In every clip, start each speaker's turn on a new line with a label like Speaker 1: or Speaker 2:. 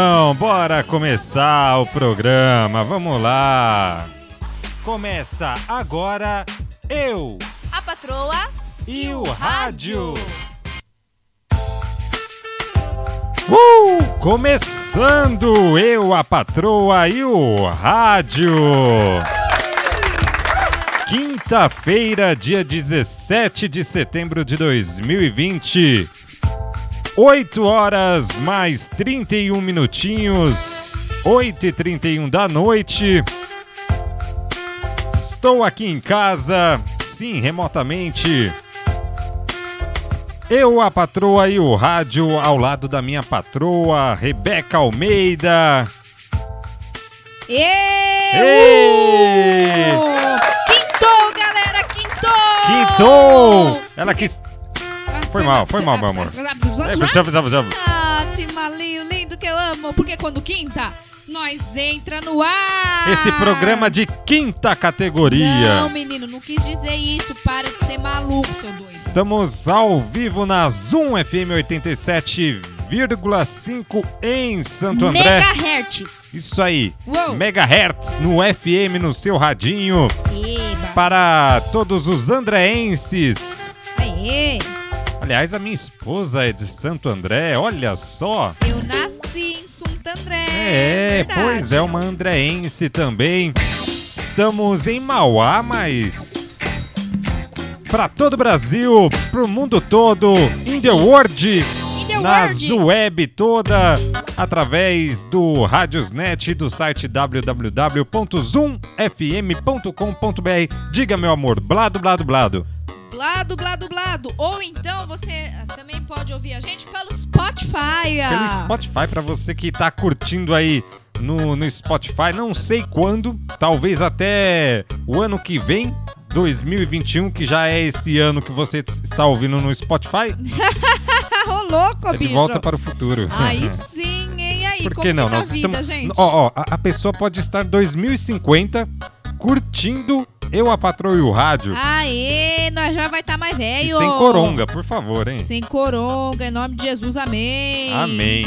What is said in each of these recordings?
Speaker 1: Então, bora começar o programa. Vamos lá. Começa agora eu
Speaker 2: A patroa
Speaker 1: e o rádio. Uh! Começando eu, a patroa e o rádio. Quinta-feira, dia 17 de setembro de 2020. 8 horas mais 31 minutinhos, 8 e 31 da noite. Estou aqui em casa, sim, remotamente. Eu, a patroa e o rádio ao lado da minha patroa, Rebeca Almeida.
Speaker 2: Eu!
Speaker 1: Ei!
Speaker 2: Uh! Quintou, galera! Quintou!
Speaker 1: Quintou! Ela quis.
Speaker 2: Ah,
Speaker 1: Foi mal, foi mal, meu amor. É, já- já- já-
Speaker 2: Ah, Timalinho, lindo que eu amo. Porque quando quinta, nós entra no ar.
Speaker 1: Esse programa é de quinta
Speaker 2: Não,
Speaker 1: categoria.
Speaker 2: menino, Ah! não quis dizer isso. Para de ser maluco, seu doido.
Speaker 1: Estamos ao vivo na Zoom FM 87,5 em Santo André.
Speaker 2: Megahertz.
Speaker 1: Isso aí.
Speaker 2: Uou.
Speaker 1: Megahertz no FM no seu radinho
Speaker 2: Eba.
Speaker 1: para todos os andreenses.
Speaker 2: Aê.
Speaker 1: Aliás, a minha esposa é de Santo André, olha só.
Speaker 2: Eu nasci em Santo André.
Speaker 1: É,
Speaker 2: verdade.
Speaker 1: pois é, uma andreense também. Estamos em Mauá, mas para todo o Brasil, pro mundo todo, in the world,
Speaker 2: In the
Speaker 1: na
Speaker 2: world.
Speaker 1: web toda, através do Radiosnet e do site www.zoomfm.com.br. Diga, meu amor, blado, blado, blado.
Speaker 2: Blado, blado, blado. Ou então você também pode ouvir a gente pelo Spotify.
Speaker 1: Pelo Spotify, pra você que tá curtindo aí no, no Spotify, não sei quando, talvez até o ano que vem, 2021, que já é esse ano que você está ouvindo no Spotify,
Speaker 2: Ah, ô louco,
Speaker 1: ele
Speaker 2: bicho.
Speaker 1: É volta para o futuro.
Speaker 2: Aí sim, hein? E Ah, aí,
Speaker 1: Por
Speaker 2: como
Speaker 1: que não?
Speaker 2: tá a
Speaker 1: Nós
Speaker 2: vida,
Speaker 1: estamos.
Speaker 2: gente?
Speaker 1: Ó, ó, a, a pessoa pode estar 2050 curtindo Eu, a Patroa e o Rádio.
Speaker 2: Aê, nós já vai estar mais
Speaker 1: e
Speaker 2: velho.
Speaker 1: sem coronga, por favor, hein?
Speaker 2: Sem coronga, em nome de Jesus, amém.
Speaker 1: Amém.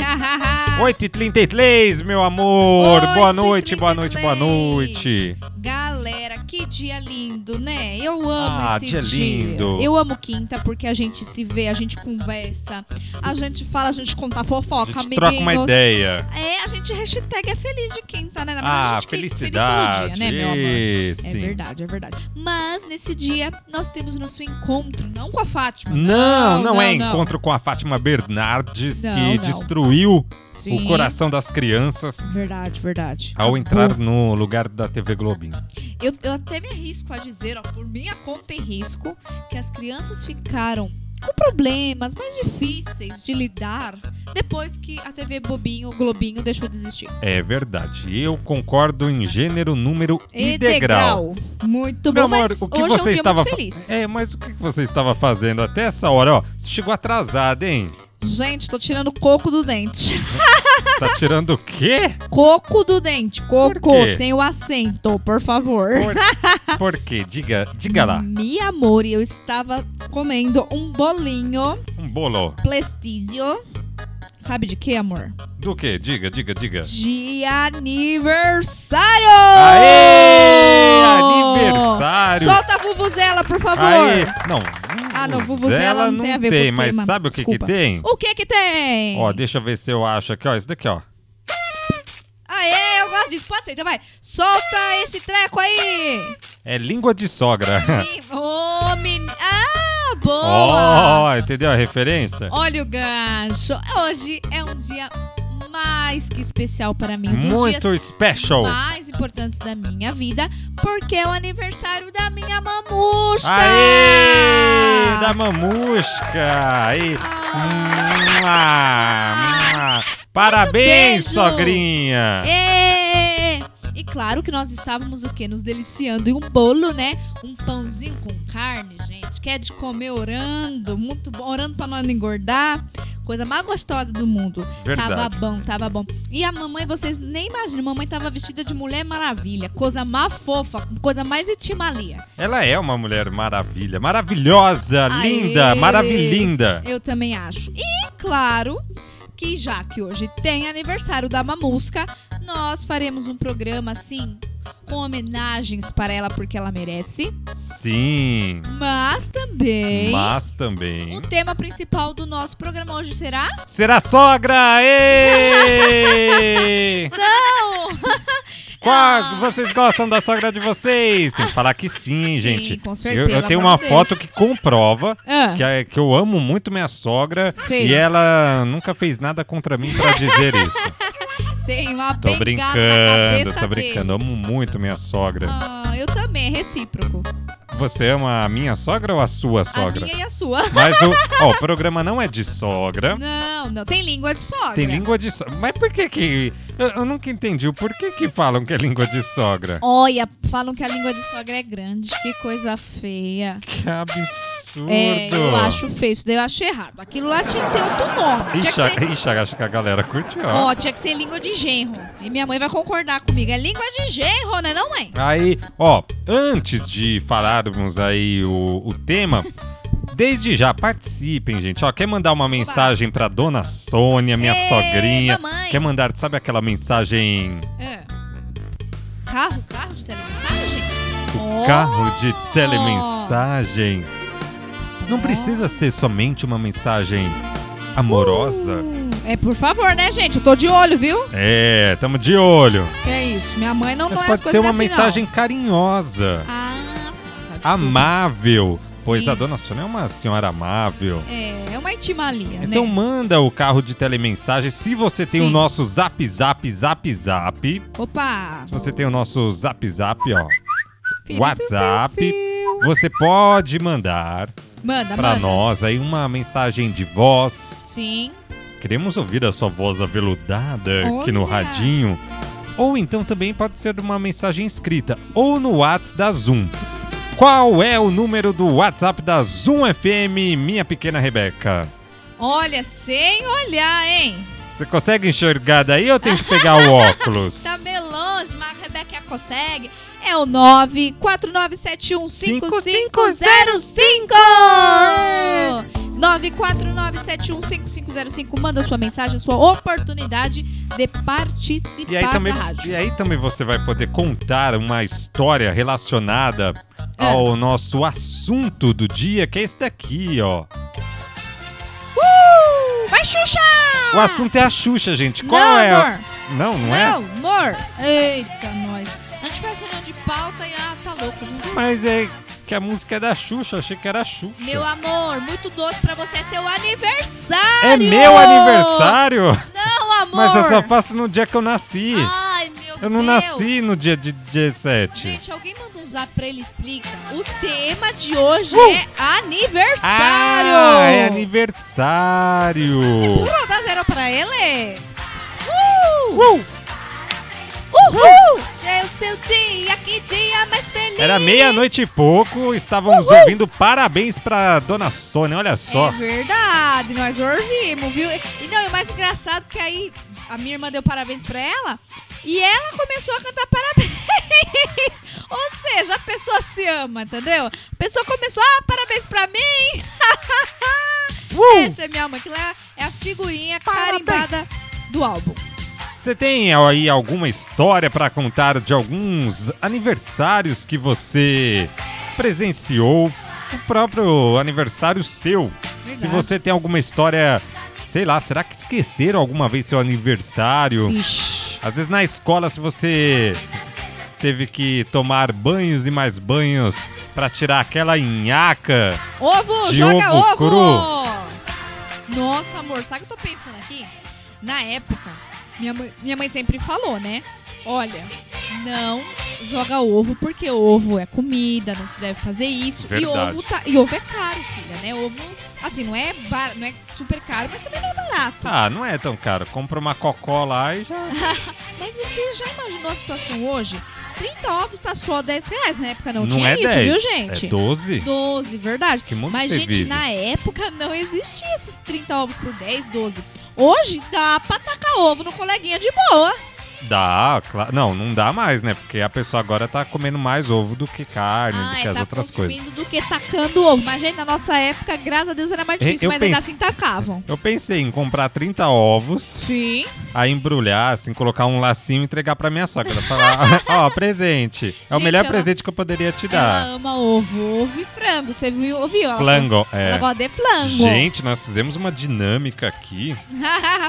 Speaker 1: 8h33, meu amor! Boa noite, boa noite, boa
Speaker 2: 8h33.
Speaker 1: noite!
Speaker 2: Galera, que dia lindo, né? Eu amo
Speaker 1: Ah,
Speaker 2: esse
Speaker 1: dia
Speaker 2: dia.
Speaker 1: lindo.
Speaker 2: Eu amo quinta porque a gente se vê, a gente conversa, a gente fala, a gente conta
Speaker 1: A
Speaker 2: fofoca,
Speaker 1: gente
Speaker 2: amiguinhos.
Speaker 1: troca uma ideia.
Speaker 2: É, a gente hashtag é feliz de quinta, né? Na verdade, a
Speaker 1: Ah,
Speaker 2: gente fica
Speaker 1: felicidade.
Speaker 2: Feliz todo dia, né, meu amor?
Speaker 1: Ih,
Speaker 2: É
Speaker 1: Sim.
Speaker 2: verdade, é verdade. Mas nesse dia nós temos o nosso encontro, não com a Fátima.
Speaker 1: não, não, é
Speaker 2: não.
Speaker 1: encontro com a Fátima Bernardes
Speaker 2: Não,
Speaker 1: que
Speaker 2: não.
Speaker 1: destruiu
Speaker 2: Sim.
Speaker 1: o coração das crianças
Speaker 2: Verdade, verdade.
Speaker 1: ao entrar
Speaker 2: Uhum.
Speaker 1: no lugar da TV Globinho.
Speaker 2: Eu, eu até me arrisco a dizer, ó, por minha conta em risco, que as crianças ficaram com problemas mais difíceis de lidar depois que a TV Bobinho, Globinho, deixou de existir.
Speaker 1: É verdade. Eu concordo em gênero, número e, degrau.
Speaker 2: Muito
Speaker 1: Meu
Speaker 2: bom,
Speaker 1: amor,
Speaker 2: mas
Speaker 1: o que
Speaker 2: hoje
Speaker 1: você
Speaker 2: é um dia
Speaker 1: estava
Speaker 2: muito
Speaker 1: fa-
Speaker 2: feliz.
Speaker 1: É, mas o que você estava fazendo até essa hora, ó? Você chegou atrasada, hein?
Speaker 2: Gente, tô tirando coco do dente.
Speaker 1: Tá tirando o quê?
Speaker 2: Coco do dente,
Speaker 1: Por
Speaker 2: coco,
Speaker 1: quê?
Speaker 2: sem o acento, por favor.
Speaker 1: Por, por quê? Diga, diga lá.
Speaker 2: Mi amor, eu estava comendo um bolinho
Speaker 1: Um bolo.
Speaker 2: plestísio. Sabe de quê, amor?
Speaker 1: Do quê? Diga, diga, diga.
Speaker 2: De aniversário!
Speaker 1: Aê! Aniversário!
Speaker 2: Solta a vuvuzela, por favor.
Speaker 1: Aê! Não,
Speaker 2: Ah, não,
Speaker 1: vuvuzela
Speaker 2: vuvuzela
Speaker 1: não
Speaker 2: não
Speaker 1: tem,
Speaker 2: tem a ver com o
Speaker 1: mas
Speaker 2: tema.
Speaker 1: sabe o que
Speaker 2: Desculpa.
Speaker 1: que tem?
Speaker 2: O que que tem?
Speaker 1: Ó, deixa eu ver se eu acho aqui, ó, isso daqui, ó.
Speaker 2: Aê, eu gosto disso. Pode ser, então vai. Solta esse treco aí.
Speaker 1: É língua de sogra.
Speaker 2: Ih, Ô, meni- Ah, boa.
Speaker 1: Ó, entendeu a referência?
Speaker 2: Olha o gancho. Hoje é um dia mais que especial para mim. Um dos dias
Speaker 1: Muito special.
Speaker 2: mais importantes da minha vida, porque é o aniversário da minha mamusca!
Speaker 1: Aê! Da mamusca. Aí.
Speaker 2: Ah!
Speaker 1: Mua, mua. Parabéns,
Speaker 2: beijo.
Speaker 1: sogrinha.
Speaker 2: Ê! É! E claro que nós estávamos o quê? Nos deliciando em um bolo, né? Um pãozinho com carne, gente. Que é de comer orando, muito bom, orando pra nós não engordar. Coisa mais gostosa do mundo. Tava
Speaker 1: Verdade.
Speaker 2: bom, tava bom. E a mamãe, vocês nem imaginam, mamãe tava vestida de mulher maravilha. Coisa mais fofa, coisa mais etimalia.
Speaker 1: Ela é uma mulher maravilha, maravilhosa,
Speaker 2: Aê.
Speaker 1: linda, maravilhinda.
Speaker 2: Eu também acho. E, claro, que já que hoje tem aniversário da Mamusca, nós faremos um programa assim com homenagens para ela porque ela merece,
Speaker 1: Sim.
Speaker 2: mas também
Speaker 1: Mas também.
Speaker 2: o tema principal do nosso programa hoje será
Speaker 1: Será sogra! Ê!
Speaker 2: não.
Speaker 1: Qual, vocês gostam da sogra de vocês? Tem que falar que sim, hein,
Speaker 2: Ah. Sim,
Speaker 1: gente.
Speaker 2: com
Speaker 1: Eu,
Speaker 2: certeza.
Speaker 1: eu tenho
Speaker 2: pelo
Speaker 1: uma
Speaker 2: amor de
Speaker 1: foto
Speaker 2: Deus.
Speaker 1: que comprova
Speaker 2: Ah,
Speaker 1: que, é- que eu amo muito minha sogra
Speaker 2: Sei.
Speaker 1: e ela nunca fez nada contra mim pra dizer isso.
Speaker 2: tem uma
Speaker 1: é Tô
Speaker 2: bengala na
Speaker 1: brincando,
Speaker 2: cabeça
Speaker 1: tô
Speaker 2: dele.
Speaker 1: brincando. Amo muito minha sogra.
Speaker 2: Ah, eu também, é recíproco.
Speaker 1: Você ama a minha sogra ou a sua
Speaker 2: A
Speaker 1: sogra?
Speaker 2: minha e a sua.
Speaker 1: Mas o, ó, o programa não é de sogra.
Speaker 2: Não, não. Tem língua de sogra.
Speaker 1: Tem língua de sogra. Mas por que que. Eu, eu nunca entendi o porquê que falam que é língua de sogra.
Speaker 2: Olha, falam que a língua de sogra é grande. Que coisa feia.
Speaker 1: Que absurdo.
Speaker 2: É, eu acho feio. Isso daí eu acho errado. Aquilo lá tinha que ter outro nome. Tinha que
Speaker 1: Ixi, é
Speaker 2: ser...
Speaker 1: a- ixi, acho que a galera curtiu. ó.
Speaker 2: Ó, tinha que ser língua de genro. E minha mãe vai concordar comigo. É língua de genro, né, não, mãe?
Speaker 1: Aí, ó, antes de falarmos aí o, o tema, desde já participem, gente. Ó, quer mandar uma mensagem pra dona Sônia, minha
Speaker 2: Ei,
Speaker 1: sogrinha?
Speaker 2: É, mamãe.
Speaker 1: Quer mandar, sabe aquela mensagem
Speaker 2: É. Carro, carro de telemensagem?
Speaker 1: O
Speaker 2: Oh!
Speaker 1: carro de telemensagem. Não precisa ser somente uma mensagem amorosa.
Speaker 2: Hum, É, por favor, né, gente? Eu tô de olho, viu?
Speaker 1: É, tamo de olho.
Speaker 2: Que é isso. Minha mãe não
Speaker 1: Mas
Speaker 2: põe as
Speaker 1: pode
Speaker 2: coisas
Speaker 1: ser uma
Speaker 2: assim, não.
Speaker 1: mensagem carinhosa,
Speaker 2: Ah, tá, tá. desculpa.
Speaker 1: amável. Pois
Speaker 2: Sim.
Speaker 1: a dona Sônia é uma senhora amável.
Speaker 2: É, é uma intimalia,
Speaker 1: Então
Speaker 2: né?
Speaker 1: manda o carro de telemensagem. Se você tem o
Speaker 2: Sim.
Speaker 1: nosso zap zap zap zap.
Speaker 2: Opa!
Speaker 1: Se você tem o nosso zap zap, ó.
Speaker 2: Fio,
Speaker 1: WhatsApp.
Speaker 2: fio, fio,
Speaker 1: Você pode mandar
Speaker 2: fio. Manda,
Speaker 1: pra
Speaker 2: manda.
Speaker 1: nós aí uma mensagem de voz.
Speaker 2: Sim.
Speaker 1: Queremos ouvir a sua voz aveludada aqui no
Speaker 2: Olha!
Speaker 1: radinho. Ou então também pode ser uma mensagem escrita ou no WhatsApp da Zoom. Qual é o número do WhatsApp da Zoom FM, minha pequena Rebeca?
Speaker 2: Olha, sem olhar, hein?
Speaker 1: Você consegue enxergar daí ou tem que pegar o óculos?
Speaker 2: Tá bem longe, mas a Rebeca consegue. É o um 949715505. 949715505. Manda sua mensagem, sua oportunidade de participar
Speaker 1: E aí, também, é-
Speaker 2: da rádio.
Speaker 1: e aí também você vai poder contar uma história relacionada
Speaker 2: É.
Speaker 1: ao nosso assunto do dia, que é esse daqui, ó.
Speaker 2: Uh! Vai, Xuxa!
Speaker 1: O assunto é a Xuxa, gente. Qual
Speaker 2: Ah! não,
Speaker 1: é?
Speaker 2: amor.
Speaker 1: Não, não é?
Speaker 2: Não, amor. Eita, nós. A gente faz reunião de pauta e ah, tá louco. viu?
Speaker 1: Mas é que a música é da Xuxa, achei que era Xuxa.
Speaker 2: Meu amor, muito doce pra você, é seu aniversário!
Speaker 1: é meu aniversário?
Speaker 2: Não, amor!
Speaker 1: Mas eu só faço no dia que eu nasci.
Speaker 2: Ai, meu
Speaker 1: eu não
Speaker 2: Deus.
Speaker 1: nasci no dia de 17.
Speaker 2: Gente, alguém manda um zap pra ele e explica. O tema de hoje
Speaker 1: Uh!
Speaker 2: é aniversário!
Speaker 1: Ah, é aniversário!
Speaker 2: Vou dar zero pra ele!
Speaker 1: Uh!
Speaker 2: Uhul! Hoje é o seu dia, que dia mais feliz!
Speaker 1: Era meia-noite e pouco, estávamos ouvindo parabéns pra dona Sônia, olha só.
Speaker 2: É verdade, nós ouvimos, viu? E não, e o mais engraçado é que aí a minha irmã deu parabéns pra ela e ela começou a cantar parabéns. Ou seja, a pessoa se ama, entendeu? A pessoa começou, ah, parabéns pra mim! Essa é minha mãe, que lá é a figurinha
Speaker 1: Uh! Parabéns.
Speaker 2: carimbada do álbum.
Speaker 1: Você tem aí alguma história pra contar de alguns aniversários que você presenciou, o próprio aniversário seu? Se você tem alguma história, sei lá, será que esqueceram alguma vez seu aniversário?
Speaker 2: Ixi.
Speaker 1: Às vezes na escola, se você teve que tomar banhos e mais banhos pra tirar aquela nhaca.
Speaker 2: Ovo,
Speaker 1: De
Speaker 2: joga
Speaker 1: ovo
Speaker 2: ovo! Nossa, amor, sabe o que eu tô pensando aqui? Na época, minha mãe, minha mãe sempre falou, né? Olha, não joga ovo porque ovo é comida, não se deve fazer isso. E
Speaker 1: Verdade.
Speaker 2: ovo, tá, e ovo é caro, filha, né? Ovo, assim, não é, bar, não é super caro, mas também não é barato.
Speaker 1: Ah, não é tão caro. Compra uma cocó lá e já.
Speaker 2: Mas você já imaginou a situação hoje? 30 ovos tá só 10 reais na época, não,
Speaker 1: Não,
Speaker 2: tinha
Speaker 1: é
Speaker 2: isso,
Speaker 1: 10.
Speaker 2: viu, gente?
Speaker 1: É 12?
Speaker 2: 12, verdade.
Speaker 1: Que mundo
Speaker 2: Mas,
Speaker 1: você
Speaker 2: gente,
Speaker 1: vive?
Speaker 2: na época não existia esses 30 ovos por 10, 12. Hoje dá pra tacar ovo no coleguinha de boa.
Speaker 1: Dá, claro. Não, não dá mais, né? Porque a pessoa agora tá comendo mais ovo do que carne, do
Speaker 2: Ai,
Speaker 1: que as
Speaker 2: tá
Speaker 1: outras
Speaker 2: consumindo
Speaker 1: coisas.
Speaker 2: do que tacando ovo. Mas, gente, na nossa época, graças a Deus, era mais
Speaker 1: Eu-
Speaker 2: difícil,
Speaker 1: eu
Speaker 2: mas ainda
Speaker 1: pense-
Speaker 2: assim tacavam.
Speaker 1: Eu pensei em comprar 30 ovos,
Speaker 2: Sim.
Speaker 1: aí embrulhar, assim, colocar um lacinho e entregar pra minha sogra. Ela Falar, ó, presente. É o
Speaker 2: Gente,
Speaker 1: melhor
Speaker 2: ela-
Speaker 1: presente que eu poderia te dar.
Speaker 2: Ela ama ovo, ovo e frango. Você viu, ouviu? Ela-
Speaker 1: Flango,
Speaker 2: Ela
Speaker 1: é.
Speaker 2: gosta de flango.
Speaker 1: Gente, nós fizemos uma dinâmica aqui,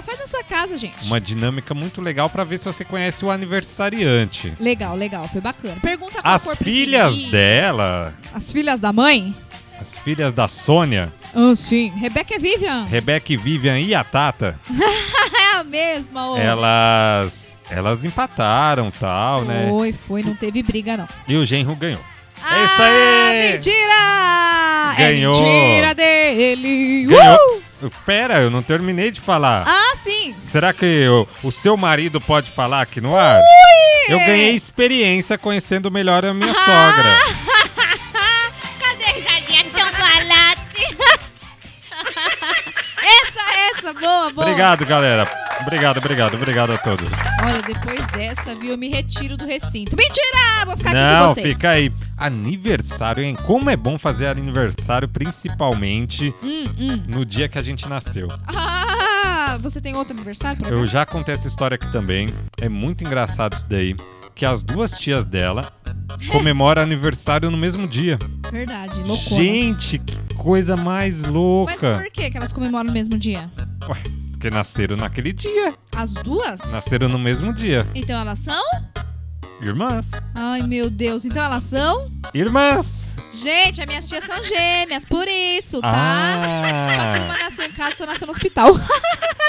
Speaker 2: Faz na sua casa, gente.
Speaker 1: uma dinâmica muito legal pra ver se você conhece o aniversariante.
Speaker 2: Legal, legal. Foi bacana. Pergunta qual a
Speaker 1: As
Speaker 2: cor
Speaker 1: filhas
Speaker 2: preferida.
Speaker 1: dela,
Speaker 2: As filhas da mãe?
Speaker 1: as filhas da Sônia,
Speaker 2: Ah, sim. Rebeca e Vivian.
Speaker 1: Rebeca, e Vivian e a Tata,
Speaker 2: É a mesma, ô.
Speaker 1: elas elas empataram, tal, né?
Speaker 2: Foi, foi. Não teve briga, não.
Speaker 1: E o genro ganhou. É
Speaker 2: Ah,
Speaker 1: isso aí!
Speaker 2: Mentira!
Speaker 1: Ganhou.
Speaker 2: É mentira dele!
Speaker 1: Ganhou.
Speaker 2: Uh!
Speaker 1: Pera, eu não terminei de falar.
Speaker 2: Ah, sim!
Speaker 1: Será que o, o seu marido pode falar aqui no ar? Eu ganhei experiência conhecendo melhor a minha
Speaker 2: Ah!
Speaker 1: sogra.
Speaker 2: Cadê a risadinha de chocolate? essa, essa, boa, boa.
Speaker 1: Obrigado, galera. Obrigado, obrigado, obrigado a todos.
Speaker 2: Olha, depois dessa, viu, eu me retiro do recinto. Mentira! Vou ficar aqui com
Speaker 1: Não,
Speaker 2: vocês.
Speaker 1: fica aí. Aniversário, hein? Como é bom fazer aniversário, principalmente
Speaker 2: Hum, hum. É
Speaker 1: no dia que a gente nasceu.
Speaker 2: Ah, você tem outro aniversário pra mim?
Speaker 1: Eu já contei essa história aqui também. É muito engraçado isso daí. Que as duas tias dela comemoram aniversário no mesmo dia.
Speaker 2: Verdade, loucura.
Speaker 1: Gente, que coisa mais
Speaker 2: Mas
Speaker 1: louca.
Speaker 2: por que que elas comemoram no mesmo dia?
Speaker 1: Porque nasceram naquele dia.
Speaker 2: As duas?
Speaker 1: Nasceram no mesmo dia.
Speaker 2: Então elas são?
Speaker 1: Irmãs.
Speaker 2: Ai, meu Deus. Então elas são?
Speaker 1: Irmãs!
Speaker 2: Gente, as minhas tias são gêmeas, por isso, tá? Só que
Speaker 1: Ah!
Speaker 2: uma nasceu em casa, outra nasceu no hospital.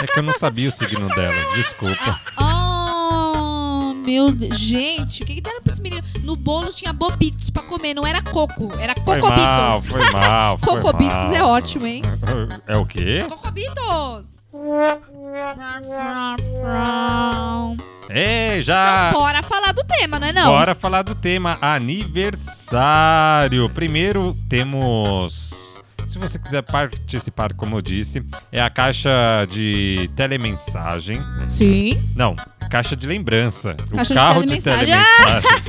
Speaker 1: É que eu não sabia o signo delas, desculpa.
Speaker 2: Oh, meu Deus. Gente, o que, que deram pra esse menino? No bolo tinha bobitos pra comer, não era coco, era
Speaker 1: Foi mal,
Speaker 2: cocobitos.
Speaker 1: foi mal. foi
Speaker 2: Cocobitos
Speaker 1: mal.
Speaker 2: é ótimo, hein?
Speaker 1: É o quê?
Speaker 2: Cocobitos! Então,
Speaker 1: É,
Speaker 2: Então,
Speaker 1: já.
Speaker 2: bora falar do tema, não é não?
Speaker 1: Bora falar do tema aniversário. Primeiro temos. Se você quiser participar, como eu disse, é a caixa de telemensagem.
Speaker 2: Sim.
Speaker 1: Não, caixa de lembrança. O
Speaker 2: Caixa de
Speaker 1: carro de
Speaker 2: telemensagem. Ah!
Speaker 1: telemensagem.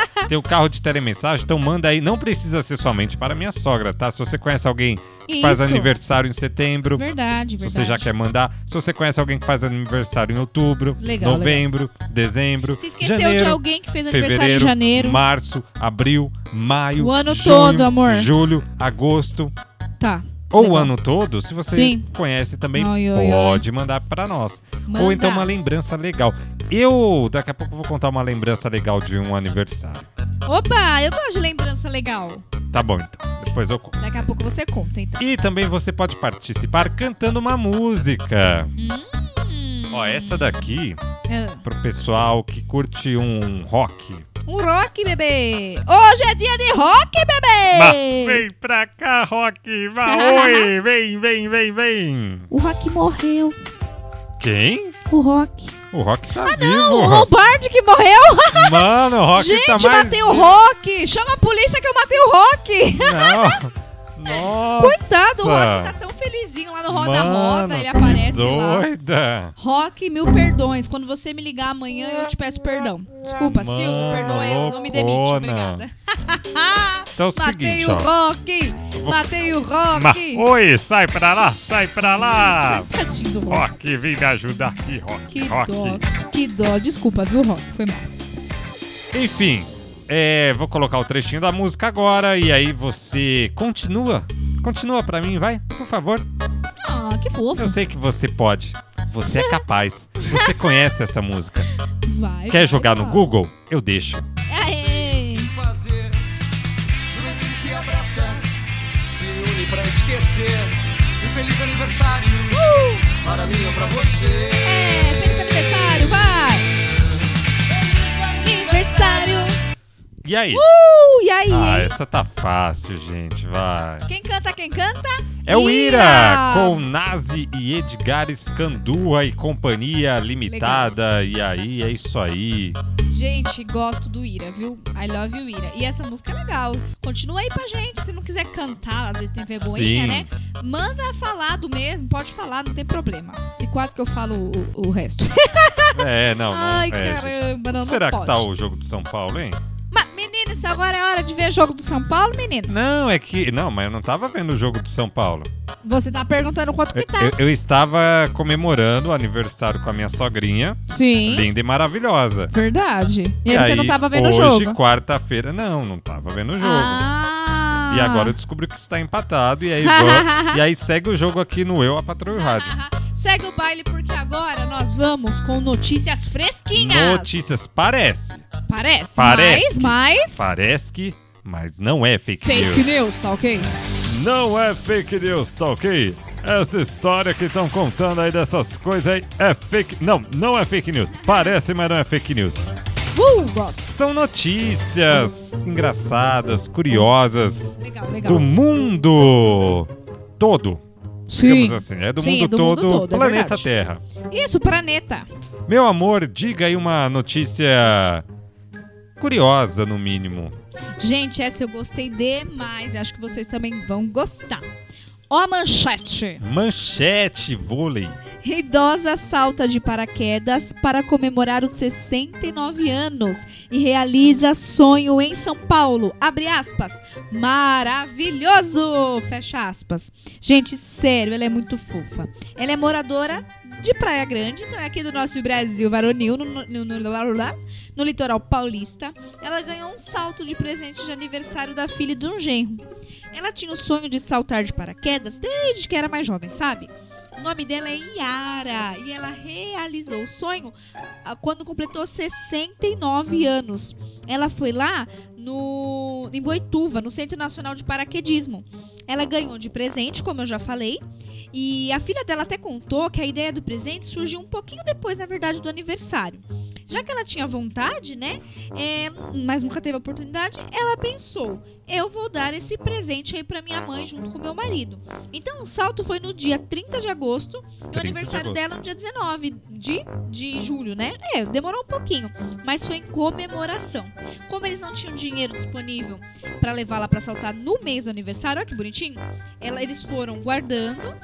Speaker 1: Tem o carro de telemensagem, então manda aí. Não precisa ser somente para minha sogra, tá? Se você conhece alguém que
Speaker 2: Isso.
Speaker 1: faz aniversário em setembro,
Speaker 2: É Verdade, verdade.
Speaker 1: se você já quer mandar. Se você conhece alguém que faz aniversário em outubro,
Speaker 2: Legal,
Speaker 1: novembro, dezembro,
Speaker 2: Se esqueceu
Speaker 1: janeiro,
Speaker 2: de alguém que fez aniversário em
Speaker 1: fevereiro,
Speaker 2: janeiro.
Speaker 1: março, abril, maio,
Speaker 2: O ano
Speaker 1: junho,
Speaker 2: todo, amor.
Speaker 1: julho, agosto
Speaker 2: Tá.
Speaker 1: ou o
Speaker 2: Legal.
Speaker 1: ano todo, se você
Speaker 2: Sim.
Speaker 1: conhece também,
Speaker 2: Ai, ai, ai.
Speaker 1: pode mandar para nós.
Speaker 2: Manda.
Speaker 1: Ou então uma lembrança legal. Eu, daqui a pouco, vou contar uma lembrança legal de um aniversário.
Speaker 2: Opa, eu gosto de lembrança legal.
Speaker 1: Tá bom, então. Depois eu conto.
Speaker 2: Daqui a pouco você conta, então.
Speaker 1: E também você pode participar cantando uma música.
Speaker 2: Hum.
Speaker 1: Ó, essa daqui,
Speaker 2: Ah,
Speaker 1: pro pessoal que curte um rock.
Speaker 2: Um rock, bebê! Hoje é dia de rock, bebê!
Speaker 1: pra cá, rock!
Speaker 2: oi,
Speaker 1: Vem, vem, vem, vem!
Speaker 2: O rock morreu.
Speaker 1: Quem?
Speaker 2: O rock.
Speaker 1: O rock tá vivo!
Speaker 2: Ah, O Lombardi que morreu?
Speaker 1: Mano, o rock
Speaker 2: Gente,
Speaker 1: tá mais...
Speaker 2: matei o rock! Chama a polícia que eu matei o rock!
Speaker 1: Não! Nossa!
Speaker 2: Coitado, o rock tá tão felizinho lá no Roda
Speaker 1: Mano,
Speaker 2: Roda, ele aparece lá.
Speaker 1: Doida!
Speaker 2: Rock, mil perdões. Quando você me ligar amanhã, eu te peço perdão. Desculpa,
Speaker 1: Mano,
Speaker 2: Silvio, perdoa eu, não me demite.
Speaker 1: loucona.
Speaker 2: Obrigada.
Speaker 1: Então é o
Speaker 2: Matei
Speaker 1: seguinte,
Speaker 2: o
Speaker 1: ó.
Speaker 2: rock!
Speaker 1: vou-
Speaker 2: Matei o
Speaker 1: Ma-
Speaker 2: rock!
Speaker 1: Oi, sai pra lá, sai pra lá!
Speaker 2: Coitadinho do rock.
Speaker 1: Rock, vem me ajudar aqui, Rock.
Speaker 2: Que
Speaker 1: rock.
Speaker 2: dó, que dó. Desculpa, viu, Rock? Foi mal.
Speaker 1: Enfim, é, vou colocar o trechinho da música agora e aí você continua. Continua pra mim, vai, por favor.
Speaker 2: Ah, que fofo.
Speaker 1: Eu sei que você pode. Você é capaz. Você conhece essa música.
Speaker 2: Vai, vai,
Speaker 1: Quer jogar no
Speaker 2: vai.
Speaker 1: Google? Eu deixo.
Speaker 2: Aê!
Speaker 3: fazer. Grupo se abraça, se une pra esquecer. Um feliz aniversário para mim ou pra você.
Speaker 2: É, feliz aniversário, vai! Aniversário!
Speaker 1: E aí?
Speaker 2: Uh, e aí?
Speaker 1: Ah, essa tá fácil, gente. Vai.
Speaker 2: Quem canta, quem canta?
Speaker 1: É o Ira,
Speaker 2: Ira!
Speaker 1: com Nazi e Edgar Escandurra e Companhia Limitada. E aí, é isso aí.
Speaker 2: Gente, gosto do Ira, viu? I love you, Ira. E essa música é legal. Continua aí pra gente. Se não quiser cantar, às vezes tem vergonha,
Speaker 1: Sim.
Speaker 2: né? Manda falado mesmo, pode falar, não tem problema. E quase que eu falo o, o resto.
Speaker 1: É, não. não
Speaker 2: Ai,
Speaker 1: Tá é, gente.
Speaker 2: caramba, não, não
Speaker 1: Será
Speaker 2: pode.
Speaker 1: que tá o jogo do São Paulo, hein?
Speaker 2: Mas, menino, isso agora é hora de ver jogo do São Paulo, menino?
Speaker 1: Não, é que. Não, mas eu não tava vendo o jogo do São Paulo.
Speaker 2: Você tá perguntando quanto
Speaker 1: Eu,
Speaker 2: que tá.
Speaker 1: eu- eu estava comemorando o aniversário com a minha sogrinha,
Speaker 2: Sim,
Speaker 1: linda e maravilhosa.
Speaker 2: verdade. E, aí você não tava vendo o
Speaker 1: hoje,
Speaker 2: jogo?
Speaker 1: quarta-feira, não, não tava vendo o jogo.
Speaker 2: Ah.
Speaker 1: E agora eu descobri que está empatado. E aí, vou- e aí segue o jogo aqui no Eu, a Patrulha Rádio.
Speaker 2: Segue o baile porque agora nós vamos com notícias fresquinhas.
Speaker 1: Notícias, parece.
Speaker 2: Parece,
Speaker 1: Parece.
Speaker 2: mas, mas...
Speaker 1: Parece que, mas não é fake,
Speaker 2: Fake news, tá ok?
Speaker 1: Não é fake news, tá ok? Essa história que estão contando aí dessas coisas aí é fake. Não, não é fake news. Parece, mas não é fake news.
Speaker 2: Uh, gosto.
Speaker 1: São notícias engraçadas, curiosas
Speaker 2: Legal, legal.
Speaker 1: do mundo todo. Digamos
Speaker 2: Sim.
Speaker 1: assim, é do,
Speaker 2: Sim,
Speaker 1: mundo,
Speaker 2: é do mundo
Speaker 1: todo,
Speaker 2: todo, é
Speaker 1: planeta
Speaker 2: verdade.
Speaker 1: Terra.
Speaker 2: Isso, planeta.
Speaker 1: Meu amor, diga aí uma notícia curiosa, no mínimo.
Speaker 2: Gente, essa eu gostei demais. Acho que vocês também vão gostar. Ó, a manchete.
Speaker 1: Manchete vôlei.
Speaker 2: Idosa salta de paraquedas para comemorar os 69 anos e realiza sonho em São Paulo. Abre aspas. Maravilhoso! Fecha aspas. Gente, sério, ela é muito fofa. Ela é moradora de Praia Grande, então é aqui do nosso Brasil varonil, no, no- no- no- lá- lá- lá, no litoral paulista. Ela ganhou um salto de presente de aniversário da filha e de um genro. Ela tinha o sonho de saltar de paraquedas desde que era mais jovem, sabe? O nome dela é Yara e ela realizou o sonho ah, quando completou 69 anos. Ela foi lá no em Boituva, no Centro Nacional de Paraquedismo. Ela ganhou de presente, como eu já falei, e a filha dela até contou que a ideia do presente surgiu um pouquinho depois, na verdade, do aniversário. Já que ela tinha vontade, né? é, mas nunca teve a oportunidade, ela pensou: eu vou dar esse presente aí pra minha mãe junto com meu marido. Então o salto foi no dia 30 de agosto e o
Speaker 1: 30 de
Speaker 2: aniversário
Speaker 1: agosto.
Speaker 2: dela no dia 19 de, de julho, né? É, demorou um pouquinho, mas foi em comemoração. Como eles não tinham dinheiro disponível pra levá-la pra saltar no mês do aniversário, olha que bonitinho, ela- eles foram guardando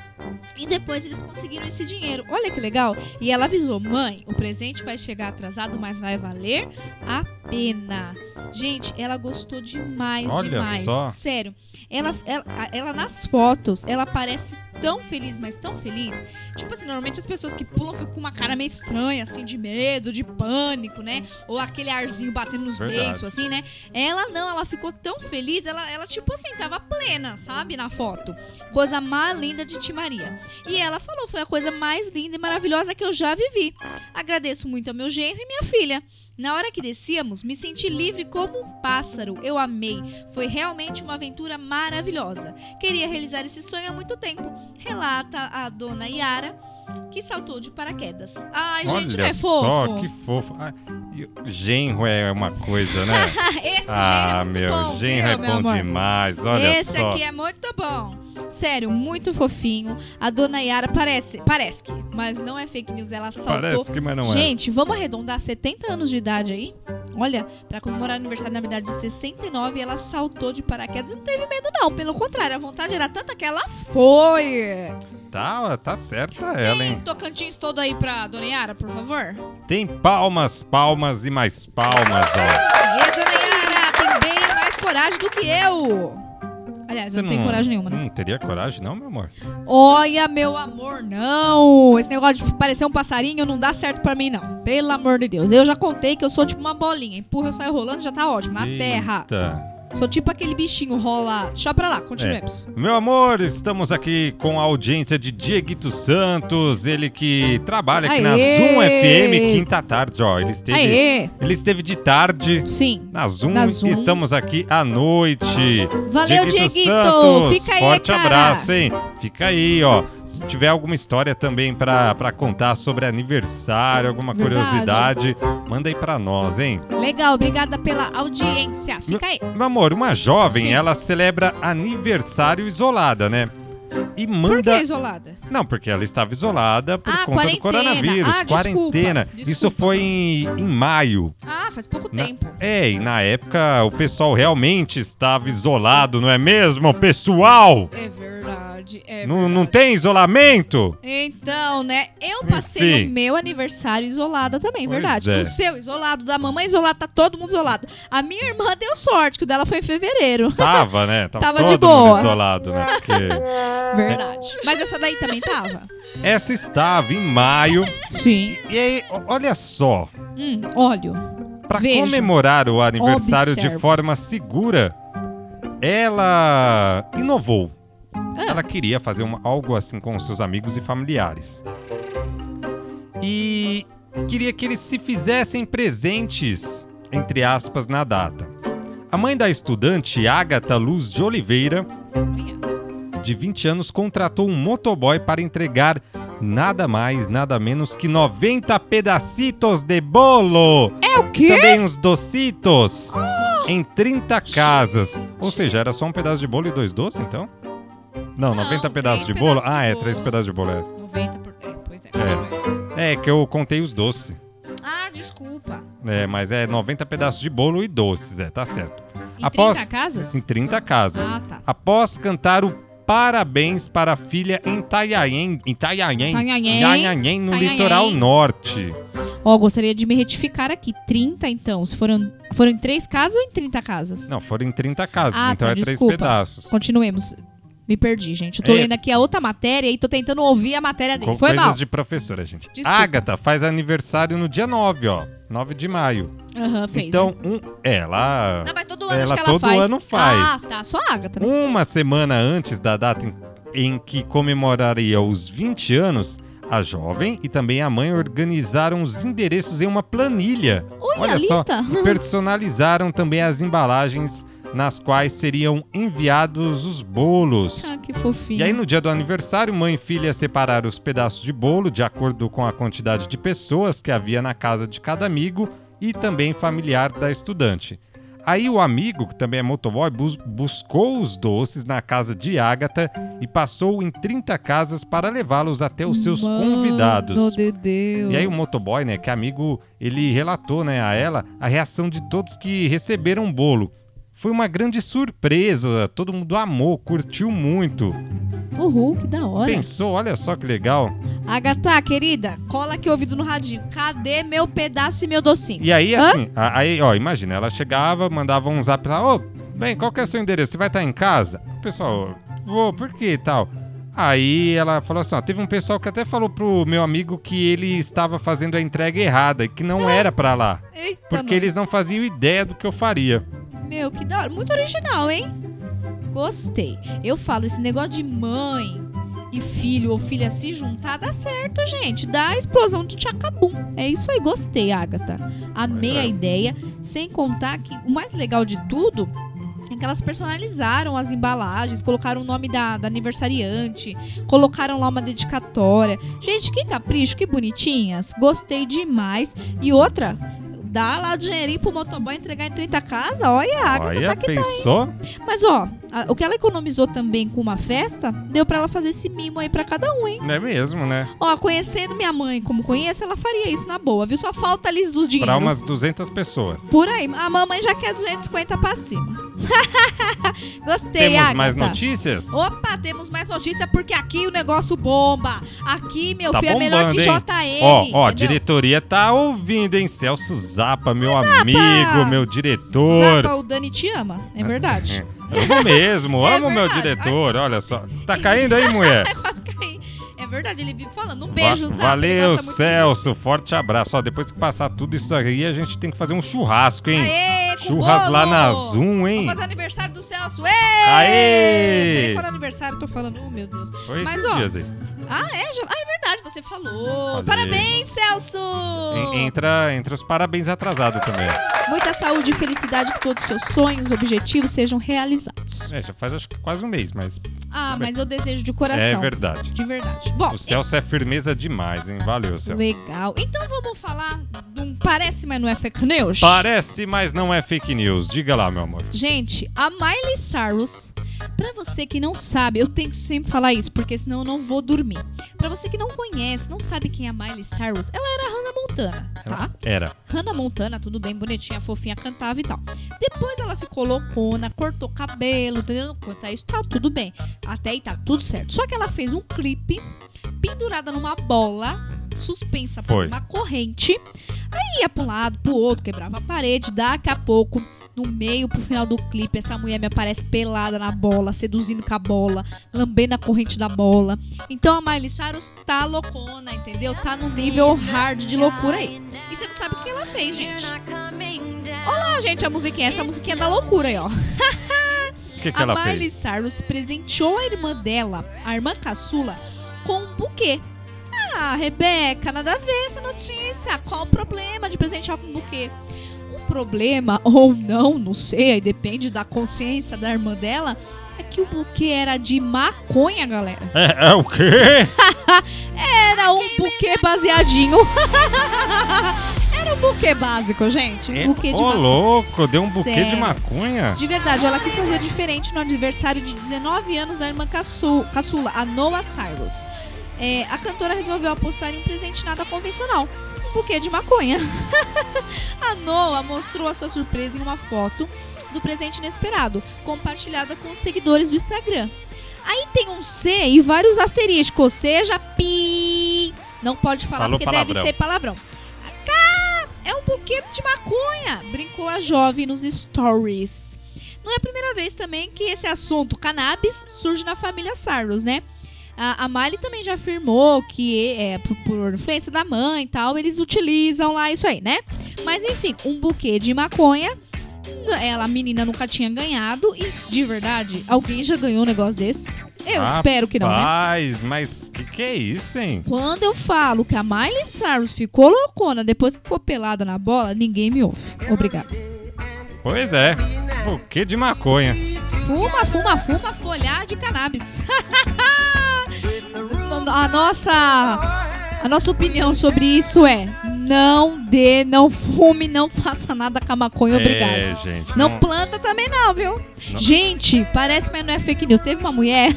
Speaker 2: e depois eles conseguiram esse dinheiro. Olha que legal! E ela avisou: mãe, o presente vai chegar atrasado, mas vai valer a pena. Gente, ela gostou demais,
Speaker 1: Olha
Speaker 2: demais.
Speaker 1: só.
Speaker 2: Sério. Ela, ela, ela nas fotos, ela parece tão feliz, mas tão feliz. Tipo assim, normalmente as pessoas que pulam ficam com uma cara meio estranha, assim, de medo, de pânico, né? Ou aquele arzinho batendo nos
Speaker 1: Verdade.
Speaker 2: beiços, assim, né? Ela não, ela ficou tão feliz, ela, ela tipo assim, tava plena, sabe? Na foto. Coisa mais linda de Timaria. E ela falou, foi a coisa mais linda e maravilhosa que eu já vivi. Agradeço muito ao meu genro e minha filha. Na hora que descíamos, me senti livre como um pássaro. Eu amei. Foi realmente uma aventura maravilhosa. Queria realizar esse sonho há muito tempo, relata a dona Yara, que saltou de paraquedas. Ai, gente, não
Speaker 1: Olha
Speaker 2: é
Speaker 1: só,
Speaker 2: fofo?
Speaker 1: que fofo. Ah, e o genro é uma coisa, né?
Speaker 2: Esse genro é
Speaker 1: ah,
Speaker 2: muito
Speaker 1: meu,
Speaker 2: bom,
Speaker 1: genro
Speaker 2: viu,
Speaker 1: é
Speaker 2: meu
Speaker 1: bom
Speaker 2: amor?
Speaker 1: demais. Olha
Speaker 2: Esse
Speaker 1: só.
Speaker 2: aqui é muito bom. Sério, muito fofinho. A dona Yara parece, parece que, mas não é fake news, ela saltou.
Speaker 1: Parece que, mas não é.
Speaker 2: Gente, vamos arredondar 70 anos de idade aí? Olha, pra comemorar o aniversário, na verdade, de 69, ela saltou de paraquedas e não teve medo, não. Pelo contrário, a vontade era tanta que ela foi.
Speaker 1: Tá, tá certa ela,
Speaker 2: Tem
Speaker 1: hein?
Speaker 2: Tocantins todo aí pra dona Yara, por favor.
Speaker 1: Tem palmas, palmas e mais palmas, ó.
Speaker 2: Aê, dona Yara, tem bem mais coragem do que eu. Aliás, eu não, tenho coragem nenhuma, né?
Speaker 1: Não teria coragem, não, meu amor?
Speaker 2: Olha, meu amor, não! Esse negócio de parecer um passarinho não dá certo pra mim, não. Pelo amor de Deus. Eu já contei que eu sou tipo uma bolinha. Empurra, eu saio rolando, já tá ótimo. Na terra.
Speaker 1: Eita.
Speaker 2: Sou tipo aquele bichinho, rola. Deixa pra lá, continuemos.
Speaker 1: Meu amor, estamos aqui com a audiência de Dieguito Santos, ele que trabalha aqui na
Speaker 2: Aê!
Speaker 1: Zoom FM, quinta tarde, ó. Ele esteve,
Speaker 2: Aê!
Speaker 1: ele esteve de tarde
Speaker 2: Sim.
Speaker 1: na Zoom,
Speaker 2: Na Zoom.
Speaker 1: um, estamos aqui à noite.
Speaker 2: um. Valeu, Dieguito!
Speaker 1: Santos,
Speaker 2: Fica aí,
Speaker 1: forte
Speaker 2: cara.
Speaker 1: abraço, hein? Fica aí, ó. Se tiver alguma história também pra, pra contar sobre aniversário, alguma
Speaker 2: Verdade.
Speaker 1: curiosidade, manda aí pra nós, hein?
Speaker 2: Legal, obrigada pela audiência. Fica aí.
Speaker 1: Meu amor, uma jovem,
Speaker 2: Sim.
Speaker 1: ela celebra aniversário isolada, né? E
Speaker 2: Por que
Speaker 1: manda.
Speaker 2: isolada?
Speaker 1: Não, porque ela estava isolada por
Speaker 2: Ah,
Speaker 1: conta do
Speaker 2: quarentena.
Speaker 1: coronavírus,
Speaker 2: Ah,
Speaker 1: quarentena.
Speaker 2: desculpa,
Speaker 1: Isso
Speaker 2: desculpa.
Speaker 1: foi em, em maio.
Speaker 2: Ah, faz pouco
Speaker 1: Na-
Speaker 2: tempo.
Speaker 1: É, e na época o pessoal realmente estava isolado, não é mesmo, pessoal?
Speaker 2: É verdade. verdade. é
Speaker 1: não, não tem isolamento?
Speaker 2: Então, né? Eu passei
Speaker 1: Enfim.
Speaker 2: o meu aniversário isolada também,
Speaker 1: Pois
Speaker 2: verdade.
Speaker 1: é.
Speaker 2: O seu isolado, da mamãe isolada, tá todo mundo isolado. A minha irmã deu sorte, que o dela foi em fevereiro.
Speaker 1: Tava, né?
Speaker 2: Tava
Speaker 1: todo
Speaker 2: de boa.
Speaker 1: mundo isolado, né? Porque
Speaker 2: Verdade. É. Mas essa daí também tava?
Speaker 1: essa estava em maio.
Speaker 2: Sim.
Speaker 1: E aí, o- olha só.
Speaker 2: Hum, óleo.
Speaker 1: Pra
Speaker 2: Vejo.
Speaker 1: comemorar o aniversário de
Speaker 2: Observo.
Speaker 1: forma segura, ela inovou.
Speaker 2: Ah.
Speaker 1: Ela queria fazer uma- algo assim com os seus amigos e familiares. E queria que eles se fizessem presentes, entre aspas, na data. A mãe da estudante, Agatha Luz de Oliveira, de 20 anos, contratou um motoboy para entregar nada mais, nada menos que 90 pedacitos de bolo!
Speaker 2: É o quê? Ah!
Speaker 1: Também uns docitos em 30 casas. Ou seja, era só um pedaço de bolo e dois doces, então? Não,
Speaker 2: Não,
Speaker 1: 90
Speaker 2: três
Speaker 1: pedaços de
Speaker 2: pedaços
Speaker 1: bolo?
Speaker 2: de
Speaker 1: ah, é,
Speaker 2: bolo.
Speaker 1: 3 pedaços de bolo.
Speaker 2: 90 por. É, pois é. mais ou menos.
Speaker 1: É. é, que eu contei os doces.
Speaker 2: Ah, desculpa.
Speaker 1: É, mas é 90 pedaços de bolo e doces, é, tá certo.
Speaker 2: Em
Speaker 1: Após-
Speaker 2: 30 casas?
Speaker 1: Em 30 casas.
Speaker 2: Ah, tá.
Speaker 1: Após cantar o parabéns para a filha em Itanhaém, em Itanhaém,
Speaker 2: Itanhaém.
Speaker 1: Itanhaém, no
Speaker 2: Itanhaém.
Speaker 1: litoral norte.
Speaker 2: Ó, gostaria de me retificar aqui. 30, então. Se foram, foram em 3 casas ou em 30 casas?
Speaker 1: Não, foram em 30 casas,
Speaker 2: Ah,
Speaker 1: então
Speaker 2: tá,
Speaker 1: é três
Speaker 2: desculpa.
Speaker 1: pedaços.
Speaker 2: Continuemos. Me perdi, gente. Eu tô
Speaker 1: É.
Speaker 2: lendo aqui a outra matéria e tô tentando ouvir a matéria dele.
Speaker 1: Co-
Speaker 2: Foi
Speaker 1: coisas
Speaker 2: mal.
Speaker 1: de professora, gente.
Speaker 2: Desculpa.
Speaker 1: Agatha faz aniversário no dia 9, ó. 9 de maio.
Speaker 2: Aham, fez. né?
Speaker 1: então, um, ela.
Speaker 2: Não, mas todo ano acho
Speaker 1: ela
Speaker 2: que ela
Speaker 1: todo
Speaker 2: faz.
Speaker 1: ano faz.
Speaker 2: Ah, tá. Só a Agatha. né?
Speaker 1: Uma semana antes da data em, em que comemoraria os 20 anos, a jovem e também a mãe organizaram os endereços em uma planilha.
Speaker 2: Olha,
Speaker 1: Olha
Speaker 2: a
Speaker 1: só,
Speaker 2: lista.
Speaker 1: E personalizaram também as embalagens nas quais seriam enviados os bolos.
Speaker 2: Ah, que fofinho.
Speaker 1: E aí, no dia do aniversário, mãe e filha separaram os pedaços de bolo de acordo com a quantidade de pessoas que havia na casa de cada amigo e também familiar da estudante. Aí, o amigo, que também é motoboy, bus- buscou os doces na casa de Agatha e passou em 30 casas para levá-los até os seus
Speaker 2: Mano
Speaker 1: convidados.
Speaker 2: de Deus.
Speaker 1: E aí o motoboy, né, que é amigo, ele relatou, né, a ela a reação de todos que receberam o bolo. Foi uma grande surpresa, todo mundo amou, curtiu muito.
Speaker 2: Uhul, que da hora.
Speaker 1: Pensou, olha só que legal.
Speaker 2: Agatha, querida, cola aqui o ouvido no radinho. Cadê meu pedaço e meu docinho?
Speaker 1: E aí,
Speaker 2: Hã?
Speaker 1: assim, a- aí, ó, imagina, ela chegava, mandava um zap lá, ô, bem, qual que é o seu endereço? Você vai estar em casa? O pessoal, vou, por quê e tal? Aí ela falou assim, ó, teve um pessoal que até falou pro meu amigo que ele estava fazendo a entrega errada e que não era pra lá.
Speaker 2: Eita,
Speaker 1: Porque
Speaker 2: mano.
Speaker 1: eles não faziam ideia do que eu faria.
Speaker 2: Meu, que da hora. Muito original, hein? Gostei. Eu falo, esse negócio de mãe e filho ou filha se juntar dá certo, gente. Dá explosão de tchacabum. É isso aí, gostei, Agatha. Amei
Speaker 1: Pois é.
Speaker 2: a ideia. Sem contar que o mais legal de tudo é que elas personalizaram as embalagens, colocaram o nome da, da aniversariante, colocaram lá uma dedicatória. Gente, que capricho, que bonitinhas. Gostei demais. E outra, dá lá o dinheirinho pro motoboy entregar em 30 casa. Olha, a Agatha
Speaker 1: Olha,
Speaker 2: tá que
Speaker 1: pensou?
Speaker 2: mas ó, a- o que ela economizou também com uma festa, deu pra ela fazer esse mimo aí pra cada um, hein?
Speaker 1: Não é mesmo, né?
Speaker 2: Ó, conhecendo minha mãe como conheço, ela faria isso na boa, viu? Só falta ali os dinheiro.
Speaker 1: Pra umas 200 pessoas.
Speaker 2: Por aí, a mamãe já quer 250 pra cima. Gostei,
Speaker 1: Temos
Speaker 2: Agatha.
Speaker 1: mais notícias?
Speaker 2: Opa, temos mais notícia porque aqui o negócio bomba. Aqui, meu
Speaker 1: Tá
Speaker 2: filho, é melhor que
Speaker 1: bombando,
Speaker 2: JN.
Speaker 1: Ó, ó, a
Speaker 2: entendeu?
Speaker 1: diretoria tá ouvindo, hein? Celso Zapa, meu amigo, meu diretor.
Speaker 2: Zapa, o Dani te ama, é verdade.
Speaker 1: Amo mesmo,
Speaker 2: É
Speaker 1: amo meu
Speaker 2: verdade.
Speaker 1: diretor, olha só. Tá caindo aí, mulher?
Speaker 2: Ai, quase caí. É verdade, ele vive falando. Um beijo,
Speaker 1: Va-
Speaker 2: Zapa. ele
Speaker 1: Valeu,
Speaker 2: gosta muito de
Speaker 1: Celso. Forte abraço. Ó, depois que passar tudo isso aí, a gente tem que fazer um churrasco,
Speaker 2: você.
Speaker 1: hein?
Speaker 2: Aê, com
Speaker 1: Churras lá
Speaker 2: bolo.
Speaker 1: na Zoom, hein?
Speaker 2: Vamos fazer aniversário do Celso. Ei! Não sei nem
Speaker 1: Aê!
Speaker 2: qual era o aniversário, eu tô falando. Oh, meu Deus.
Speaker 1: Foi
Speaker 2: Mas,
Speaker 1: esses
Speaker 2: ó,
Speaker 1: dias aí.
Speaker 2: Ah, é? Já... Ah, é verdade, você falou.
Speaker 1: Falei.
Speaker 2: Parabéns, Celso!
Speaker 1: En- Entra, entra os parabéns atrasado também.
Speaker 2: Muita saúde e felicidade que todos os seus sonhos, objetivos sejam realizados.
Speaker 1: É, já faz acho que quase um mês, mas
Speaker 2: Ah,
Speaker 1: Tudo bem.
Speaker 2: mas eu desejo de
Speaker 1: é
Speaker 2: coração.
Speaker 1: verdade.
Speaker 2: de verdade. Bom,
Speaker 1: O Celso é firmeza demais, hein? Valeu, Celso.
Speaker 2: legal. Então vamos falar de um parece, mas não é fake news?
Speaker 1: Parece, mas não é fake news. Diga lá, meu amor.
Speaker 2: Gente, a Miley Cyrus Pra você que não sabe, eu tenho que sempre falar isso, porque senão eu não vou dormir. Pra você que não conhece, não sabe quem é a Miley Cyrus, ela era a Hannah Montana, tá?
Speaker 1: Era.
Speaker 2: Hannah Montana, tudo bem, bonitinha, fofinha, cantava e tal. Depois ela ficou loucona, cortou cabelo, entendeu? Quanto a isso, tá tudo bem. Até aí tá tudo certo. Só que ela fez um clipe pendurada numa bola, suspensa por
Speaker 1: Foi.
Speaker 2: uma corrente. Aí ia pra um lado, pro outro, quebrava a parede. Daqui a pouco, no meio pro final do clipe, essa mulher me aparece pelada na bola, seduzindo com a bola, lambendo a corrente da bola. Então a Miley Cyrus tá loucona, entendeu? Tá num nível hard de loucura aí. E você não sabe o que ela fez, gente. Olá, gente, a musiquinha. Essa musiquinha é da loucura aí, ó.
Speaker 1: O que, que
Speaker 2: a
Speaker 1: ela
Speaker 2: Miley
Speaker 1: fez?
Speaker 2: Cyrus presenteou a irmã dela, a irmã caçula, com um buquê. Ah, Rebeca, nada a ver essa notícia. Qual o problema de presentear com um buquê? O problema, ou não, não sei, aí depende da consciência da irmã dela, é que o buquê era de maconha, galera.
Speaker 1: É, é o quê?
Speaker 2: Era um buquê baseadinho. era um buquê básico, gente. Um buquê de
Speaker 1: Ô,
Speaker 2: maconha.
Speaker 1: louco, deu um buquê de
Speaker 2: Sério.
Speaker 1: maconha?
Speaker 2: De verdade, ela quis fazer diferente no aniversário de 19 anos da irmã caçu- caçula, a Noah Cyrus. É, a cantora resolveu apostar em um presente nada convencional, um buquê de maconha. a Noah mostrou a sua surpresa em uma foto do presente inesperado, compartilhada com os seguidores do Instagram. Aí tem um C e vários asteriscos, ou seja, pi. Não pode falar
Speaker 1: Falou
Speaker 2: porque
Speaker 1: palavrão.
Speaker 2: deve ser palavrão. Cá, é um buquê de maconha, brincou a jovem nos stories. Não é a primeira vez também que esse assunto cannabis surge na família Cyrus, né? A, a Miley também já afirmou que, é, por, por influência da mãe e tal, eles utilizam lá isso aí, né? Mas enfim, um buquê de maconha N- Ela, a menina nunca tinha ganhado e, de verdade, alguém já ganhou um negócio desse? Eu espero que não, né?
Speaker 1: Rapaz, mas que que é isso, hein?
Speaker 2: Quando eu falo que a Miley Cyrus ficou loucona depois que foi pelada na bola, ninguém me ouve. Obrigada.
Speaker 1: Pois é, buquê de maconha.
Speaker 2: Fuma, fuma, fuma, folhar de cannabis. a nossa. A nossa opinião sobre isso é: não dê, não fume, não faça nada com a maconha, obrigada.
Speaker 1: É, gente.
Speaker 2: Não planta também não, viu?
Speaker 1: Não.
Speaker 2: Gente, parece, mas não é fake news. Teve uma mulher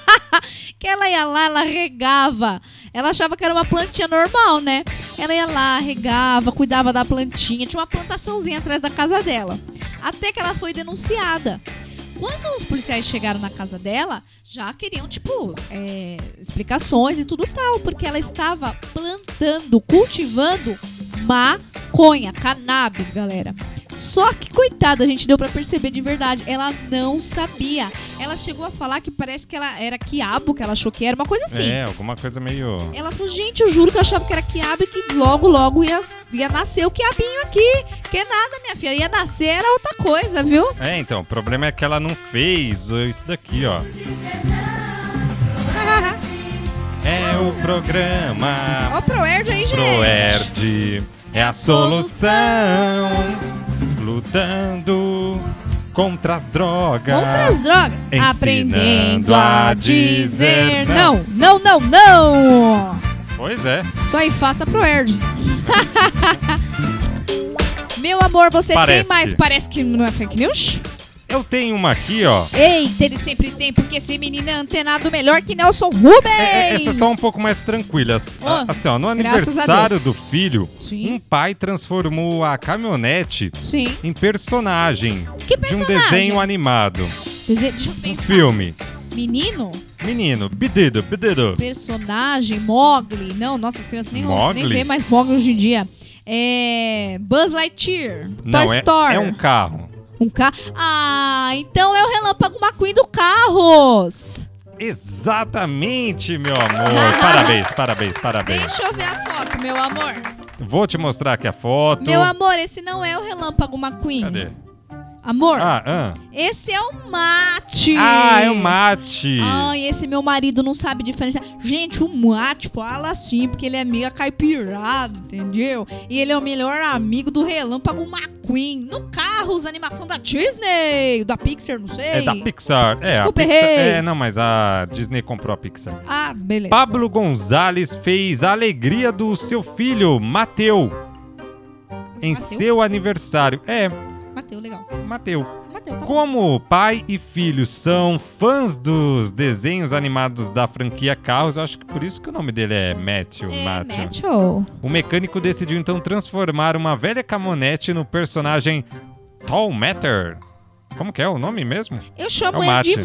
Speaker 2: que ela ia lá, ela regava. Ela achava que era uma plantinha normal, né? Ela ia lá, regava, cuidava da plantinha. Tinha uma plantaçãozinha atrás da casa dela. Até que ela foi denunciada. Quando os policiais chegaram na casa dela, já queriam, tipo, é, explicações e tudo tal, porque ela estava plantando, cultivando maconha, cannabis, galera. Só que, coitada, a gente deu pra perceber de verdade, ela não sabia. Ela chegou a falar que parece que ela era quiabo, que ela achou que era uma coisa assim.
Speaker 1: É, alguma coisa meio.
Speaker 2: Ela falou, gente, eu juro que eu achava que era quiabo e que logo, logo ia, ia nascer o quiabinho aqui. Que é nada, minha filha, ia nascer era outra coisa, viu?
Speaker 1: É, então, o problema é que ela não fez isso daqui, ó. É o programa
Speaker 2: Ó o ProErd aí, gente.
Speaker 1: Proerd. É a solução. Lutando contra as drogas.
Speaker 2: Contra as drogas.
Speaker 1: Ensinando
Speaker 2: Aprendendo
Speaker 1: a
Speaker 2: a
Speaker 1: dizer
Speaker 2: dizer não. Não, não, não.
Speaker 1: Pois é.
Speaker 2: Isso aí, faça pro Erd. Meu amor, você
Speaker 1: Parece.
Speaker 2: tem mais? Parece que não é fake news?
Speaker 1: Eu tenho uma aqui, ó.
Speaker 2: Eita, ele sempre tem, porque esse menino é antenado melhor que Nelson Rubens.
Speaker 1: É, é, essa é só um pouco mais tranquila. As-
Speaker 2: Ô,
Speaker 1: a- assim, ó, no
Speaker 2: graças a
Speaker 1: aniversário
Speaker 2: Deus.
Speaker 1: do filho,
Speaker 2: Sim.
Speaker 1: um pai transformou a caminhonete
Speaker 2: Sim.
Speaker 1: em personagem, de
Speaker 2: Que
Speaker 1: um
Speaker 2: personagem?
Speaker 1: desenho animado.
Speaker 2: Dese- Deixa eu
Speaker 1: Um
Speaker 2: pensar.
Speaker 1: filme.
Speaker 2: Menino?
Speaker 1: Menino, bedido, bedido.
Speaker 2: personagem, Mogli. Não, nossa, as crianças nem,
Speaker 1: Mowgli?
Speaker 2: nem vê mais Mogli hoje em dia. É. Buzz Lightyear.
Speaker 1: Não,
Speaker 2: Toy
Speaker 1: é,
Speaker 2: Story.
Speaker 1: é um carro.
Speaker 2: um carro. Ah, então é o Relâmpago McQueen do Carros.
Speaker 1: Exatamente, meu amor. Parabéns, parabéns, parabéns.
Speaker 2: Deixa eu ver a foto, meu amor.
Speaker 1: Vou te mostrar aqui a foto.
Speaker 2: Meu amor, esse não é o Relâmpago McQueen.
Speaker 1: Cadê?
Speaker 2: Amor,
Speaker 1: Ah, ah.
Speaker 2: esse é o Mate.
Speaker 1: ah, é o mate.
Speaker 2: Ai, esse meu marido não sabe diferenciar. Gente, o Mate fala assim, porque ele é meio acaipirado, entendeu? E ele é o melhor amigo do Relâmpago McQueen. No Carros, animação da Disney, da Pixar, não sei.
Speaker 1: É da Pixar. É, a
Speaker 2: Desculpa,
Speaker 1: Pixar.
Speaker 2: errei.
Speaker 1: É, não, mas a Disney comprou a Pixar.
Speaker 2: Ah, beleza.
Speaker 1: Pablo Gonzalez fez a alegria do seu filho, Mateu, em
Speaker 2: Mateu?
Speaker 1: seu aniversário. É,
Speaker 2: Mateu, legal.
Speaker 1: Mateu.
Speaker 2: Mateus, tá bom.
Speaker 1: Como pai e filho são fãs dos desenhos animados da franquia Carros, eu acho que por isso que o nome dele é Matthew.
Speaker 2: É,
Speaker 1: Matthew.
Speaker 2: Matthew.
Speaker 1: O mecânico decidiu então transformar uma velha caminhonete no personagem Tall Matter. Como que é o nome mesmo?
Speaker 2: Eu
Speaker 1: É o
Speaker 2: chamo ele
Speaker 1: mate.
Speaker 2: de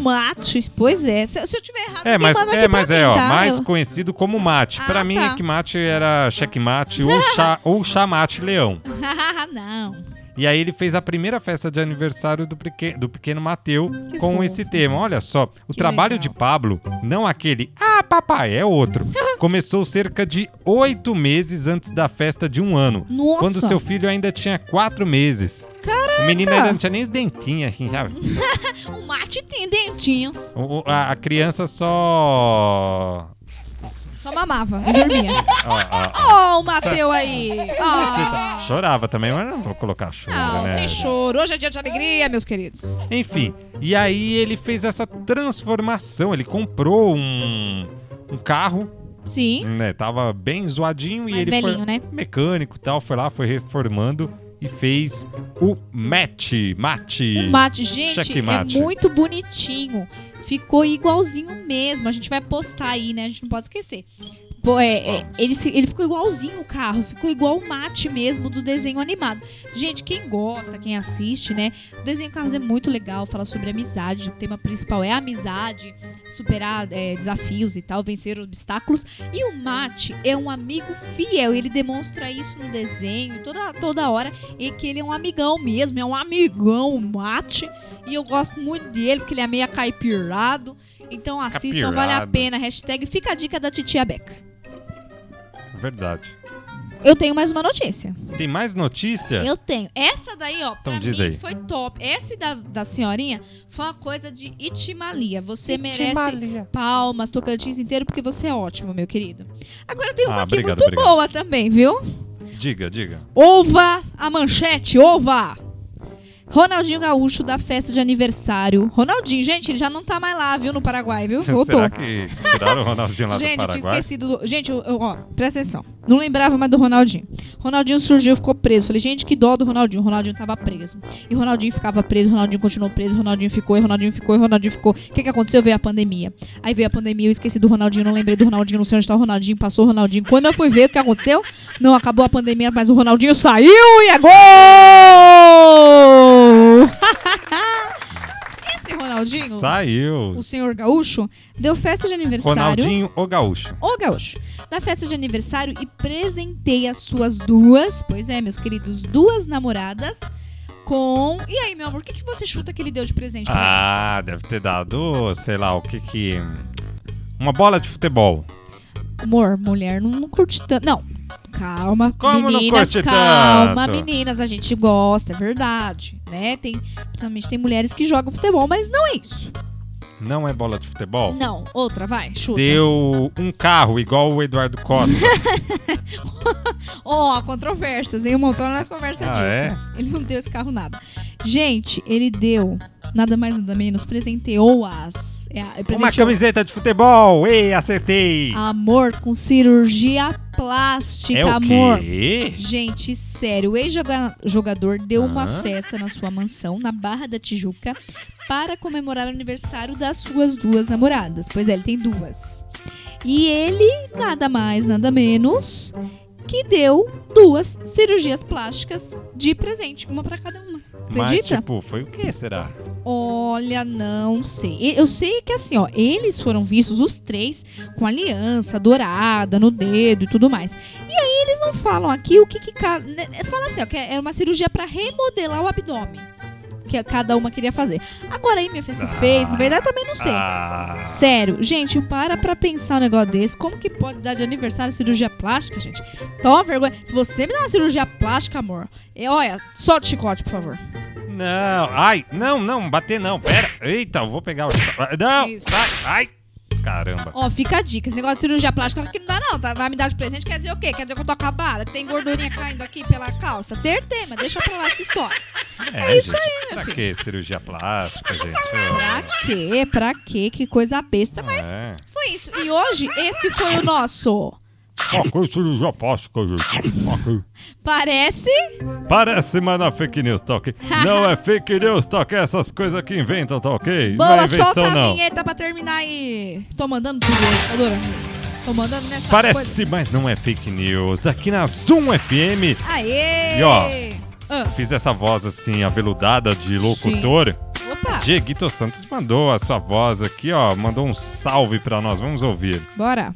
Speaker 2: mate. Pois é. Se, se eu tiver errado,
Speaker 1: É,
Speaker 2: alguém
Speaker 1: mas
Speaker 2: manda aqui
Speaker 1: é,
Speaker 2: pra
Speaker 1: mas
Speaker 2: mim,
Speaker 1: é, ó,
Speaker 2: tá?
Speaker 1: mais
Speaker 2: Eu-
Speaker 1: conhecido como mate.
Speaker 2: Ah,
Speaker 1: Pra mim,
Speaker 2: tá.
Speaker 1: que mate era checkmate ou chá ou chamate leão.
Speaker 2: Ah, não.
Speaker 1: E aí ele fez a primeira festa de aniversário do, peque- do pequeno Mateu
Speaker 2: Que
Speaker 1: com
Speaker 2: fofo.
Speaker 1: esse tema. Olha só, o
Speaker 2: Que
Speaker 1: trabalho
Speaker 2: legal.
Speaker 1: de Pablo, não aquele, ah, papai, é outro, começou cerca de oito meses antes da festa de um ano.
Speaker 2: Nossa.
Speaker 1: Quando seu filho ainda tinha quatro meses. Caraca! O menino ainda não tinha nem os dentinhos, assim, sabe?
Speaker 2: O mate tem dentinhos.
Speaker 1: O- o- a, a criança só.
Speaker 2: Só mamava e dormia.
Speaker 1: ó, ó, ó.
Speaker 2: Ó, o Mateu aí. Ó.
Speaker 1: Chorava também, mas não vou colocar choro,
Speaker 2: Não,
Speaker 1: né?
Speaker 2: sem choro. Hoje é dia de alegria, meus queridos.
Speaker 1: Enfim, e aí ele fez essa transformação. Ele comprou um, um carro,
Speaker 2: Sim.
Speaker 1: né? Tava bem zoadinho e
Speaker 2: Mais
Speaker 1: ele
Speaker 2: velhinho,
Speaker 1: foi
Speaker 2: né?
Speaker 1: mecânico e tal. Foi lá, foi reformando e fez o Match. Match.
Speaker 2: O mate, gente,
Speaker 1: Checkmate.
Speaker 2: é muito bonitinho. Ficou igualzinho mesmo. A gente vai postar aí, né? A gente não pode esquecer. Pô, é, é,
Speaker 1: Vamos.
Speaker 2: ele, se- ele ficou igualzinho o carro, ficou igual o mate mesmo do desenho animado. Gente, quem gosta, quem assiste, né? O desenho Carros é muito legal, fala sobre amizade. O tema principal é a amizade, superar é, desafios e tal, vencer obstáculos. E o mate é um amigo fiel, ele demonstra isso no desenho toda, toda hora e que ele é um amigão mesmo, é um amigão, o Mate. E eu gosto muito dele, porque ele é meio acaipirado. Então assistam, vale a
Speaker 1: Caipirado.
Speaker 2: pena. Hashtag fica a dica da titia Beca.
Speaker 1: Verdade.
Speaker 2: Eu tenho mais uma notícia.
Speaker 1: Tem mais notícia?
Speaker 2: Eu tenho. Essa daí, ó, pra
Speaker 1: Então diz
Speaker 2: mim
Speaker 1: aí.
Speaker 2: foi top. Essa da, da senhorinha foi uma coisa de Itimalia. Você merece palmas, tocantins inteiro, porque você é ótimo, meu querido. Agora tem uma
Speaker 1: Ah,
Speaker 2: aqui
Speaker 1: obrigado,
Speaker 2: muito
Speaker 1: obrigado.
Speaker 2: boa também, viu?
Speaker 1: Diga, diga.
Speaker 2: Ova a manchete, ova! Ronaldinho Gaúcho da festa de aniversário. Ronaldinho, gente, ele já não tá mais lá, viu, no Paraguai, viu? Voltou.
Speaker 1: Será que tiraram o Ronaldinho lá
Speaker 2: Gente,
Speaker 1: do
Speaker 2: eu tinha
Speaker 1: Paraguai?
Speaker 2: esquecido. do- Gente, eu- eu- ó, presta atenção. Não lembrava mais do Ronaldinho. Ronaldinho surgiu, ficou preso. Falei, gente, que dó do Ronaldinho. O Ronaldinho tava preso. E o Ronaldinho ficava preso, o Ronaldinho continuou preso, o Ronaldinho ficou, e o Ronaldinho ficou, e o Ronaldinho ficou. O que, que aconteceu? Veio a pandemia. Aí veio a pandemia, eu esqueci do Ronaldinho, não lembrei do Ronaldinho, não sei onde tá o Ronaldinho, passou o Ronaldinho. Quando eu fui ver o que aconteceu, não acabou a pandemia, mas o Ronaldinho saiu e é gol! Esse Ronaldinho,
Speaker 1: Saiu.
Speaker 2: o senhor gaúcho, deu festa de aniversário
Speaker 1: Ronaldinho ou Gaúcho?
Speaker 2: o gaúcho, da festa de aniversário e presentei as suas duas, pois é, meus queridos, duas namoradas com... E aí, meu amor, o que, que você chuta que ele deu de presente pra elas?
Speaker 1: Ah, deve ter dado, sei lá, o que que. Uma bola de futebol.
Speaker 2: Amor, mulher, não, não curte tanto... Não, calma,
Speaker 1: Como não
Speaker 2: meninas,
Speaker 1: curte
Speaker 2: calma,
Speaker 1: tanto?
Speaker 2: meninas, a gente gosta, é verdade, né? Tem, principalmente tem mulheres que jogam futebol, mas não é isso.
Speaker 1: Não é bola de futebol?
Speaker 2: Não, outra, vai, chuta.
Speaker 1: Deu um carro igual o Eduardo Costa.
Speaker 2: Ó, controvérsias, hein? Um montão nós conversa
Speaker 1: Ah,
Speaker 2: disso. Ele não deu esse carro nada. Gente, ele deu nada mais nada menos, presenteou as. É, a-
Speaker 1: Uma
Speaker 2: presenteou
Speaker 1: camiseta de futebol! Ei, acertei!
Speaker 2: Ah, amor com cirurgia plástica,
Speaker 1: é o
Speaker 2: amor.
Speaker 1: quê?
Speaker 2: Gente, sério, o ex-jogador deu uma
Speaker 1: Hã?
Speaker 2: festa na sua mansão, na Barra da Tijuca, para comemorar o aniversário das suas duas namoradas. Pois é, ele tem duas. E ele, nada mais, nada menos, que deu duas cirurgias plásticas de presente, uma para cada uma.
Speaker 1: Mas,
Speaker 2: Acredita?
Speaker 1: tipo, foi o que será?
Speaker 2: Olha, não sei. E- Eu sei que assim, ó, eles foram vistos, os três, com aliança dourada no dedo e tudo mais. E aí eles não falam aqui o que que cada. Fala assim, ó, que é uma cirurgia pra remodelar o abdômen. Que é, cada uma queria fazer. Agora aí, minha filha, se fez, na verdade também não sei.
Speaker 1: Ah,
Speaker 2: Sério, gente, para pra pensar um negócio desse. Como que pode dar de aniversário cirurgia plástica, gente? Toma vergonha. Se você me dá uma cirurgia plástica, amor, eh, olha, solta o chicote, por favor.
Speaker 1: não, ai, não, não, bater não, pera. Eita, eu vou pegar o. Ah, Não,
Speaker 2: Isso.
Speaker 1: sai, ai, caramba.
Speaker 2: Ó, fica a dica. Esse negócio de cirurgia plástica que não dá, não. Tá? Vai me dar de presente, quer dizer o quê? Quer dizer que eu tô acabada? Que tem gordurinha caindo aqui pela calça? Ter tema, deixa pra lá essa história.
Speaker 1: É, isso aí, Pra que cirurgia plástica, gente?
Speaker 2: Pra quê? Pra quê? Que coisa besta. Mas
Speaker 1: É.
Speaker 2: foi isso. E hoje, esse foi o nosso
Speaker 1: Ok, cirurgia plástica, gente. Ok.
Speaker 2: Parece.
Speaker 1: Parece, mas não é fake news, tá ok? Não é fake news, tá ok? Essas coisas que inventam, tá ok? não é
Speaker 2: Boa, solta
Speaker 1: invenção,
Speaker 2: a
Speaker 1: não.
Speaker 2: vinheta pra terminar aí. Tô mandando tudo hoje, adorando isso. Tô mandando nessa coisa.
Speaker 1: Parece, mas não é fake news. Aqui na Zoom FM,
Speaker 2: Aê!
Speaker 1: E, ó,
Speaker 2: Ah,
Speaker 1: fiz essa voz assim, aveludada de locutor.
Speaker 2: opa,
Speaker 1: Dieguito Santos mandou a sua voz aqui, ó. Mandou um salve pra nós. Vamos ouvir.
Speaker 2: bora.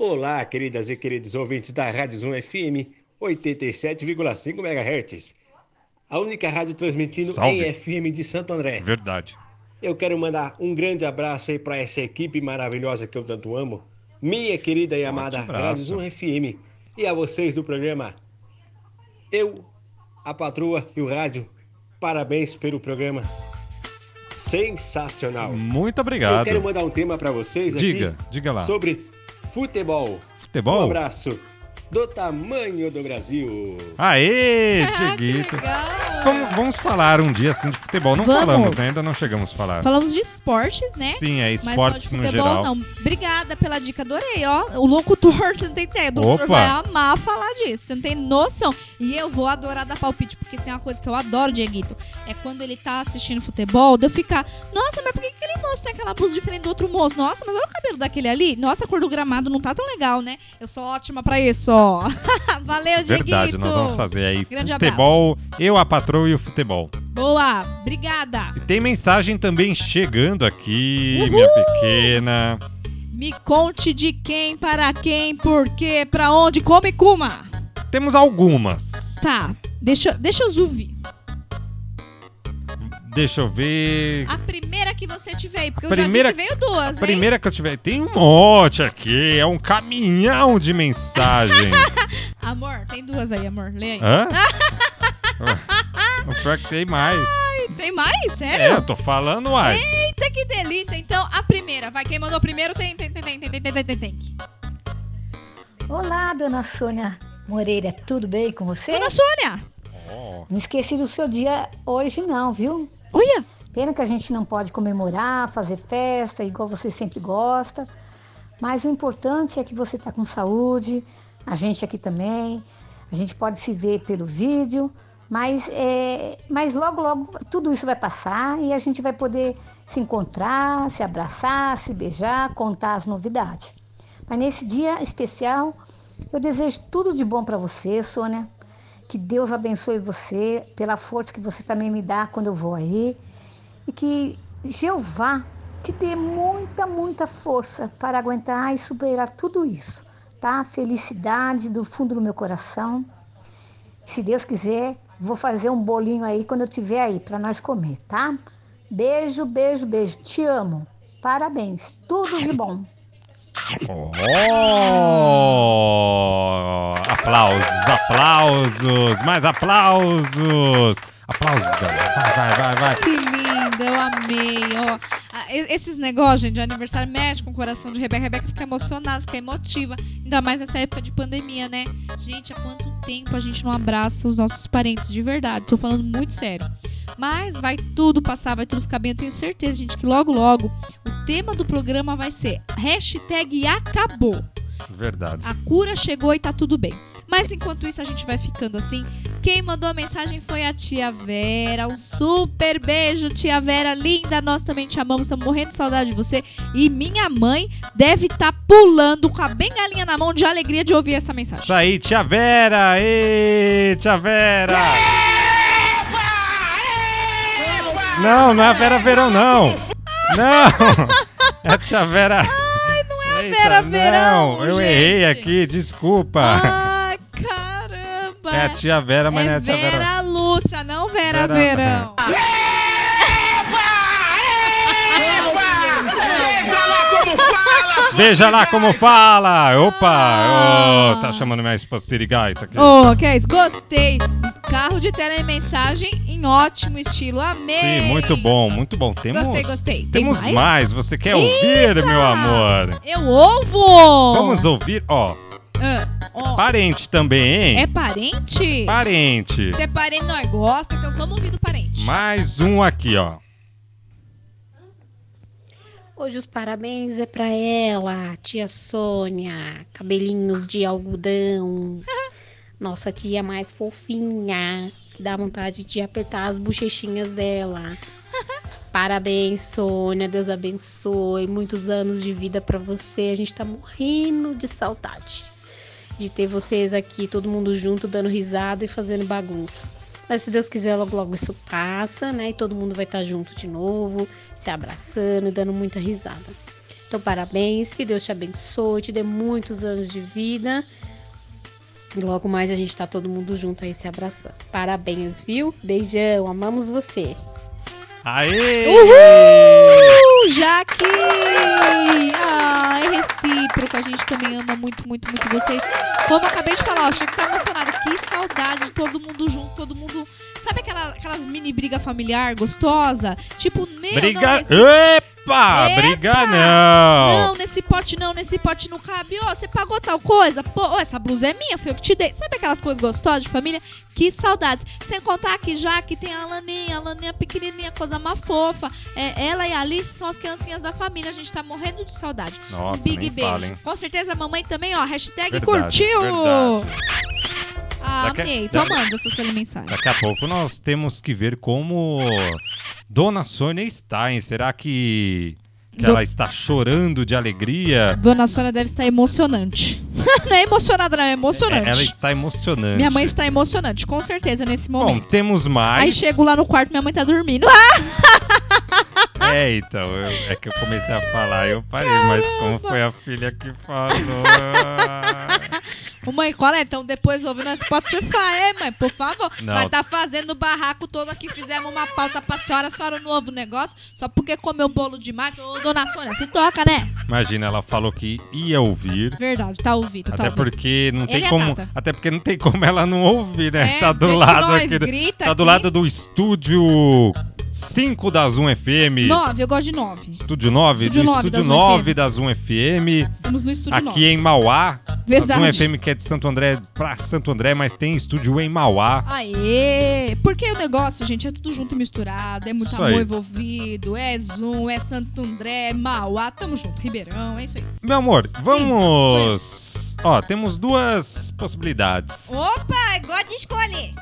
Speaker 4: Olá, queridas e queridos ouvintes da Rádio Zoom FM 87,5 MHz. A única rádio transmitindo
Speaker 1: Salve.
Speaker 4: em FM de Santo André.
Speaker 1: Verdade.
Speaker 4: Eu quero mandar um grande abraço aí para essa equipe maravilhosa que eu tanto amo. Minha querida e amada
Speaker 1: abraço.
Speaker 4: Rádio Zoom FM. E a vocês do programa Eu, a Patroa e o Rádio. Parabéns pelo programa. Sensacional.
Speaker 1: Muito
Speaker 4: Eu
Speaker 1: obrigado.
Speaker 4: quero mandar um tema para vocês
Speaker 1: Diga,
Speaker 4: aqui
Speaker 1: diga lá.
Speaker 4: sobre futebol. Um
Speaker 1: Futebol?
Speaker 4: abraço do tamanho do Brasil.
Speaker 1: Aê,
Speaker 2: Ah, que
Speaker 1: Dieguito.
Speaker 2: legal.
Speaker 1: Vamos, vamos falar um dia assim de futebol. Não
Speaker 2: Vamos.
Speaker 1: falamos, né? Ainda não chegamos a falar.
Speaker 2: Falamos de esportes, né?
Speaker 1: Sim, é
Speaker 2: Mas só de
Speaker 1: esportes no
Speaker 2: futebol,
Speaker 1: geral.
Speaker 2: não. Obrigada pela dica, adorei, ó. O locutor, você não tem ideia, o locutor
Speaker 1: Opa.
Speaker 2: vai amar falar disso, você não tem noção. E eu vou adorar dar palpite, porque tem uma coisa que eu adoro, Dieguito, é quando ele tá assistindo futebol, de eu ficar, nossa, mas por que aquele moço tem aquela blusa diferente do outro moço? Nossa, mas olha o cabelo daquele ali. Nossa, a cor do gramado não tá tão legal, né? Eu sou ótima pra isso, ó. Valeu, Dieguito. um
Speaker 1: Verdade, nós vamos fazer aí
Speaker 2: Grande
Speaker 1: futebol, eu, a patroa e o futebol.
Speaker 2: Boa, obrigada.
Speaker 1: E tem mensagem também chegando aqui, minha pequena.
Speaker 2: Me conte de quem, para quem, por quê, pra onde, como e cuma.
Speaker 1: Temos algumas.
Speaker 2: Tá, deixa, deixa eu ouvir.
Speaker 1: Deixa eu ver.
Speaker 2: A primeira que você tiver aí, porque
Speaker 1: A
Speaker 2: eu
Speaker 1: primeira-
Speaker 2: já vi que veio duas,
Speaker 1: A
Speaker 2: hein?
Speaker 1: primeira que eu tiver. Tem um monte aqui. É um caminhão de mensagens.
Speaker 2: Amor, tem duas aí, amor. Lê aí.
Speaker 1: Hã? Ah, O pior é que tem mais.
Speaker 2: Tem mais?
Speaker 1: É,
Speaker 2: Sério?
Speaker 1: eu tô falando, uai.
Speaker 2: Eita, que delícia. Então, a primeira. Vai, quem mandou primeiro tem, tem, tem, tem, tem, tem, tem, tem, tem, tem.
Speaker 5: Olá, dona Sônia Moreira, tudo bem com você?
Speaker 2: Dona Sônia.
Speaker 1: Ó,
Speaker 5: Não esqueci do seu dia hoje, não, viu?
Speaker 2: Olha.
Speaker 5: Pena que a gente não pode comemorar, fazer festa, igual você sempre gosta. Mas o importante é que você está com saúde, a gente aqui também. A gente pode se ver pelo vídeo, mas, é, mas logo, logo tudo isso vai passar e a gente vai poder se encontrar, se abraçar, se beijar, contar as novidades. Mas nesse dia especial, eu desejo tudo de bom para você, Sônia. Que Deus abençoe você pela força que você também me dá quando eu vou aí. E que Jeová te dê muita, muita força para aguentar e superar tudo isso, tá? Felicidade do fundo do meu coração. Se Deus quiser, vou fazer um bolinho aí quando eu estiver aí para nós comer, tá? Beijo, beijo, beijo. Te amo. Parabéns. Tudo de bom.
Speaker 1: ó. Oh! Aplausos, aplausos, mais aplausos. Aplausos, galera. Vai, vai, vai, vai.
Speaker 2: Que linda, eu amei, ó. Ah, e- Esses negócios, gente, de aniversário mexe com o coração de Rebeca. Rebeca fica emocionada, fica emotiva. Ainda mais nessa época de pandemia, né? Gente, há quanto tempo a gente não abraça os nossos parentes, de verdade. Tô falando muito sério. Mas vai tudo passar, vai tudo ficar bem. Eu tenho certeza, gente, que logo, logo o tema do programa vai ser hashtag acabou.
Speaker 1: Verdade.
Speaker 2: A cura chegou e tá tudo bem. Mas enquanto isso a gente vai ficando assim. Quem mandou a mensagem foi a tia Vera. Um super beijo, tia Vera, linda. Nós também te amamos, estamos morrendo de saudade de você. E minha mãe deve estar pulando com a bengalinha na mão de alegria de ouvir essa mensagem.
Speaker 1: Isso aí, tia Vera! Ê, tia Vera! Não, não é a Vera Verão, não! Não! É a tia Vera. Ai, não é a
Speaker 2: Vera
Speaker 1: Não,
Speaker 2: Verão,
Speaker 1: eu
Speaker 2: gente.
Speaker 1: errei aqui, desculpa.
Speaker 2: Ah, caramba!
Speaker 1: É a tia Vera, mas não é
Speaker 2: É
Speaker 1: a tia Vera.
Speaker 2: Vera Lúcia, não Vera,
Speaker 1: Vera-
Speaker 2: Verão.
Speaker 1: Veja lá como fala! Opa! Ô, tá chamando minha esposa Sirigaita aqui.
Speaker 2: Ô, que é isso? Gostei. Carro de telemensagem em ótimo estilo. Amei.
Speaker 1: Sim, muito bom, muito bom. Temos,
Speaker 2: Gostei, gostei. Tem
Speaker 1: Temos
Speaker 2: mais?
Speaker 1: Você quer ouvir, meu amor?
Speaker 2: Eu ovo!
Speaker 1: Vamos ouvir, ó.
Speaker 2: Ah, ó,
Speaker 1: Parente também, hein?
Speaker 2: é parente?
Speaker 1: Parente.
Speaker 2: Se é parente, nós gosta,
Speaker 1: um
Speaker 2: então vamos ouvir do parente.
Speaker 1: Mais um aqui, ó.
Speaker 6: Hoje os parabéns é pra ela, tia Sônia, cabelinhos de algodão. Nossa tia mais fofinha, que dá vontade de apertar as bochechinhas dela. Parabéns, Sônia, Deus abençoe, muitos anos de vida pra você. A gente tá morrendo de saudade de ter vocês aqui, todo mundo junto, dando risada e fazendo bagunça. Mas se Deus quiser, logo logo isso passa, né? E todo mundo vai estar junto de novo, se abraçando e dando muita risada. Então, parabéns, que Deus te abençoe, te dê muitos anos de vida. E logo mais a gente tá todo mundo junto aí se abraçando. Parabéns, viu? Beijão, amamos você.
Speaker 1: Aê!
Speaker 2: Uhul, Jaque! Ah, é recíproco. A gente também ama muito, muito, muito vocês. Como eu acabei de falar, o Chico tá emocionado. Que saudade de todo mundo junto, todo mundo. Sabe aquela- aquelas mini briga familiar gostosa? Tipo, meu, não,
Speaker 1: Briga.
Speaker 2: nesse...
Speaker 1: Epa!
Speaker 2: Epa!
Speaker 1: Briga não!
Speaker 2: não, nesse pote não, nesse pote não cabe. Ô, você pagou tal coisa? Pô, ô, essa blusa é minha, foi eu que te dei. Sabe aquelas coisas gostosas de família? Que saudades. Sem contar que já que tem a Laninha, a Laninha pequenininha, coisa mais fofa. É, ela e a Alice são as criancinhas da família. A gente tá morrendo de saudade.
Speaker 1: Nossa,
Speaker 2: Big
Speaker 1: nem
Speaker 2: beijo.
Speaker 1: fala, hein?
Speaker 2: Com certeza a mamãe também, ó. Hashtag
Speaker 1: Verdade,
Speaker 2: curtiu.
Speaker 1: verdade.
Speaker 2: Ah,
Speaker 1: Daqui a-
Speaker 2: amei. Tô
Speaker 1: daqui-
Speaker 2: amando essas telemensagens.
Speaker 1: Daqui a pouco nós temos que ver como Dona Sônia está, hein? Será que, que
Speaker 2: Do-
Speaker 1: ela está chorando de alegria?
Speaker 2: Dona Sônia deve estar emocionante. não é emocionada, não. É emocionante.
Speaker 1: Ela está emocionante.
Speaker 2: Minha mãe está emocionante, com certeza, nesse
Speaker 1: Bom,
Speaker 2: momento.
Speaker 1: temos mais.
Speaker 2: Aí chego lá no quarto, minha mãe tá dormindo. Ah,
Speaker 1: É, então, eu- é que eu comecei a falar, eu parei, mas como foi a filha que falou?
Speaker 2: Ô, mãe, qual é? Então depois ouve no Spotify, hein, mãe? Por favor.
Speaker 1: Não.
Speaker 2: Vai tá fazendo o barraco todo aqui. Fizemos uma pauta pra senhora, a senhora um novo negócio. Só porque comeu bolo demais. Ô, dona Sônia, se toca, né?
Speaker 1: Imagina, ela falou que ia ouvir.
Speaker 2: Verdade, tá ouvindo. tá
Speaker 1: Até
Speaker 2: ouvindo.
Speaker 1: porque não tem
Speaker 2: Ele é
Speaker 1: como,
Speaker 2: tata.
Speaker 1: até porque não tem como ela não ouvir, né?
Speaker 2: É,
Speaker 1: tá do
Speaker 2: jeito que
Speaker 1: lado
Speaker 2: nós
Speaker 1: aqui, do-
Speaker 2: grita
Speaker 1: tá do
Speaker 2: aqui.
Speaker 1: lado do estúdio 5 da Zoom FM.
Speaker 2: Nove, eu gosto de nove.
Speaker 1: Estúdio 9,
Speaker 2: Estúdio
Speaker 1: do
Speaker 2: nove
Speaker 1: Estúdio
Speaker 2: da Zoom
Speaker 1: 9 da Zoom FM,
Speaker 2: Estamos no estúdio
Speaker 1: aqui
Speaker 2: nove.
Speaker 1: em Mauá. A
Speaker 2: Verdade.
Speaker 1: Zoom FM que é de Santo André pra Santo André, mas tem estúdio em Mauá.
Speaker 2: Aê! Porque o negócio, gente, é tudo junto e misturado, é muito
Speaker 1: Isso
Speaker 2: amor
Speaker 1: aí.
Speaker 2: envolvido, é Zoom, é Santo André, é Mauá, tamo junto, Ribeirão, é isso aí.
Speaker 1: Meu amor, vamos. Ó, temos duas possibilidades.
Speaker 2: Opa, gosto de escolher!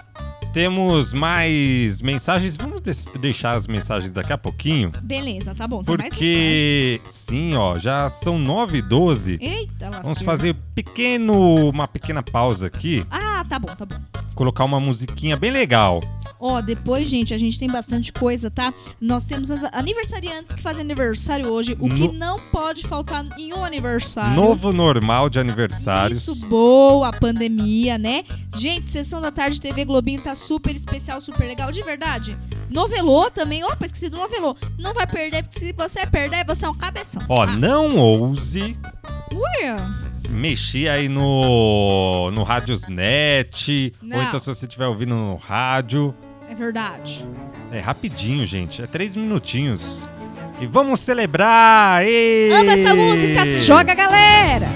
Speaker 1: Temos mais mensagens. Vamos des- deixar as mensagens daqui a pouquinho.
Speaker 2: Beleza, tá bom, tem mais mensagem.
Speaker 1: Porque, sim, ó, já são 9 e 12
Speaker 2: Eita, lasqueira.
Speaker 1: Vamos fazer pequeno, uma pequena pausa aqui,
Speaker 2: Ah, tá bom, tá bom.
Speaker 1: colocar uma musiquinha bem legal.
Speaker 2: Ó, depois, gente, a gente tem bastante coisa, tá? Nós temos as aniversariantes que fazem aniversário hoje, o que
Speaker 1: No-
Speaker 2: não pode faltar em um aniversário.
Speaker 1: Novo normal de aniversários.
Speaker 2: Ah, Isso, boa, pandemia, né? Gente, Sessão da Tarde TV Globinho tá super especial, super legal, de verdade. Novelô também, opa, esqueci do novelô. Não vai perder, porque se você perder, você é um cabeção.
Speaker 1: Ó,
Speaker 2: Ah,
Speaker 1: não ouse
Speaker 2: ué.
Speaker 1: mexer aí no no Radiosnet,
Speaker 2: Não.
Speaker 1: ou então se você estiver ouvindo no rádio.
Speaker 2: É verdade.
Speaker 1: É rapidinho, gente, é três minutinhos. E vamos celebrar! Ê!
Speaker 2: Ama essa música, se joga, galera!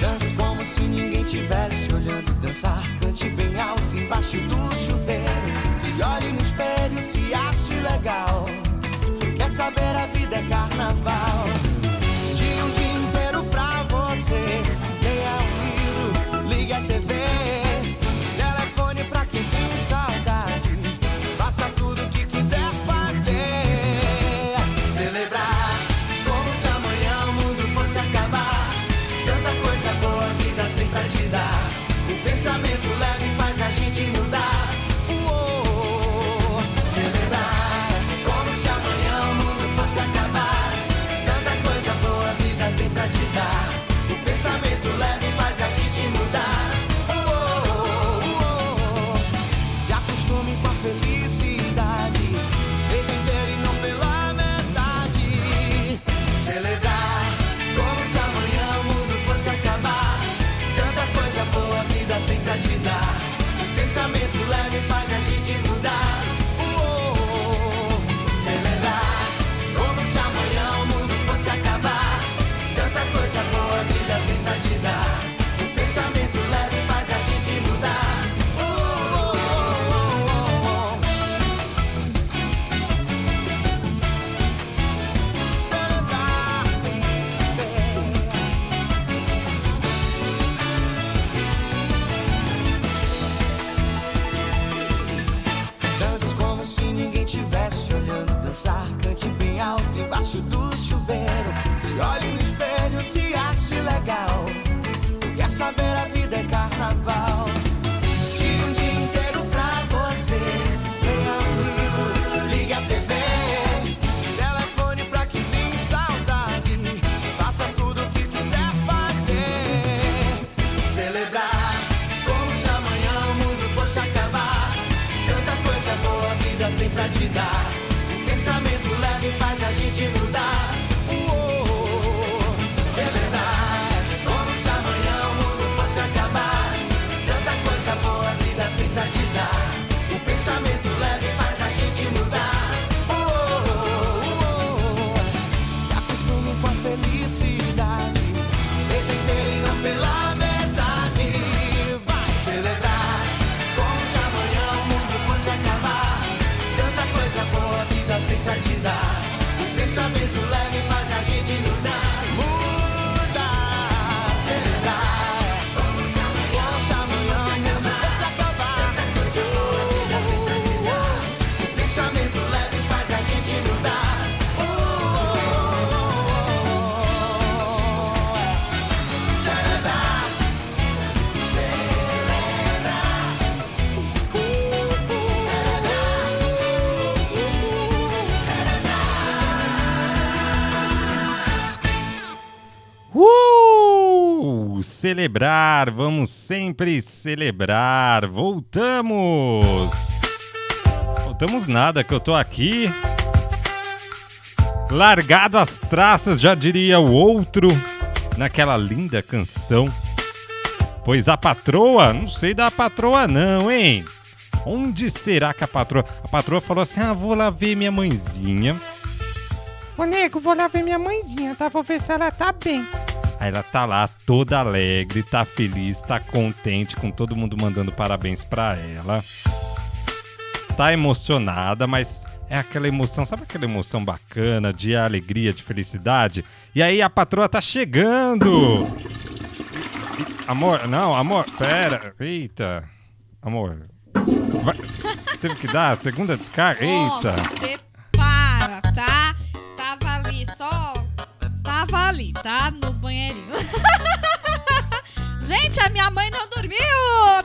Speaker 3: Dance como se ninguém tivesse te olhando dançar. Cante bem alto embaixo do chuveiro. Se olhe no espelho, se ache legal. Quer saber a vida é carnaval? Tire um dia inteiro pra você. Leia um livro, ligue a TV. Telefone pra quem tem saudade. Faça tudo o que quiser fazer. Celebrar como se amanhã o mundo fosse acabar. Tanta coisa boa a vida tem pra te dar. O pensamento leve faz a gente mudar. oh, Uou! Celebrar como se amanhã o mundo fosse acabar. oh, Oh, Oh, oh. é um é O pensamento leve faz a gente mudar. Oh, oh, oh, oh, oh. Se acostume com a felicidade. Seja inteirinho pela metade. Vai celebrar. Como se amanhã o mundo fosse acabar. Tanta coisa boa a vida tem pra te dar. O pensamento leve faz a gente mudar. Uh, Mudar. Celebrar. Como se amanhã, como se amanhã o mundo fosse acabar. Tanta coisa boa a vida tem pra te dar. O pensamento leve faz a gente mudar. Oh, uh, oh, oh, oh, oh. Celebrar, celebrar, celebrar, celebrar.
Speaker 1: Uh! Celebrar, vamos sempre celebrar. Voltamos! Voltamos nada, que eu tô aqui. Largado as traças, já diria o outro, naquela linda canção. Pois a patroa, não sei da patroa não, hein? Onde será que a patroa. A patroa falou assim: ah, vou lá ver minha mãezinha. Ô, nego, vou lá ver minha mãezinha, tá? Vou ver se ela tá bem. Aí ela tá lá toda alegre, tá feliz, tá contente, com todo mundo mandando parabéns pra ela. Tá emocionada, mas é aquela emoção, sabe aquela emoção bacana, de alegria, de felicidade? E aí a patroa tá chegando! Amor, não, amor, pera. Eita. Amor. Vai- Teve que dar a segunda descarga? Eita.
Speaker 2: Ó, Você para, tá? Tava ali só. Tava ali, tá? No banheirinho. Gente, a minha mãe não dormiu!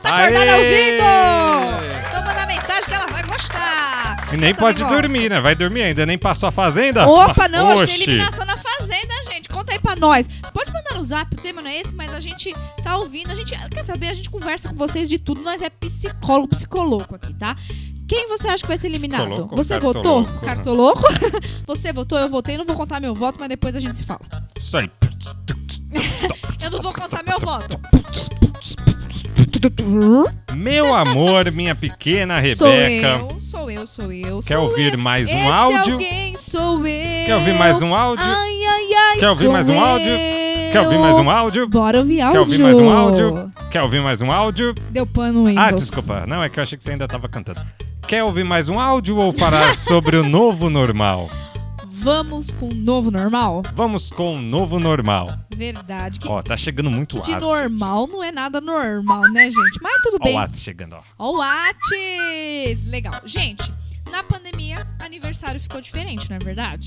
Speaker 2: Tá acordada
Speaker 1: Aê!
Speaker 2: ouvindo! Então manda mensagem que ela vai gostar!
Speaker 1: E nem
Speaker 2: Eu também
Speaker 1: pode
Speaker 2: gosto.
Speaker 1: dormir, né? Vai dormir ainda, nem passou a fazenda?
Speaker 2: Opa, não, acho que
Speaker 1: Oxi.
Speaker 2: tem eliminação na fazenda, gente. Conta aí pra nós. Pode mandar no zap, o tema não é esse, mas a gente tá ouvindo. A gente quer saber, a gente conversa com vocês de tudo. Nós é psicólogo, psicoloco aqui, tá? Quem você acha que vai ser eliminado?
Speaker 1: Psicoloco,
Speaker 2: você
Speaker 1: cartoloco.
Speaker 2: votou? Cartoloco? você votou, eu votei, não vou contar meu voto, mas depois a gente se fala.
Speaker 1: Isso aí.
Speaker 2: Eu não vou contar meu voto.
Speaker 1: Meu amor, minha pequena
Speaker 2: Sou
Speaker 1: Rebeca.
Speaker 2: eu, sou eu, sou eu.
Speaker 1: Quer
Speaker 2: sou
Speaker 1: ouvir mais
Speaker 2: eu.
Speaker 1: um
Speaker 2: Esse
Speaker 1: áudio?
Speaker 2: alguém sou eu.
Speaker 1: Quer ouvir mais um áudio?
Speaker 2: Ai, ai, ai,
Speaker 1: Quer ouvir
Speaker 2: sou
Speaker 1: mais um áudio?
Speaker 2: eu.
Speaker 1: Quer ouvir mais um áudio?
Speaker 2: Bora ouvir áudio.
Speaker 1: Quer ouvir mais um áudio? Quer ouvir mais um áudio?
Speaker 2: Deu pano em
Speaker 1: Ah,
Speaker 2: você.
Speaker 1: desculpa. Não, é que eu achei que você ainda tava cantando. Quer ouvir mais um áudio ou falar sobre o novo normal?
Speaker 2: Vamos com o novo normal?
Speaker 1: Vamos com o novo normal.
Speaker 2: Verdade. Que,
Speaker 1: Ó, tá chegando muito
Speaker 2: que de
Speaker 1: Whats.
Speaker 2: normal não é nada normal, né, gente? Mas tudo
Speaker 1: Ó, o
Speaker 2: bem.
Speaker 1: Whats chegando, ó.
Speaker 2: Ó, o Whats! Legal. Gente, na pandemia, aniversário ficou diferente, não é verdade?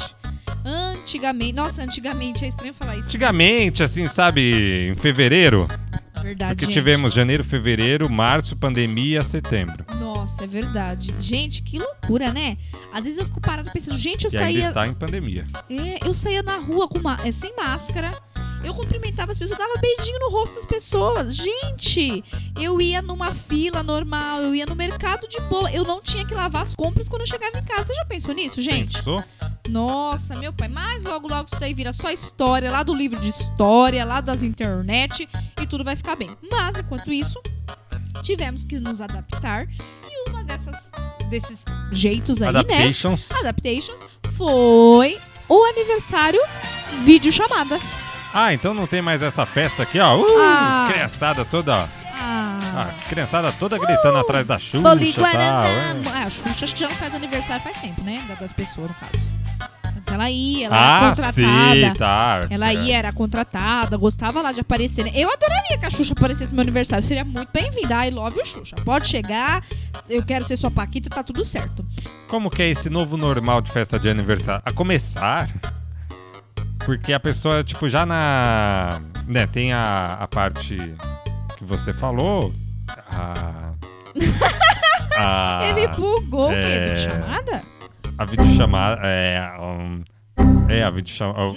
Speaker 2: Antigamente. Nossa, antigamente é estranho falar isso.
Speaker 1: Antigamente, assim, sabe, em fevereiro,
Speaker 2: é Verdade.
Speaker 1: porque
Speaker 2: gente.
Speaker 1: tivemos janeiro, fevereiro, março, pandemia, setembro.
Speaker 2: Nossa, é verdade. Gente, que loucura, né? Às vezes eu fico parada pensando, gente, eu
Speaker 1: e ainda
Speaker 2: saía.
Speaker 1: está em pandemia.
Speaker 2: É, eu saía na rua com ma- é, sem máscara. Eu cumprimentava as pessoas, dava beijinho no rosto das pessoas. Gente, eu ia numa fila normal, eu ia no mercado de boa. Eu não tinha que lavar as compras quando eu chegava em casa. Você já pensou nisso, gente?
Speaker 1: Pensou?
Speaker 2: Nossa, meu pai. Mas logo, logo isso daí vira só história, lá do livro de história, lá das internet e tudo vai ficar bem. Mas enquanto isso, tivemos que nos adaptar e uma dessas desses jeitos aí, né?
Speaker 1: Adaptations.
Speaker 2: Adaptations foi o aniversário vídeo chamada.
Speaker 1: Ah, então não tem mais essa festa aqui, ó. Uh,
Speaker 2: Ah.
Speaker 1: Criançada toda,
Speaker 2: Ah, Uh.
Speaker 1: a criançada toda gritando atrás da é. chuva.
Speaker 2: Boli Guaraná. Ah, a Xuxa acho que já não faz aniversário faz tempo, né? Da- Das pessoas, no caso. Antes ela ia, ela era
Speaker 1: Ah, sim,
Speaker 2: contratada.
Speaker 1: tá.
Speaker 2: Ela ia, era contratada, gostava lá de aparecer. né? Eu adoraria que a Xuxa aparecesse no meu aniversário. Seria muito bem-vinda. I love you, Xuxa. Pode chegar. Eu quero ser sua Paquita, tá tudo certo.
Speaker 1: Como que é esse novo normal de festa de aniversário? A começar, porque a pessoa, tipo, já na... Né, tem a, a parte que você falou, a... a
Speaker 2: Ele bugou o
Speaker 1: Ah,
Speaker 2: quê?
Speaker 1: é.
Speaker 2: Vídeo chamada?
Speaker 1: A videochamada. É. Um, é, a videochamada.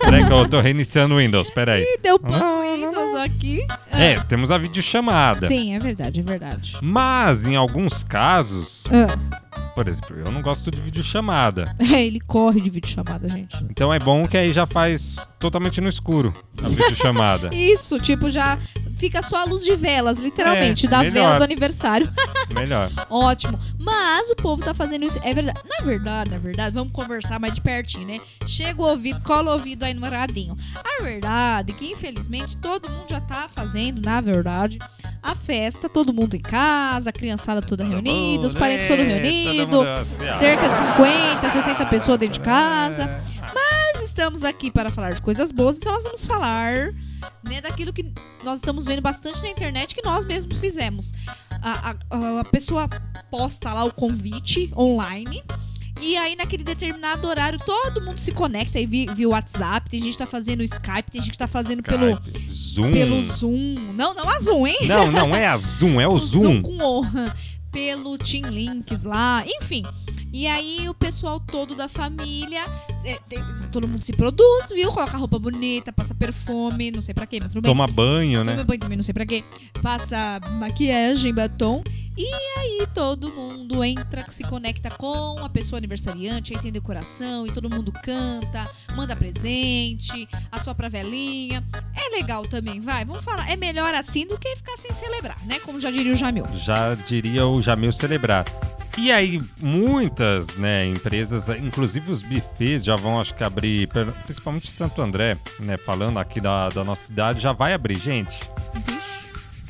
Speaker 1: Peraí, que eu tô reiniciando o Windows, peraí.
Speaker 2: Ih, deu pau Windows aqui.
Speaker 1: É, temos a videochamada.
Speaker 2: Sim, é verdade, é verdade.
Speaker 1: Mas, em alguns casos,
Speaker 2: Ah,
Speaker 1: por exemplo, eu não gosto de videochamada.
Speaker 2: É, ele corre de vídeo chamada, gente.
Speaker 1: Então é bom que aí já faz totalmente no escuro a videochamada.
Speaker 2: Isso, tipo, já fica só a luz de velas, literalmente,
Speaker 1: É,
Speaker 2: da vela
Speaker 1: melhor.
Speaker 2: do aniversário.
Speaker 1: Melhor.
Speaker 2: Ótimo. Mas o povo tá fazendo isso. É verdade. Na verdade, na verdade, vamos conversar mais de pertinho, né? Chega o ouvido, cola o ouvido aí no radinho. A verdade é que, infelizmente, todo mundo já tá fazendo, na verdade, a festa, todo mundo em casa, a criançada toda reunida, os parentes
Speaker 1: é,
Speaker 2: todos reunidos. Cerca de 50, 60 pessoas dentro de casa.
Speaker 1: É,
Speaker 2: Mas estamos aqui para falar de coisas boas, então nós vamos falar né, daquilo que nós estamos vendo bastante na internet que nós mesmos fizemos. A, a- a pessoa posta lá o convite online. E aí, naquele determinado horário, todo mundo se conecta aí via, via WhatsApp. Tem gente que tá fazendo Skype, tem gente que tá fazendo pelo,
Speaker 1: Skype, Zoom.
Speaker 2: pelo Zoom. Não, não a Zoom, hein?
Speaker 1: Não, não é a Zoom, é o Zoom.
Speaker 2: com honra pelo Team Links lá, enfim. E aí o pessoal todo da família, é, tem- todo mundo se produz, viu? Coloca roupa bonita, passa perfume, não sei pra quê, mas tudo bem.
Speaker 1: Toma banho,
Speaker 2: Toma
Speaker 1: né?
Speaker 2: banho também, um não sei pra quê. Passa maquiagem, batom. E aí todo mundo entra, se conecta com a pessoa aniversariante, aí tem decoração e todo mundo canta, manda presente, assopra a velhinha. É legal também, vai. Vamos falar, é melhor assim do que ficar sem celebrar, né? Como já diria o Jamil.
Speaker 1: Já diria o Jamil celebrar. E aí, muitas né, empresas, inclusive os bufês, já vão, acho que, abrir, per- principalmente Santo André, né? Falando aqui da, da nossa cidade, já vai abrir, gente.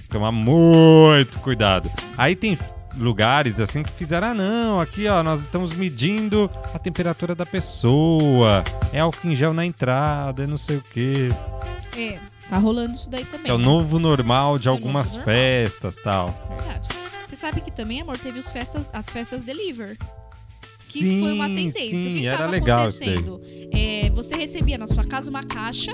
Speaker 1: tomar muito cuidado. Aí tem lugares assim que fizeram, ah não, aqui ó, nós estamos medindo a temperatura da pessoa, é álcool em gel na entrada, é não sei o quê.
Speaker 2: É, tá rolando isso daí também.
Speaker 1: É o
Speaker 2: né?
Speaker 1: novo normal de
Speaker 2: É o
Speaker 1: algumas
Speaker 2: novo normal.
Speaker 1: festas tal.
Speaker 2: Verdade. Você sabe que também, amor, teve os festas, as festas deliver. Que
Speaker 1: sim,
Speaker 2: foi uma tendência. o que
Speaker 1: sim,
Speaker 2: que
Speaker 1: era
Speaker 2: tava
Speaker 1: legal isso daí.
Speaker 2: acontecendo? É, você recebia na sua casa uma caixa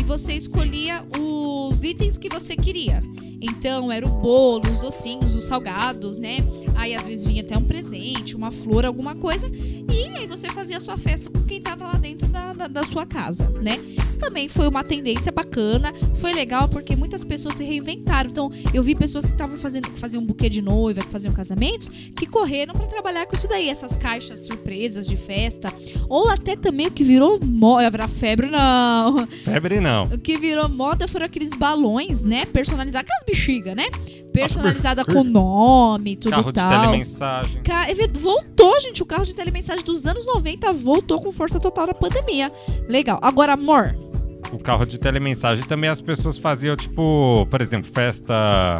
Speaker 2: e você escolhia os itens que você queria. Então, era o bolo, os docinhos, os salgados, né? Aí, às vezes, vinha até um presente, uma flor, alguma coisa. E aí, você fazia a sua festa com quem tava lá dentro da, da, da sua casa, né? Também foi uma tendência bacana. Foi legal porque muitas pessoas se reinventaram. Então, eu vi pessoas que estavam fazendo que faziam um buquê de noiva, que faziam casamentos, que correram pra trabalhar com isso daí, essas caixas surpresas de festa, ou até também o que virou moda, febre não.
Speaker 1: Febre não.
Speaker 2: O que virou moda foram aqueles balões, né, personalizados, aquelas bexiga, né? Personalizada com nome, tudo
Speaker 1: Carro de
Speaker 2: tal.
Speaker 1: telemensagem.
Speaker 2: Ca- ev- Voltou, gente, o carro de telemensagem dos anos 90 voltou com força total na pandemia. Legal. Agora, amor,
Speaker 1: O carro de telemensagem também as pessoas faziam, tipo, por exemplo, festa.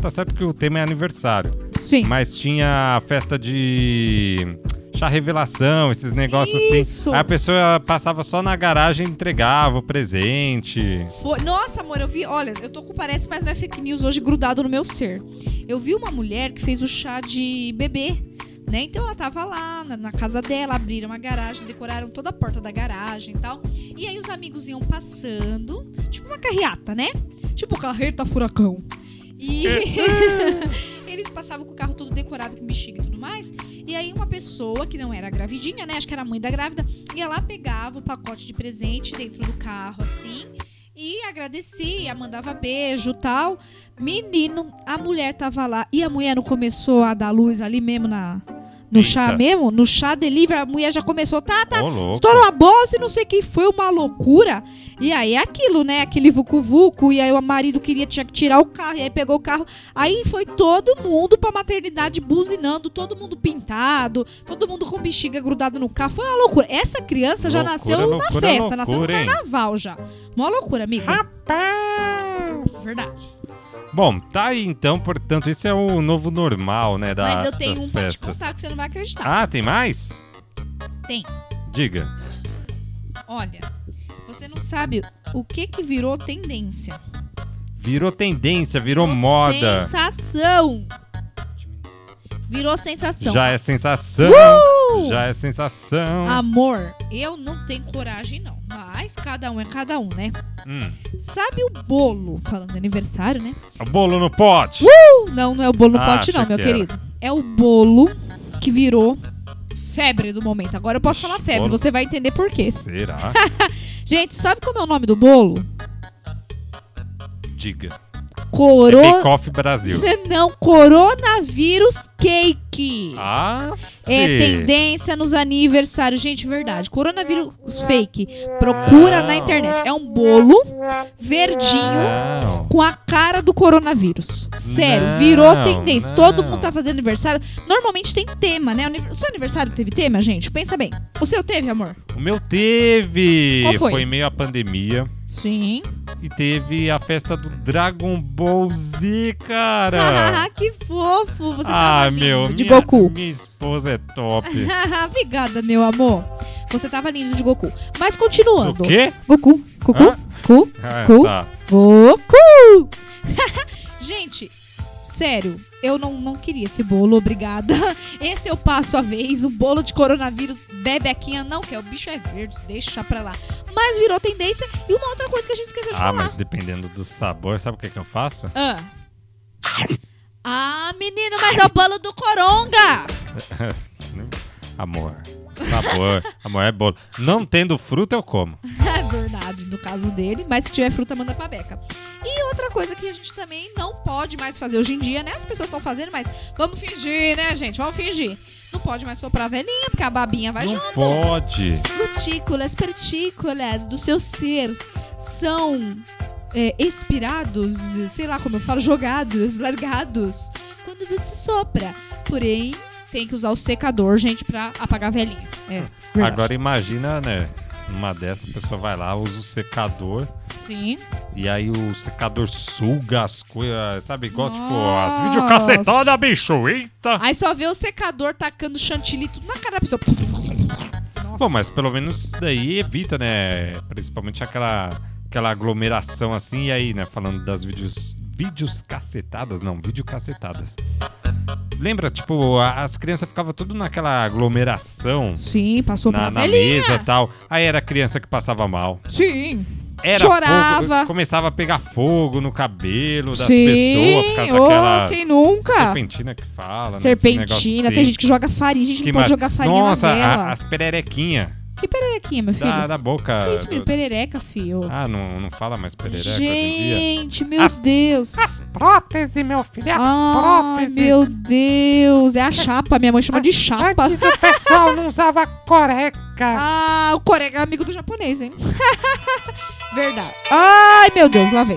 Speaker 1: Tá certo que o tema é aniversário.
Speaker 2: sim.
Speaker 1: Mas tinha a festa de chá revelação, esses negócios
Speaker 2: Isso.
Speaker 1: assim. Aí a pessoa passava só na garagem e entregava o presente.
Speaker 2: Foi- Nossa, amor, eu vi. Olha, eu tô com parece, mas não é fake news hoje grudado no meu ser. Eu vi uma mulher que fez o chá de bebê. Né? Então ela tava lá na, na casa dela, abriram a garagem, decoraram toda a porta da garagem e tal. E aí os amigos iam passando, tipo uma carreata, né? Tipo carreta furacão. E eles passavam com o carro todo decorado com bexiga e tudo mais. E aí uma pessoa que não era gravidinha, né? Acho que era a mãe da grávida, ia lá, pegava o pacote de presente dentro do carro, assim. E agradecia, mandava beijo e tal. Menino, a mulher tava lá. E a mulher não começou a dar luz ali mesmo na. No chá
Speaker 1: Eita.
Speaker 2: mesmo? No chá delivery, a mulher já começou, tá, tá,
Speaker 1: Ô, louco.
Speaker 2: Estourou a bolsa e não sei o que foi uma loucura. E aí é aquilo, né? Aquele vucu-vucu. E aí o marido queria tinha que tirar o carro. E aí pegou o carro. Aí foi todo mundo pra maternidade buzinando, todo mundo pintado, todo mundo com bexiga grudada no carro. Foi uma loucura. Essa criança já
Speaker 1: Loucura,
Speaker 2: nasceu na
Speaker 1: loucura,
Speaker 2: festa, nasceu no
Speaker 1: loucura, hein?
Speaker 2: carnaval já. Uma loucura, amigo.
Speaker 1: Rapaz!
Speaker 2: Verdade.
Speaker 1: Bom, tá aí então, portanto, esse é o novo normal, né? Da,
Speaker 2: Mas eu tenho
Speaker 1: das
Speaker 2: um pra te
Speaker 1: festas.
Speaker 2: contar que você não vai acreditar.
Speaker 1: ah, tem mais?
Speaker 2: Tem.
Speaker 1: Diga.
Speaker 2: Olha, você não sabe o que que virou tendência.
Speaker 1: Virou tendência, virou
Speaker 2: Virou
Speaker 1: moda.
Speaker 2: Sensação. Virou sensação.
Speaker 1: Já é sensação.
Speaker 2: Uh! Ah.
Speaker 1: Já é sensação.
Speaker 2: Amor, eu não tenho coragem, não. Mas cada um é cada um, né?
Speaker 1: Hum.
Speaker 2: Sabe o bolo? Falando de aniversário, né?
Speaker 1: É O bolo no pote.
Speaker 2: Não, não é o bolo no
Speaker 1: Ah,
Speaker 2: pote, não,
Speaker 1: achei
Speaker 2: meu
Speaker 1: que
Speaker 2: querido. É o bolo que virou febre do momento. Agora eu posso falar febre,
Speaker 1: Bolo.
Speaker 2: você vai entender por quê.
Speaker 1: Será?
Speaker 2: Gente, sabe como é o nome do bolo?
Speaker 1: Diga. É
Speaker 2: Coro...
Speaker 1: Bake Off Brasil.
Speaker 2: Não, coronavírus cake.
Speaker 1: Ah,
Speaker 2: É
Speaker 1: fi.
Speaker 2: tendência nos aniversários. Gente, verdade. Coronavírus fake. Procura na internet. É um bolo verdinho
Speaker 1: Não.
Speaker 2: com a cara do coronavírus. Sério,
Speaker 1: Não,
Speaker 2: virou tendência. Todo
Speaker 1: não.
Speaker 2: mundo tá fazendo aniversário. Normalmente tem tema, né? Aniv- O seu aniversário teve tema, gente? Pensa bem. O seu teve, amor?
Speaker 1: O meu teve.
Speaker 2: Qual foi?
Speaker 1: em meio à pandemia.
Speaker 2: Sim.
Speaker 1: E teve a festa do Dragon Ball Z, cara.
Speaker 2: que fofo. Você tava
Speaker 1: ah,
Speaker 2: lindo,
Speaker 1: meu.
Speaker 2: de
Speaker 1: minha,
Speaker 2: Goku.
Speaker 1: Minha esposa é top.
Speaker 2: Obrigada, meu amor. Você tava lindo de Goku. Mas continuando.
Speaker 1: do quê?
Speaker 2: Goku, Goku,
Speaker 1: Hã?
Speaker 2: Goku,
Speaker 1: Ah,
Speaker 2: Cu?
Speaker 1: tá.
Speaker 2: Goku. Gente, sério, eu não, não queria esse bolo, obrigada. Esse eu passo a vez, o bolo de coronavírus, bebequinha, não quer, o bicho é verde, deixa pra lá. Mas virou tendência e uma outra coisa que a gente esqueceu de
Speaker 1: Ah,
Speaker 2: falar.
Speaker 1: mas dependendo do sabor, sabe o que, que eu faço?
Speaker 2: Ah. Ah, menino, mas é o bolo do coronga.
Speaker 1: Amor. Sabor. Amor é bolo. Não tendo fruta, eu como.
Speaker 2: É verdade, no caso dele, mas se tiver fruta, manda pra beca. E outra coisa que a gente também não pode mais fazer hoje em dia, né? As pessoas estão fazendo, mas vamos fingir, né, gente? Vamos fingir. Não pode mais soprar a velhinha, porque a babinha vai
Speaker 1: não
Speaker 2: junto.
Speaker 1: pode.
Speaker 2: Cutículas, partículas do seu ser são é, expirados, sei lá como eu falo, jogados, largados, quando você sopra. Porém, tem que usar o secador, gente, pra apagar a velhinha. É, verdade.
Speaker 1: Agora imagina, né? Numa dessa, a pessoa vai lá, usa o secador.
Speaker 2: Sim.
Speaker 1: E aí o secador suga as coisas, sabe? Igual,
Speaker 2: Nossa.
Speaker 1: tipo, as videocacetadas, bicho. Eita!
Speaker 2: Aí só vê o secador tacando chantilly tudo na cara da pessoa. Nossa.
Speaker 1: Bom, mas pelo menos isso daí evita, né? Principalmente aquela, aquela aglomeração assim. E aí, né? Falando das vídeos. Vídeos cacetadas, não, vídeo cacetadas. Lembra, tipo, a- as crianças ficavam tudo naquela aglomeração
Speaker 2: Sim, passou
Speaker 1: na,
Speaker 2: pra
Speaker 1: na
Speaker 2: velhinha.
Speaker 1: mesa e tal. Aí era criança que passava mal.
Speaker 2: Sim.
Speaker 1: Era
Speaker 2: Chorava.
Speaker 1: fogo, começava a pegar fogo no cabelo das
Speaker 2: Sim.
Speaker 1: pessoas por causa
Speaker 2: ô,
Speaker 1: daquelas
Speaker 2: quem nunca?
Speaker 1: Serpentina que fala. né? Esse
Speaker 2: Serpentina,
Speaker 1: negócio
Speaker 2: tem
Speaker 1: assim.
Speaker 2: gente que joga farinha, a gente
Speaker 1: Que
Speaker 2: não
Speaker 1: mais?
Speaker 2: pode jogar farinha
Speaker 1: Nossa,
Speaker 2: na
Speaker 1: a-
Speaker 2: vela.
Speaker 1: as pererequinhas
Speaker 2: Que pererequinha, meu filho?
Speaker 1: da, da boca.
Speaker 2: que isso,
Speaker 1: do-
Speaker 2: filho? Perereca, filho.
Speaker 1: Ah, não, não fala mais perereca hoje em dia.
Speaker 2: gente, meu
Speaker 1: As-
Speaker 2: Deus.
Speaker 1: As próteses, meu filho, as
Speaker 2: Ai,
Speaker 1: próteses.
Speaker 2: meu Deus. É a chapa, minha mãe chama de chapa.
Speaker 1: Antes o pessoal não usava coreca.
Speaker 2: Ah, o Corega é amigo do japonês, hein? Verdade. Ai, meu Deus, lá vem.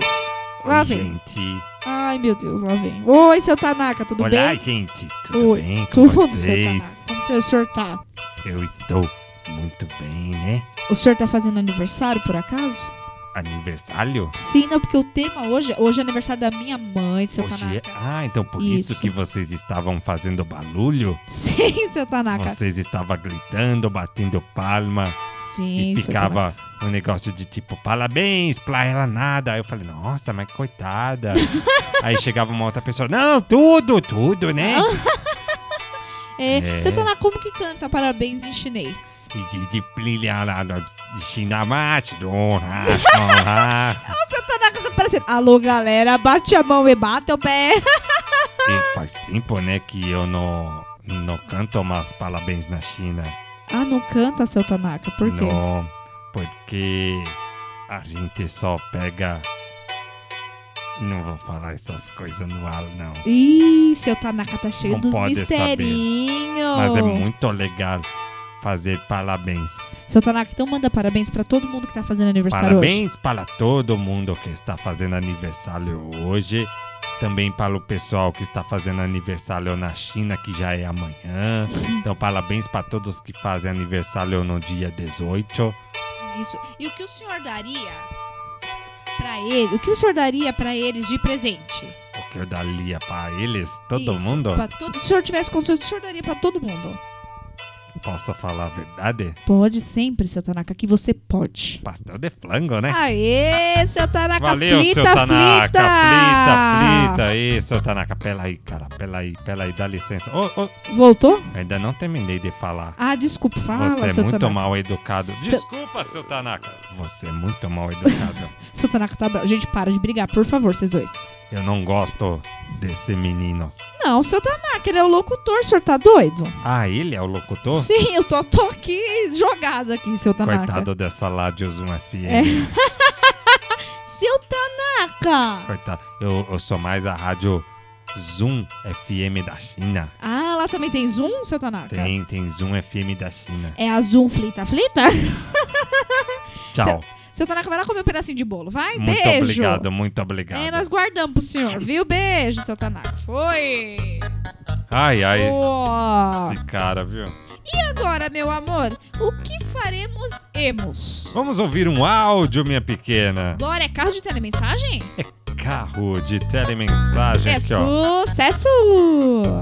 Speaker 2: Lá vem.
Speaker 1: gente.
Speaker 2: Ai, meu Deus, lá vem. Oi, seu Tanaka, tudo
Speaker 1: Olá,
Speaker 2: bem?
Speaker 1: gente. Tudo
Speaker 2: Oi,
Speaker 1: bem com
Speaker 2: Tudo, seu
Speaker 1: vocês?
Speaker 2: Tanaka. Como seu- o senhor tá?
Speaker 1: Eu estou muito bem, né?
Speaker 2: O senhor tá fazendo aniversário, por acaso?
Speaker 1: Aniversário?
Speaker 2: Sim, não, porque o tema hoje, hoje é aniversário da minha mãe, seu
Speaker 1: Hoje é...
Speaker 2: Tanaka.
Speaker 1: Ah, então por isso.
Speaker 2: Isso.
Speaker 1: que vocês estavam fazendo barulho?
Speaker 2: Sim, seu Tanaka.
Speaker 1: Vocês estavam gritando, batendo palma.
Speaker 2: Sim,
Speaker 1: E
Speaker 2: seu Tanaka.
Speaker 1: ficava um negócio de tipo, parabéns pra ela nada. Aí eu falei, nossa, mas coitada. Aí chegava uma outra pessoa, não, tudo, tudo, né?
Speaker 2: É,
Speaker 1: É.
Speaker 2: Seu Tanaka, como que canta parabéns em chinês?
Speaker 1: E de- de brilhar lá no chinamate, dona, chora,
Speaker 2: Ah, seu Tanaka tá parecendo. Alô, galera, bate a mão e bate o pé.
Speaker 1: E faz tempo, né, que eu não, não canto mais parabéns na China.
Speaker 2: Ah, não canta, seu Tanaka, por quê?
Speaker 1: Não, porque a gente só pega... Não vou falar essas coisas no ar, não.
Speaker 2: Ih, seu Tanaka tá cheio
Speaker 1: Não
Speaker 2: dos
Speaker 1: pode
Speaker 2: misterinhos.
Speaker 1: Mas é muito legal fazer parabéns.
Speaker 2: Seu Tanaka, então manda parabéns pra todo mundo que tá fazendo aniversário hoje.
Speaker 1: Parabéns para todo mundo que está fazendo aniversário hoje. Também para o pessoal que está fazendo aniversário na China, que já é amanhã. Então, parabéns para todos que fazem aniversário no dia 18.
Speaker 2: Isso. E o que o senhor daria pra ele? O que o senhor daria pra eles de presente?
Speaker 1: O que eu daria para eles, todo
Speaker 2: Isso,
Speaker 1: mundo?
Speaker 2: pra todo... Se o senhor tivesse condições, o senhor daria pra todo mundo.
Speaker 1: Posso falar a verdade?
Speaker 2: Pode sempre, seu Tanaka, que você pode.
Speaker 1: Pastel de flango, né?
Speaker 2: Aê, seu Tanaka,
Speaker 1: Valeu,
Speaker 2: flita,
Speaker 1: seu Tanaka.
Speaker 2: flita.
Speaker 1: Flita, flita. Aí, seu Tanaka. Pela aí, cara. Pela aí, pela aí. Dá licença. Ô, ô,
Speaker 2: Voltou?
Speaker 1: Ainda não terminei de falar.
Speaker 2: Ah, desculpa, fala,
Speaker 1: Você é
Speaker 2: seu
Speaker 1: muito
Speaker 2: Tanaka.
Speaker 1: mal educado. Desculpa, seu Tanaka. Você é muito mal educado.
Speaker 2: Seu Tanaka tá bravo. Gente, para de brigar, por favor, vocês dois.
Speaker 1: Eu não gosto desse menino.
Speaker 2: Não, seu Tanaka, ele é o locutor, o senhor tá doido?
Speaker 1: Ah, ele é o locutor?
Speaker 2: Sim, eu tô, tô aqui jogada aqui, seu Tanaka.
Speaker 1: Coitado dessa Ládio Zoom FM.
Speaker 2: Seu Tanaka!
Speaker 1: Coitado. Eu, eu sou mais a rádio Zoom FM da China.
Speaker 2: Ah, lá também tem Zoom, seu Tanaka?
Speaker 1: Tem, tem Zoom FM da China.
Speaker 2: É a Zoom Flita Flita?
Speaker 1: Tchau.
Speaker 2: Seu Tanaka vai lá comer um pedacinho de bolo, vai?
Speaker 1: Muito
Speaker 2: Beijo.
Speaker 1: obrigado, muito obrigado.
Speaker 2: É, nós guardamos pro senhor, viu? Beijo, seu Tanaka. Foi!
Speaker 1: Ai, ai,
Speaker 2: Ó.
Speaker 1: esse cara, viu?
Speaker 2: E agora, meu amor, o que faremos emos?
Speaker 1: Vamos ouvir um áudio, minha pequena.
Speaker 2: Glória, é carro de telemensagem?
Speaker 1: Carro de telemensagem
Speaker 2: é
Speaker 1: aqui, ó.
Speaker 2: sucesso!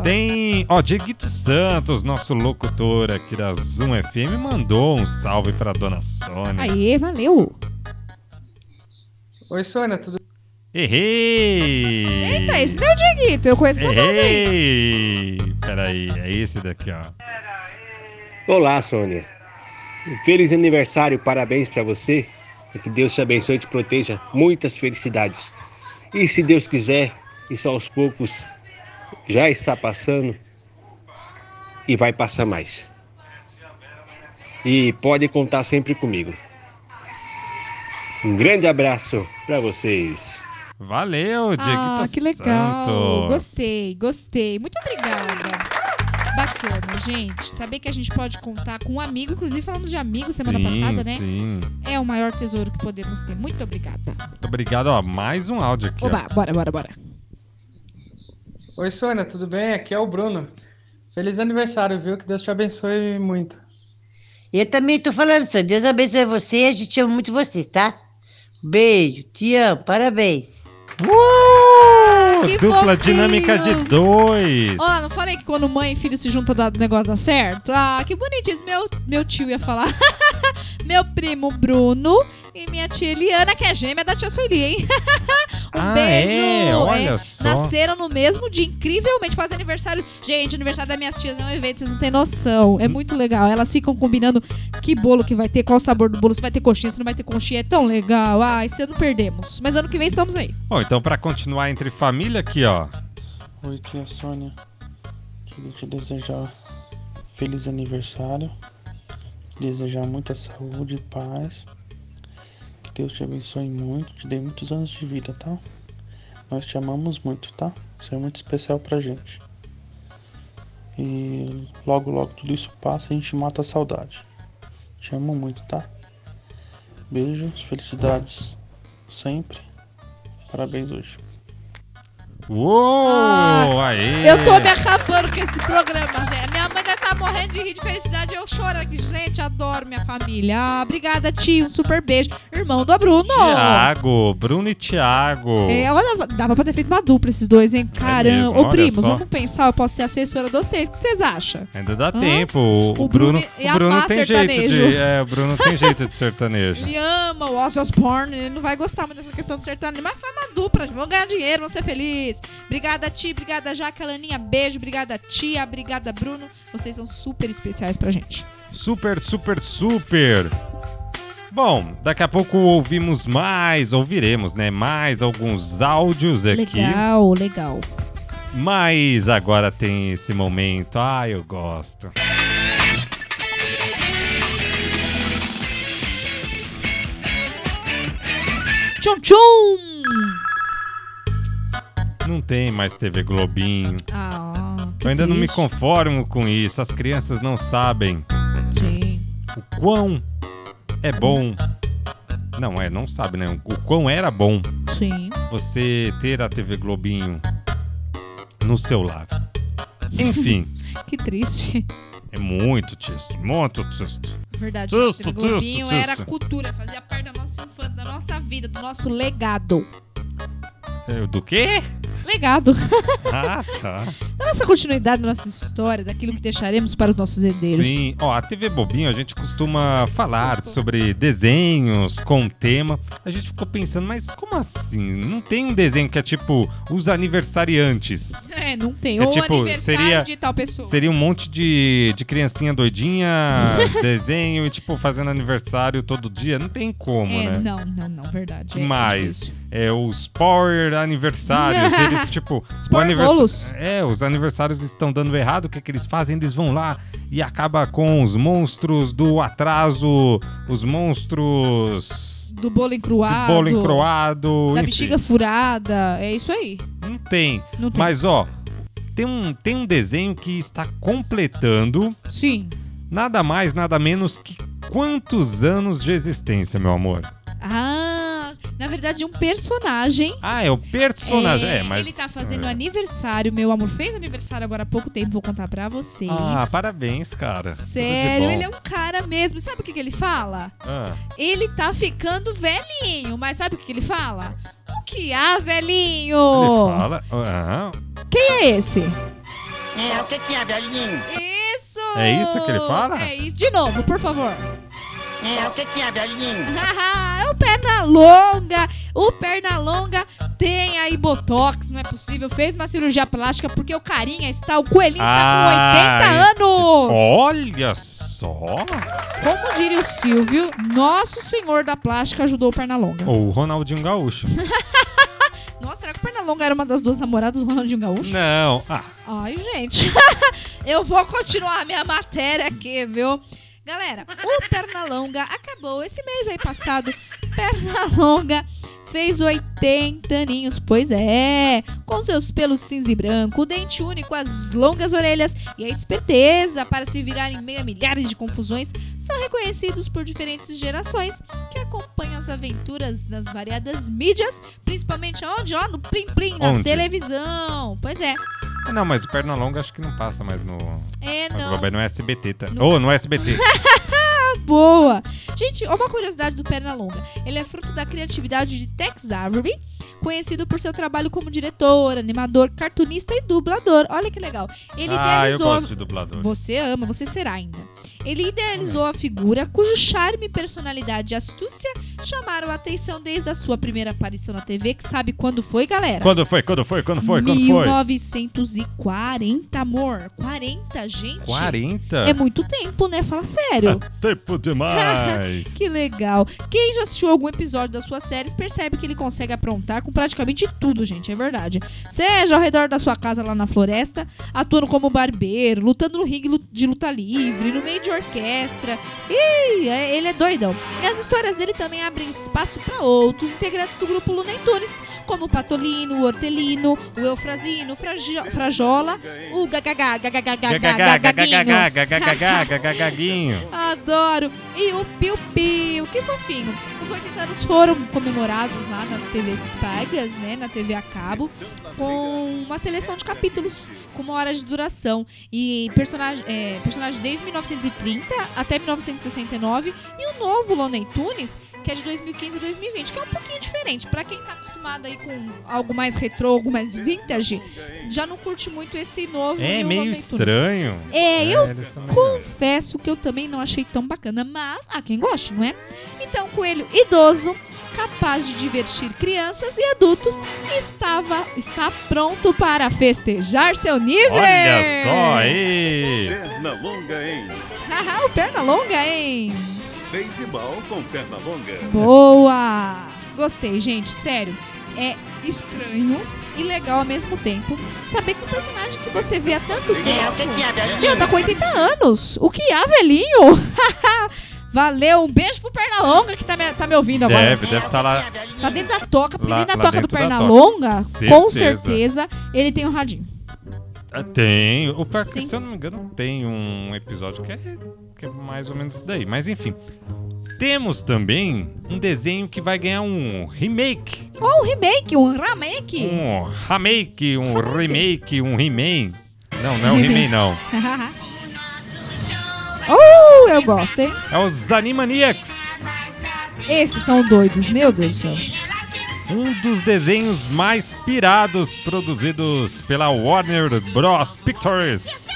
Speaker 1: Tem, ó, Dieguito Santos, nosso locutor aqui da Zoom FM, mandou um salve pra dona Sônia.
Speaker 2: Aê, valeu!
Speaker 7: Oi, Sônia, tudo
Speaker 1: Errei!
Speaker 2: Eita, esse não é o Dieguito, eu conheço essa voz aí.
Speaker 1: Errei! Peraí, é esse daqui, ó.
Speaker 4: Olá, Sônia. Um feliz aniversário, parabéns pra você. E que Deus te abençoe e te proteja. Muitas felicidades. E se Deus quiser, isso aos poucos já está passando e vai passar mais. E pode contar sempre comigo. Um grande abraço pra vocês.
Speaker 1: Valeu, Dieguito
Speaker 2: Ah,
Speaker 1: Santos.
Speaker 2: que legal! Gostei, gostei. Muito obrigada. Bacana, gente. Saber que a gente pode contar com um amigo, inclusive falamos de amigo semana
Speaker 1: sim,
Speaker 2: passada, né?
Speaker 1: Sim,
Speaker 2: É o maior tesouro que podemos ter. Muito obrigada.
Speaker 1: Muito obrigado, ó. Mais um áudio aqui, ó.
Speaker 2: Oba, bora, bora, bora.
Speaker 7: Oi, Sônia, tudo bem? Aqui é o Bruno. Feliz aniversário, viu? Que Deus te abençoe muito.
Speaker 8: Eu também tô falando, Sônia. Deus abençoe você. A gente ama muito você, tá? Beijo, te amo, parabéns.
Speaker 2: Ah, que
Speaker 1: Dupla
Speaker 2: fofinho.
Speaker 1: dinâmica de dois.
Speaker 2: Ó, não falei que quando mãe e filho se juntam, dá- o negócio dá certo? Ah, que bonitinho. Meu, meu tio ia falar. meu primo Bruno e minha tia Eliana, que é gêmea da tia Sueli, hein? um
Speaker 1: Ah,
Speaker 2: beijo.
Speaker 1: é? Olha só.
Speaker 2: Nasceram no mesmo dia, incrivelmente. Faz aniversário. Gente, aniversário das minhas tias é um evento, vocês não têm noção.
Speaker 1: Hum.
Speaker 2: É muito legal. Elas ficam combinando que bolo que vai ter, qual o sabor do bolo, se vai ter coxinha, se não vai ter coxinha. É tão legal. Ai, esse ano perdemos. Mas ano que vem estamos aí.
Speaker 1: Bom, então pra continuar entre família aqui, ó.
Speaker 9: Oi, tia Sônia. Queria te desejar feliz aniversário. Desejar muita saúde e paz. Que Deus te abençoe muito, te dê muitos anos de vida, tá? Nós te amamos muito, tá? Você é muito especial pra gente. E logo, logo tudo isso passa e a gente mata a saudade. Te amo muito, tá? Beijos, felicidades sempre. Parabéns hoje.
Speaker 1: Uou!
Speaker 2: Ah,
Speaker 1: Aê!
Speaker 2: Eu tô me acabando com esse programa, gente. Minha mãe deve tá morrendo de rir de felicidade. Eu choro aqui, gente. Adoro minha família. Ah, obrigada, tio. Um super beijo. Irmão do Bruno.
Speaker 1: Tiago, Bruno e Tiago.
Speaker 2: É, olha, dava pra ter feito uma dupla esses dois, hein? Caramba.
Speaker 1: É mesmo,
Speaker 2: Ô,
Speaker 1: olha
Speaker 2: primos,
Speaker 1: só.
Speaker 2: vamos pensar. Eu posso ser assessora de vocês. O que vocês acham?
Speaker 1: Ainda dá
Speaker 2: Hã?
Speaker 1: tempo. O, o
Speaker 2: O
Speaker 1: Bruno,
Speaker 2: Bruno e
Speaker 1: o
Speaker 2: a
Speaker 1: Bruno
Speaker 2: pá
Speaker 1: tem jeito de.
Speaker 2: sertanejo.
Speaker 1: É, o Bruno tem jeito de sertanejo.
Speaker 2: Ele ama o Ozzy Osbourne. Ele não vai gostar muito dessa questão do sertanejo. Mas faz uma dupla. gente. Vamos ganhar dinheiro, vamos ser felizes. Obrigada, tia. Obrigada, Jaque, Alaninha. Beijo. Obrigada, tia. Obrigada, Bruno. Vocês são super especiais pra gente.
Speaker 1: Super, super, super. Bom, daqui a pouco ouvimos mais, ouviremos, né? Mais alguns áudios aqui.
Speaker 2: Legal, legal.
Speaker 1: Mas agora tem esse momento. Ah, eu gosto.
Speaker 2: Tchum tchum!
Speaker 1: Não tem mais TV Globinho.
Speaker 2: Ah, que
Speaker 1: Eu ainda não me
Speaker 2: triste.
Speaker 1: conformo com isso. As crianças não sabem
Speaker 2: Sim.
Speaker 1: o quão é bom. Não, é, não sabe, né? O quão era bom
Speaker 2: Sim.
Speaker 1: você ter a TV Globinho no seu lar. Enfim,
Speaker 2: Que triste.
Speaker 1: é muito triste, muito triste.
Speaker 2: Verdade.
Speaker 1: Tusto,
Speaker 2: gente, o
Speaker 1: tusto,
Speaker 2: Globinho
Speaker 1: tusto.
Speaker 2: era cultura, fazia parte da nossa infância, da nossa vida, do nosso legado.
Speaker 1: É, do quê?
Speaker 2: Legado.
Speaker 1: Ah, tá.
Speaker 2: Da nossa continuidade, da nossa história, daquilo que deixaremos para os nossos herdeiros.
Speaker 1: Sim, ó, a TV Bobinho a gente costuma falar sobre desenhos com tema. A gente ficou pensando, mas como assim? Não tem um desenho que é tipo os aniversariantes.
Speaker 2: É, não tem.
Speaker 1: É
Speaker 2: Ou
Speaker 1: tipo,
Speaker 2: aniversário
Speaker 1: seria-
Speaker 2: de tal pessoa.
Speaker 1: Seria um monte de, de criancinha doidinha, desenho e tipo fazendo aniversário todo dia. Não tem como,
Speaker 2: é,
Speaker 1: né?
Speaker 2: não, não, não, verdade.
Speaker 1: Que
Speaker 2: é, é
Speaker 1: mais?
Speaker 2: difícil.
Speaker 1: É os Power Aniversários. eles, tipo.
Speaker 2: Os
Speaker 1: o anivers-
Speaker 2: porbolos.
Speaker 1: É, os aniversários estão dando errado. O que, que eles fazem? Eles vão lá e acaba com os monstros do atraso, os monstros
Speaker 2: Do bolo encruado.
Speaker 1: é. do bolo encroado.
Speaker 2: Da
Speaker 1: enfim,
Speaker 2: bexiga furada. É isso aí.
Speaker 1: Não tem.
Speaker 2: Não tem.
Speaker 1: Mas, ó, tem um, tem um desenho que está completando
Speaker 2: Sim.
Speaker 1: nada mais, nada menos que quantos anos de existência, meu amor?
Speaker 2: na verdade, um personagem
Speaker 1: Ah, é o personagem. É,
Speaker 2: É,
Speaker 1: mas.
Speaker 2: Ele tá fazendo
Speaker 1: é.
Speaker 2: aniversário, meu amor. Fez aniversário agora há pouco tempo, vou contar pra vocês.
Speaker 1: Ah, parabéns, cara. Tudo de
Speaker 2: Sério,
Speaker 1: bom.
Speaker 2: ele é um cara mesmo. Sabe o que, que ele fala?
Speaker 1: Ah,
Speaker 2: Ele tá ficando velhinho, mas sabe o que, que ele fala? O que há, velhinho?
Speaker 1: Ele fala. ah, Aham.
Speaker 2: Quem é esse?
Speaker 10: É, o que que é, velhinho?
Speaker 2: Isso!
Speaker 1: É isso que ele fala?
Speaker 2: É isso. De novo, por favor.
Speaker 10: É, o que que é, velhinho?
Speaker 2: é o perna longa. O perna longa tem aí botox, não é possível. Fez uma cirurgia plástica porque o carinha está, o coelhinho está
Speaker 1: Ah,
Speaker 2: com 80 anos.
Speaker 1: Olha só!
Speaker 2: Como diria o Silvio, nosso senhor da plástica ajudou o Pernalonga.
Speaker 1: Ou o Ronaldinho Gaúcho.
Speaker 2: Nossa, será que o Pernalonga era uma das duas namoradas do Ronaldinho Gaúcho?
Speaker 1: Não. Ah,
Speaker 2: Ai, gente. Eu vou continuar a minha matéria aqui, viu? Galera, o Pernalonga acabou esse mês aí passado. Pernalonga fez 80 aninhos, pois é. Com seus pelos cinza e branco, o dente único, as longas orelhas e a esperteza para se virar em meio a milhares de confusões, são reconhecidos por diferentes gerações que acompanham as aventuras nas variadas mídias, principalmente onde? Ó, no Plim Plim, na
Speaker 1: Onde?
Speaker 2: televisão. Pois é.
Speaker 1: não, mas o Pernalonga acho que não passa mais no. na
Speaker 2: É, não.
Speaker 1: Globo, é no SBT, tá?
Speaker 2: Não.
Speaker 1: Ou no SBT.
Speaker 2: boa. Gente, uma curiosidade do Pernalonga. Ele é fruto da criatividade de Tex Avery, conhecido por seu trabalho como diretor, animador, cartunista e dublador. Olha que legal. Ele
Speaker 1: ah, eu
Speaker 2: idealizou a-
Speaker 1: gosto de dublador.
Speaker 2: você ama, você será ainda. Ele idealizou a figura cujo charme, personalidade e astúcia chamaram a atenção desde a sua primeira aparição na TV, que sabe quando foi, galera?
Speaker 1: Quando foi? Quando foi? Quando foi? Quando foi?
Speaker 2: 1940, amor. 40, gente.
Speaker 1: 40?
Speaker 2: É muito tempo, né? Fala sério.
Speaker 1: Tempo demais.
Speaker 2: Que legal. Quem já assistiu algum episódio das suas séries percebe que ele consegue aprontar com praticamente tudo, gente. É verdade. Seja ao redor da sua casa lá na floresta, atuando como barbeiro, lutando no ringue lu- de luta livre, no meio de orquestra. Ih, é- ele é doidão. E as histórias dele também abrem espaço para outros integrantes do grupo Luna Tunes, como o Patolino, o Hortelino, o Eufrazino, o Fragi- Frajola, o Gagagá, Gagagá, Gagagá, Gagaguinho.
Speaker 1: Gagagagagagagagagaguinho.
Speaker 2: Adoro! E o Piu Piu, que fofinho. Os 80 anos foram comemorados lá nas TVs pagas, né, na TV a cabo, com uma seleção de capítulos com uma hora de duração. E personagem, é, personagem desde 1930 até 1969 e o novo Looney Tunes, que é de 2015 a 2020, que é um pouquinho diferente. Pra quem tá acostumado aí com algo mais retrô, algo mais vintage, já não curte muito esse novo
Speaker 1: É
Speaker 2: nem o
Speaker 1: meio
Speaker 2: Looney Tunes.
Speaker 1: estranho.
Speaker 2: É, eu
Speaker 1: eles são meio-
Speaker 2: Confesso que eu também não achei tão bacana, mas há quem goste, não é? Então, coelho idoso, capaz de divertir crianças e adultos, estava está pronto para festejar seu nível.
Speaker 1: Olha só aí.
Speaker 11: Perna longa em
Speaker 2: Haha, o perna longa, hein?
Speaker 11: beisebol com perna longa.
Speaker 2: Boa! Gostei, gente, sério. É estranho e legal ao mesmo tempo saber que um personagem que você vê há tanto
Speaker 10: É, o que que
Speaker 2: tempo.
Speaker 10: é, velhinho?
Speaker 2: Meu, tá com 80 anos. O que há, velhinho? Valeu, um beijo pro Pernalonga que tá me, tá me ouvindo agora.
Speaker 1: Deve, deve estar lá.
Speaker 2: Tá dentro da toca, porque
Speaker 1: Lá-
Speaker 2: dentro da
Speaker 1: lá
Speaker 2: toca
Speaker 1: dentro
Speaker 2: do
Speaker 1: da toca.
Speaker 2: Pernalonga, com
Speaker 1: Certeza.
Speaker 2: certeza, ele tem um radinho.
Speaker 1: Ah, Tem. O pior que,
Speaker 2: Sim.
Speaker 1: se eu não me engano, tem um episódio que é, que é mais ou menos isso daí. Mas enfim. Temos também um desenho que vai ganhar um remake.
Speaker 2: Ou um remake, um remake.
Speaker 1: Um remake, um remake, um He-Man. Não, não é o He-Man, não.
Speaker 2: oh, eu gosto, hein?
Speaker 1: É os Animaniacs.
Speaker 2: Esses são doidos, meu Deus do céu.
Speaker 1: Um dos desenhos mais pirados produzidos pela Warner Bros. Pictures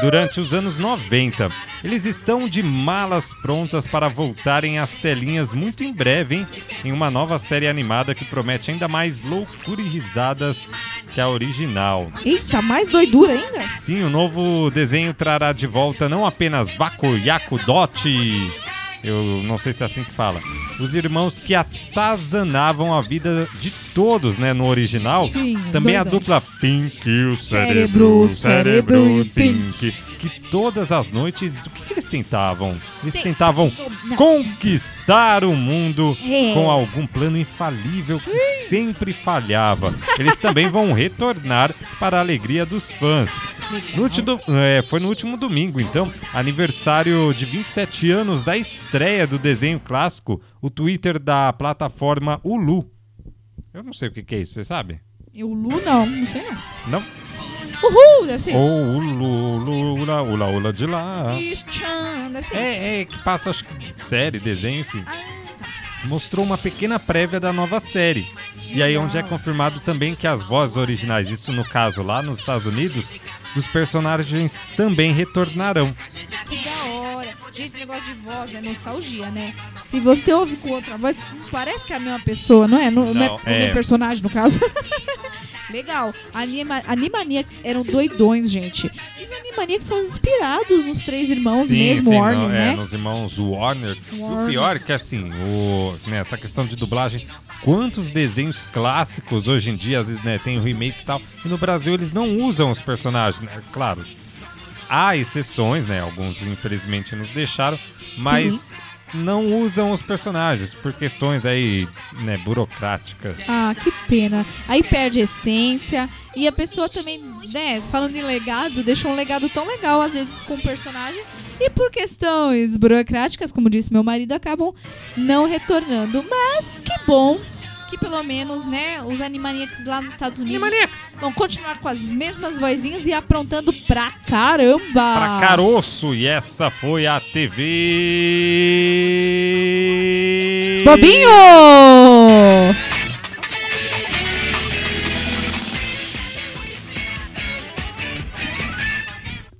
Speaker 1: durante os anos 90. Eles estão de malas prontas para voltarem às telinhas muito em breve, hein? Em uma nova série animada que promete ainda mais loucura e risadas que a original.
Speaker 2: Eita, tá mais doidura ainda?
Speaker 1: Sim, o novo desenho trará de volta não apenas Vaco Yaku Dot, eu não sei se é assim que fala, os irmãos que atazanavam a vida de todos, né, no original.
Speaker 2: Sim,
Speaker 1: Também a
Speaker 2: verdade.
Speaker 1: dupla Pink e o Cérebro,
Speaker 2: Cérebro, Cérebro e
Speaker 1: Pink. Que todas as noites, o que, que eles tentavam? Eles
Speaker 2: Tem-
Speaker 1: tentavam
Speaker 2: Não.
Speaker 1: conquistar o mundo
Speaker 2: É.
Speaker 1: com algum plano infalível que sempre falhava. Eles também vão retornar para a alegria dos fãs. No último, é, foi no último domingo, então, aniversário de 27 anos da estreia do desenho clássico, o Twitter da plataforma Hulu. Eu não sei o que, que é isso, você sabe?
Speaker 2: Eu Lu, não, não sei não.
Speaker 1: Não?
Speaker 2: Uhul, deve ser isso.
Speaker 1: Ou Hulu, Hulu, Ula, Ula, Ula de lá.
Speaker 2: Isso, tchan, deve ser isso.
Speaker 1: É, é, que passa, acho que série, desenho, enfim.
Speaker 2: Ah, tá.
Speaker 1: Mostrou uma pequena prévia da nova série. E aí, onde é confirmado também que as vozes originais, isso no caso lá nos Estados Unidos, dos personagens também retornarão.
Speaker 2: Que da hora. Gente, esse negócio de voz é nostalgia, né? Se você ouve com outra voz, não parece que é a mesma pessoa, não é? Não, não, é-
Speaker 1: Não,
Speaker 2: não é
Speaker 1: é.
Speaker 2: personagem, no caso. Legal. Anima, Animaniacs eram doidões, gente. E os Animaniacs são inspirados nos três irmãos mesmo, Warner,
Speaker 1: não,
Speaker 2: né?
Speaker 1: é, nos irmãos Warner. E
Speaker 2: Warner.
Speaker 1: o pior é que, assim, o, né, essa questão de dublagem, quantos desenhos clássicos hoje em dia, às vezes, né, tem o remake e tal, e no Brasil eles não usam os personagens, né? Claro, há exceções, né? Alguns, infelizmente, nos deixaram, mas... Não usam os personagens por questões aí, né, burocráticas.
Speaker 2: Ah, que pena. Aí perde a essência. E a pessoa também, né, falando em legado, deixou um legado tão legal, às vezes, com o personagem. E por questões burocráticas, como disse meu marido, acabam não retornando. Mas que bom que pelo menos, né, os Animaniacs lá nos Estados Unidos vão continuar com as mesmas vozinhas e aprontando pra caramba.
Speaker 1: Pra caroço, e essa foi a TV.
Speaker 2: Bobinho!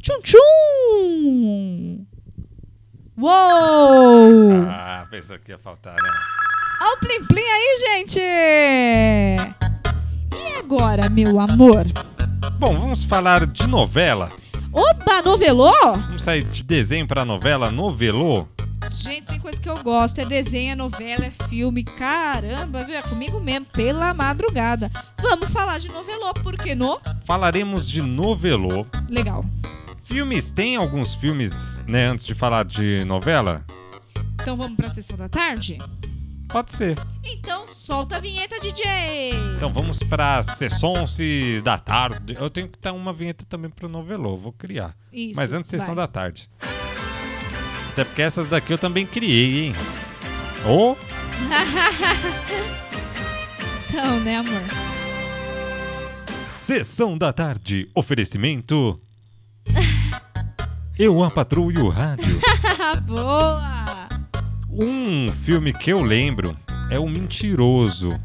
Speaker 2: Tchum tchum! Uou!
Speaker 1: Ah, pensou que ia faltar, né?
Speaker 2: Olha o Plim Plim aí, gente! E agora, meu amor?
Speaker 1: Bom, vamos falar de novela.
Speaker 2: Opa, novelô?
Speaker 1: Vamos sair de desenho pra novela, novelô.
Speaker 2: Gente, tem coisa que eu gosto. É desenho, é novela, é filme. Caramba, viu? É comigo mesmo, pela madrugada. Vamos falar de novelô, porque no...
Speaker 1: Falaremos de novelô.
Speaker 2: Legal.
Speaker 1: Filmes, tem alguns filmes, né, antes de falar de novela?
Speaker 2: Então vamos pra sessão da tarde?
Speaker 1: Pode ser.
Speaker 2: Então solta a vinheta, DJ!
Speaker 1: Então vamos pra sessões da tarde. Eu tenho que dar uma vinheta também pro novelô, vou criar.
Speaker 2: Isso,
Speaker 1: Mas antes, sessão
Speaker 2: vai.
Speaker 1: da tarde. Até porque essas daqui eu também criei, hein? Ô,
Speaker 2: então, né, amor?
Speaker 1: sessão da tarde, oferecimento... Eu apatrulho o rádio.
Speaker 2: Tá Boa!
Speaker 1: Um filme que eu lembro é O Mentiroso,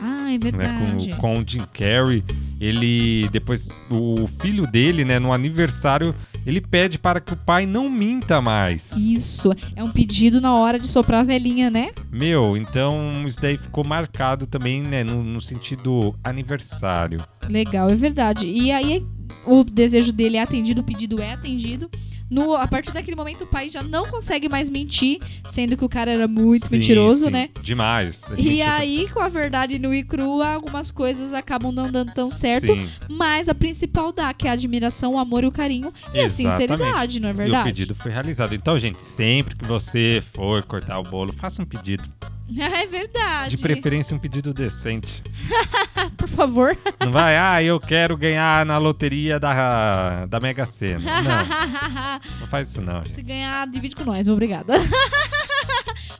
Speaker 2: Ah, é
Speaker 1: né,
Speaker 2: verdade.
Speaker 1: com, com o Jim Carrey. Ele depois o filho dele, né, no aniversário, ele pede para que o pai não minta mais.
Speaker 2: Isso, é um pedido na hora de soprar a velhinha, né?
Speaker 1: Meu, então isso daí ficou marcado também, né, no, no sentido aniversário.
Speaker 2: Legal, é verdade. E aí o desejo dele é atendido, o pedido é atendido. No, a partir daquele momento o pai já não consegue mais mentir, sendo que o cara era muito
Speaker 1: Sim,
Speaker 2: mentiroso,
Speaker 1: sim,
Speaker 2: né?
Speaker 1: Demais.
Speaker 2: E aí, com a verdade nua e crua, algumas coisas acabam não dando tão certo.
Speaker 1: Sim.
Speaker 2: Mas a principal dá, que é a admiração, o amor e o carinho. E a
Speaker 1: Exatamente.
Speaker 2: sinceridade, não é
Speaker 1: E o
Speaker 2: verdade?
Speaker 1: pedido foi realizado. Então, gente, sempre que você for cortar o bolo, faça um pedido.
Speaker 2: é verdade.
Speaker 1: De preferência, um pedido decente.
Speaker 2: Por favor.
Speaker 1: Não vai, ah, eu quero ganhar na loteria da, da Mega Sena. Não, não faz isso não, gente.
Speaker 2: Se ganhar, divide com nós. Obrigada.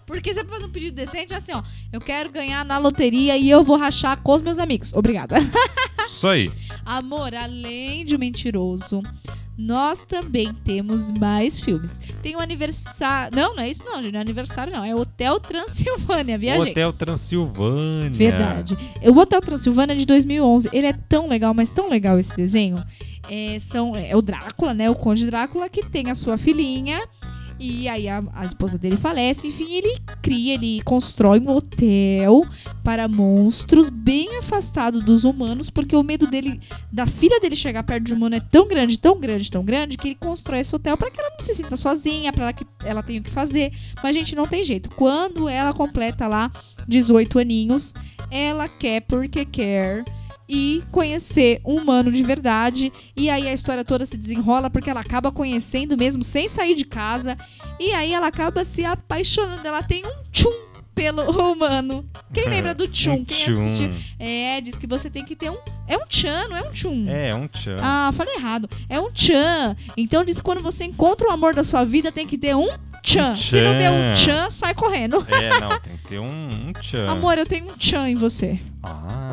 Speaker 2: Porque você faz um pedido decente, é assim, ó. Eu quero ganhar na loteria e eu vou rachar com os meus amigos. Obrigada.
Speaker 1: Isso aí.
Speaker 2: Amor, além de o mentiroso, nós também temos mais filmes. Tem o aniversário. Não, não é isso, não, gente. Não é aniversário, não. É Hotel Transilvânia. Viajei.
Speaker 1: Hotel Transilvânia.
Speaker 2: Verdade. O Hotel Transilvânia é de 2011. Ele é tão legal, mas tão legal esse desenho. É, são, é o Drácula, né? O Conde Drácula que tem a sua filhinha. E aí a, a esposa dele falece. Enfim, ele cria, ele constrói um hotel para monstros bem afastado dos humanos, porque o medo dele, da filha dele chegar perto de humano é tão grande, tão grande, tão grande, que ele constrói esse hotel para que ela não se sinta sozinha, para que ela tenha o que fazer. Mas, gente, não tem jeito. Quando ela completa lá 18 aninhos, ela quer porque quer e conhecer um humano de verdade. E aí a história toda se desenrola porque ela acaba conhecendo mesmo sem sair de casa. E aí ela acaba se apaixonando. Ela tem um tchum pelo humano. Quem lembra do tchum?
Speaker 1: Um
Speaker 2: Quem
Speaker 1: tchum.
Speaker 2: assistiu? É, diz que você tem que ter um. É um tchan, não é um tchum.
Speaker 1: É, é um tchan.
Speaker 2: Ah, falei errado. É um tchan. Então diz que quando você encontra o amor da sua vida, tem que ter um tchan.
Speaker 1: Um
Speaker 2: Se não der um
Speaker 1: tchan.
Speaker 2: tchan, sai correndo.
Speaker 1: É, não, tem que ter um, um tchan.
Speaker 2: Amor, eu tenho um tchan em você.
Speaker 1: Ah,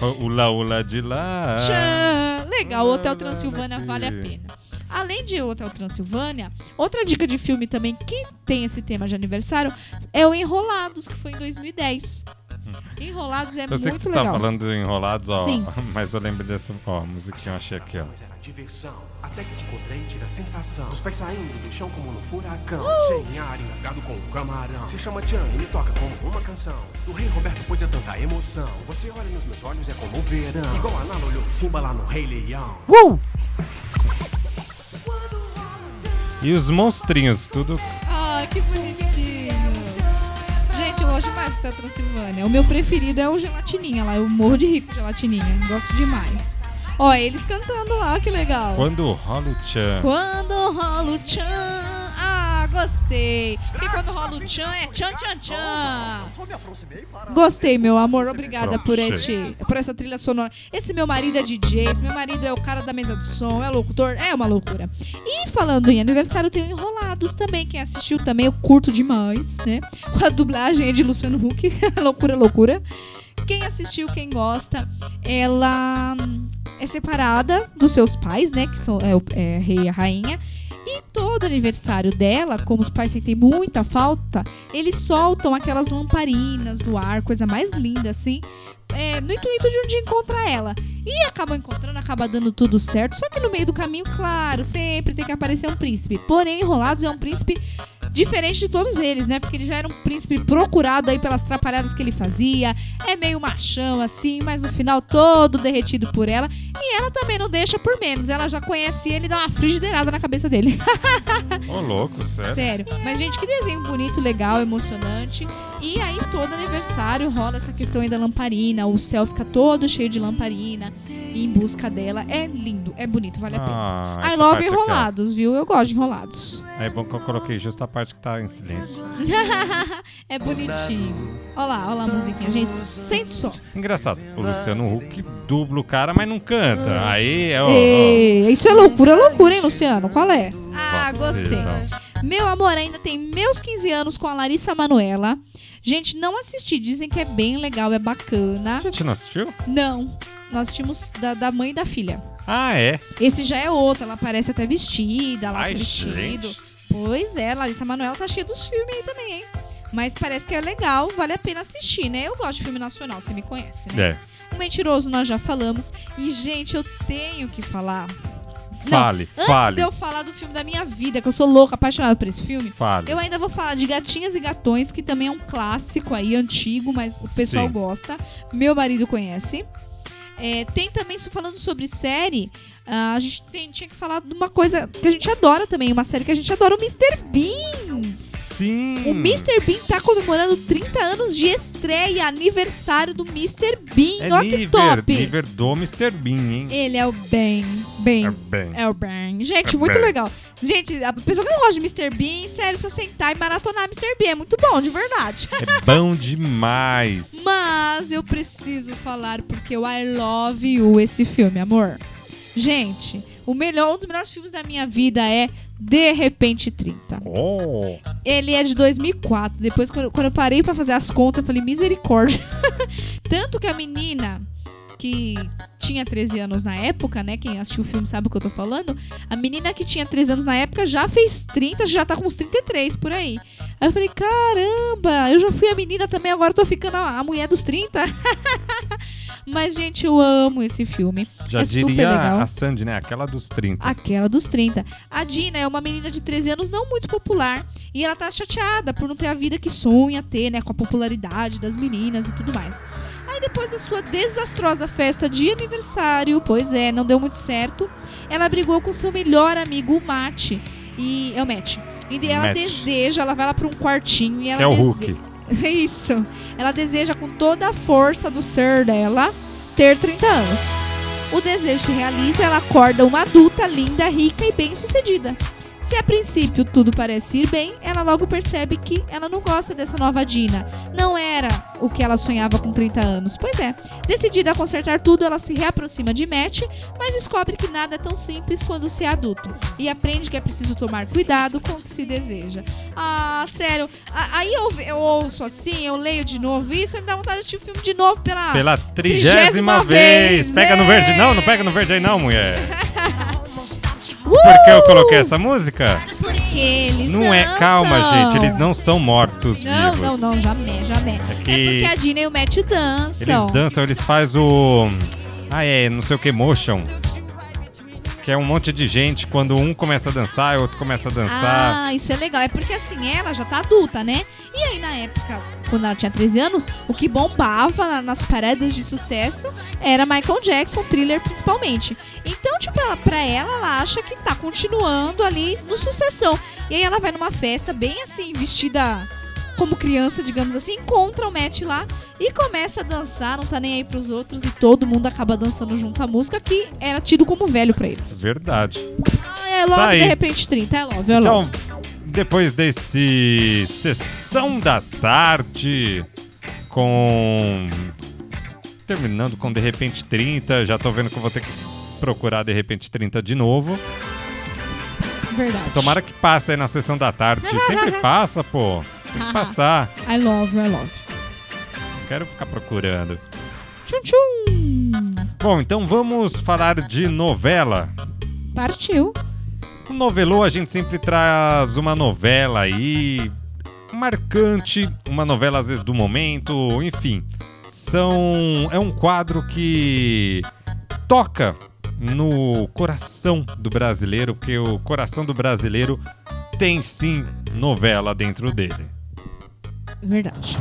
Speaker 1: é um, é um, o lá, o lá de lá.
Speaker 2: Tchan! Legal, Hotel Transilvânia vale a pena. Além de Hotel Transilvânia, outra dica de filme também que tem esse tema de aniversário é o Enrolados, que foi em 2010. Enrolados é
Speaker 1: Hum. Eu sei que
Speaker 2: muito
Speaker 1: você
Speaker 2: legal.
Speaker 1: tá falando enrolados, ó.
Speaker 2: Sim.
Speaker 1: Mas eu lembro dessa. Ó, a musiquinha eu achei aqui, ó.
Speaker 12: Mas era diversão. Até que te encontrei e tive a sensação dos pés saindo do chão como no furacão.
Speaker 2: Uh!
Speaker 12: Sem ar, engasgado com um camarão. Se chama Tchan e me toca como uma canção. Do rei Roberto, pois é tanta emoção. Você olha nos meus olhos, é como o verão. Igual a Nala olhou Simba lá no Rei Leão.
Speaker 1: Uh! E os monstrinhos, tudo.
Speaker 2: Ah, que bonitinho. Gente, eu gosto demais do Hotel Transilvânia. O meu preferido é o Gelatininha lá. Eu morro de rico Gelatininha. Gosto demais. Ó, eles cantando lá, que legal.
Speaker 1: Quando rola o tchan.
Speaker 2: Quando rola o tchan. Ah, gostei. Porque quando rola o tchan é tchan, tchan, tchan. Gostei, meu amor. Obrigada
Speaker 13: Pronto,
Speaker 2: por,
Speaker 13: chega.
Speaker 2: este, por essa trilha sonora. Esse meu marido é DJ, esse meu marido é o cara da mesa de som, é locutor, é uma loucura. E falando em aniversário, tem o Enrolados também. Quem assistiu também, eu curto demais, né? A dublagem é de Luciano Huck. É loucura, loucura. Quem assistiu, quem gosta, ela hum, é separada dos seus pais, né? Que são é, o- é, rei e a rainha. E todo aniversário dela, como os pais sentem muita falta, eles soltam aquelas lamparinas do ar, coisa mais linda assim, é, no intuito de um dia encontrar ela. E acabam encontrando, acaba dando tudo certo, só que no meio do caminho, claro, sempre tem que aparecer um príncipe. Porém, Enrolados é um príncipe diferente de todos eles, né? Porque ele já era um príncipe procurado aí pelas trapalhadas que ele fazia, é meio machão assim, mas no final todo derretido por ela. E ela também não deixa por menos, ela já conhece ele e dá uma frigideirada na cabeça dele.
Speaker 1: Ô, louco, sério.
Speaker 2: Sério. Mas, gente, que desenho bonito, legal, emocionante. E aí, todo aniversário rola essa questão aí da lamparina. O céu fica todo cheio de lamparina e em busca dela. É lindo, é bonito, vale a pena.
Speaker 1: Ah,
Speaker 2: I
Speaker 1: essa
Speaker 2: love
Speaker 1: parte aqui, ó.
Speaker 2: enrolados, viu? Eu gosto de enrolados.
Speaker 1: É bom que eu coloquei justo a parte que tá em silêncio.
Speaker 2: é bonitinho. Olha lá, olha lá a musiquinha, gente. Sente só.
Speaker 1: Engraçado, o Luciano Huck dubla o cara, mas não canta. Aí é o.
Speaker 2: Ei, isso é loucura, loucura, hein, Luciano? Qual é? Ah,
Speaker 1: gostei.
Speaker 2: Meu amor, ainda tem meus 15 anos com a Larissa Manuela. Gente, não assisti, dizem que é bem legal, é bacana.
Speaker 1: A gente não assistiu?
Speaker 2: Não, nós tínhamos da, da mãe e da filha.
Speaker 1: Ah, é.
Speaker 2: Esse já é outro, ela parece até vestida, lá
Speaker 1: Ai,
Speaker 2: com vestido.
Speaker 1: gente.
Speaker 2: Pois é, Larissa Manoela tá cheia dos filmes aí também, hein? Mas parece que é legal, vale a pena assistir, né? Eu gosto de filme nacional, você me conhece, né?
Speaker 1: É.
Speaker 2: O Mentiroso nós já falamos. E, gente, eu tenho que falar.
Speaker 1: Fale,
Speaker 2: Não,
Speaker 1: fale.
Speaker 2: Antes de eu falar do filme da minha vida, que eu sou louca, apaixonada por esse filme,
Speaker 1: Fale.
Speaker 2: eu ainda vou falar de Gatinhas e Gatões, que também é um clássico aí, antigo, mas o pessoal
Speaker 1: Sim.
Speaker 2: gosta. Meu marido conhece. É, tem também, so- falando sobre série, ah, a gente tem- tinha que falar de uma coisa que a gente adora também, uma série que a gente adora, o Mr. Bean.
Speaker 1: Sim.
Speaker 2: O Mr. Bean tá comemorando 30 anos de estreia, aniversário do Mr. Bean.
Speaker 1: É
Speaker 2: Olha que
Speaker 1: nível,
Speaker 2: top.
Speaker 1: nível do Mr. Bean, hein?
Speaker 2: Ele é o Ben. Ben.
Speaker 1: É Ben.
Speaker 2: É o Ben. Gente,
Speaker 1: É
Speaker 2: muito
Speaker 1: Ben.
Speaker 2: legal. Gente, a pessoa que não gosta de Mr. Bean, sério, precisa sentar e maratonar Mr. Bean. É muito bom, de verdade.
Speaker 1: É bom demais.
Speaker 2: Mas eu preciso falar porque o I Love You, esse filme, amor. Gente, o melhor, um dos melhores filmes da minha vida é De Repente 30.
Speaker 1: Oh.
Speaker 2: Ele é de 2004. Depois, quando, quando eu parei pra fazer as contas, eu falei, misericórdia. Tanto que a menina que tinha 13 anos na época, né? Quem assistiu o filme sabe o que eu tô falando. A menina que tinha 13 anos na época já fez 30, já tá com uns 33 por aí. Aí eu falei, caramba, eu já fui a menina também, agora eu tô ficando a, a mulher dos 30. Mas, gente, eu amo esse filme.
Speaker 1: Já
Speaker 2: é super legal.
Speaker 1: diria a Sandy, né? Aquela dos 30.
Speaker 2: Aquela dos 30. A Dina é uma menina de 13 anos não muito popular e ela tá chateada por não ter a vida que sonha ter, né, com a popularidade das meninas e tudo mais. Aí depois da sua desastrosa festa de aniversário, pois é, não deu muito certo, ela brigou com seu melhor amigo, o Mate, e é o Matt. E ela
Speaker 1: Matt.
Speaker 2: deseja, ela vai lá pra um quartinho e ela
Speaker 1: Que é o
Speaker 2: dese-
Speaker 1: Hulk.
Speaker 2: É isso. Ela deseja com toda a força do ser dela ter 30 anos. O desejo se realiza e ela acorda uma adulta linda, rica e bem-sucedida. Se a princípio tudo parece ir bem, ela logo percebe que ela não gosta dessa nova Dina. Não era o que ela sonhava com 30 anos. Pois é. Decidida a consertar tudo, ela se reaproxima de Matt, mas descobre que nada é tão simples quando se é adulto. E aprende que é preciso tomar cuidado com o que se deseja. Ah, sério. A- Aí eu, eu ouço assim, eu leio de novo isso e me dá vontade de assistir o filme de novo pela...
Speaker 1: Pela trigésima vez. Pega no verde. Não, não pega no verde aí não, mulher. Por que eu coloquei essa música?
Speaker 2: Uh! É Porque eles
Speaker 1: Não é, calma,
Speaker 2: são.
Speaker 1: gente. Eles não são mortos
Speaker 2: Não,
Speaker 1: vivos.
Speaker 2: não, não, jamais, jamais.
Speaker 1: É que
Speaker 2: É porque a Dina e o Matt dançam.
Speaker 1: eles dançam, eles fazem o. Ah, é, não sei o que, motion. Que é um monte de gente. Quando um começa a dançar, o outro começa a dançar.
Speaker 2: Ah, isso é legal. É porque assim, ela já tá adulta, né? E aí na época, quando ela tinha 13 anos, o que bombava na- nas paradas de sucesso era Michael Jackson, thriller principalmente. Então, tipo, ela, pra ela, ela acha que tá continuando ali no sucessão. E aí ela vai numa festa bem assim, vestida como criança, digamos assim, encontra o Matt lá e começa a dançar, não tá nem aí pros outros, e todo mundo acaba dançando junto à música, que era tido como velho pra eles.
Speaker 1: Verdade.
Speaker 2: Ah, é Love,
Speaker 1: Tá aí.
Speaker 2: de repente 30, é Love, é Love.
Speaker 1: Então, depois desse sessão da tarde com terminando com de repente 30, já tô vendo que eu vou ter que procurar de repente 30 de novo.
Speaker 2: Verdade.
Speaker 1: Então, Tomara que passe aí na sessão da tarde. Sempre passa, pô. Tem que passar.
Speaker 2: I love, I love.
Speaker 1: Não quero ficar procurando.
Speaker 2: Tchum, tchum.
Speaker 1: Bom, então vamos falar de novela.
Speaker 2: Partiu.
Speaker 1: O novelô a gente sempre traz uma novela aí marcante, uma novela às vezes do momento, enfim. São é um quadro que toca no coração do brasileiro, porque o coração do brasileiro tem sim novela dentro dele.
Speaker 2: Verdade.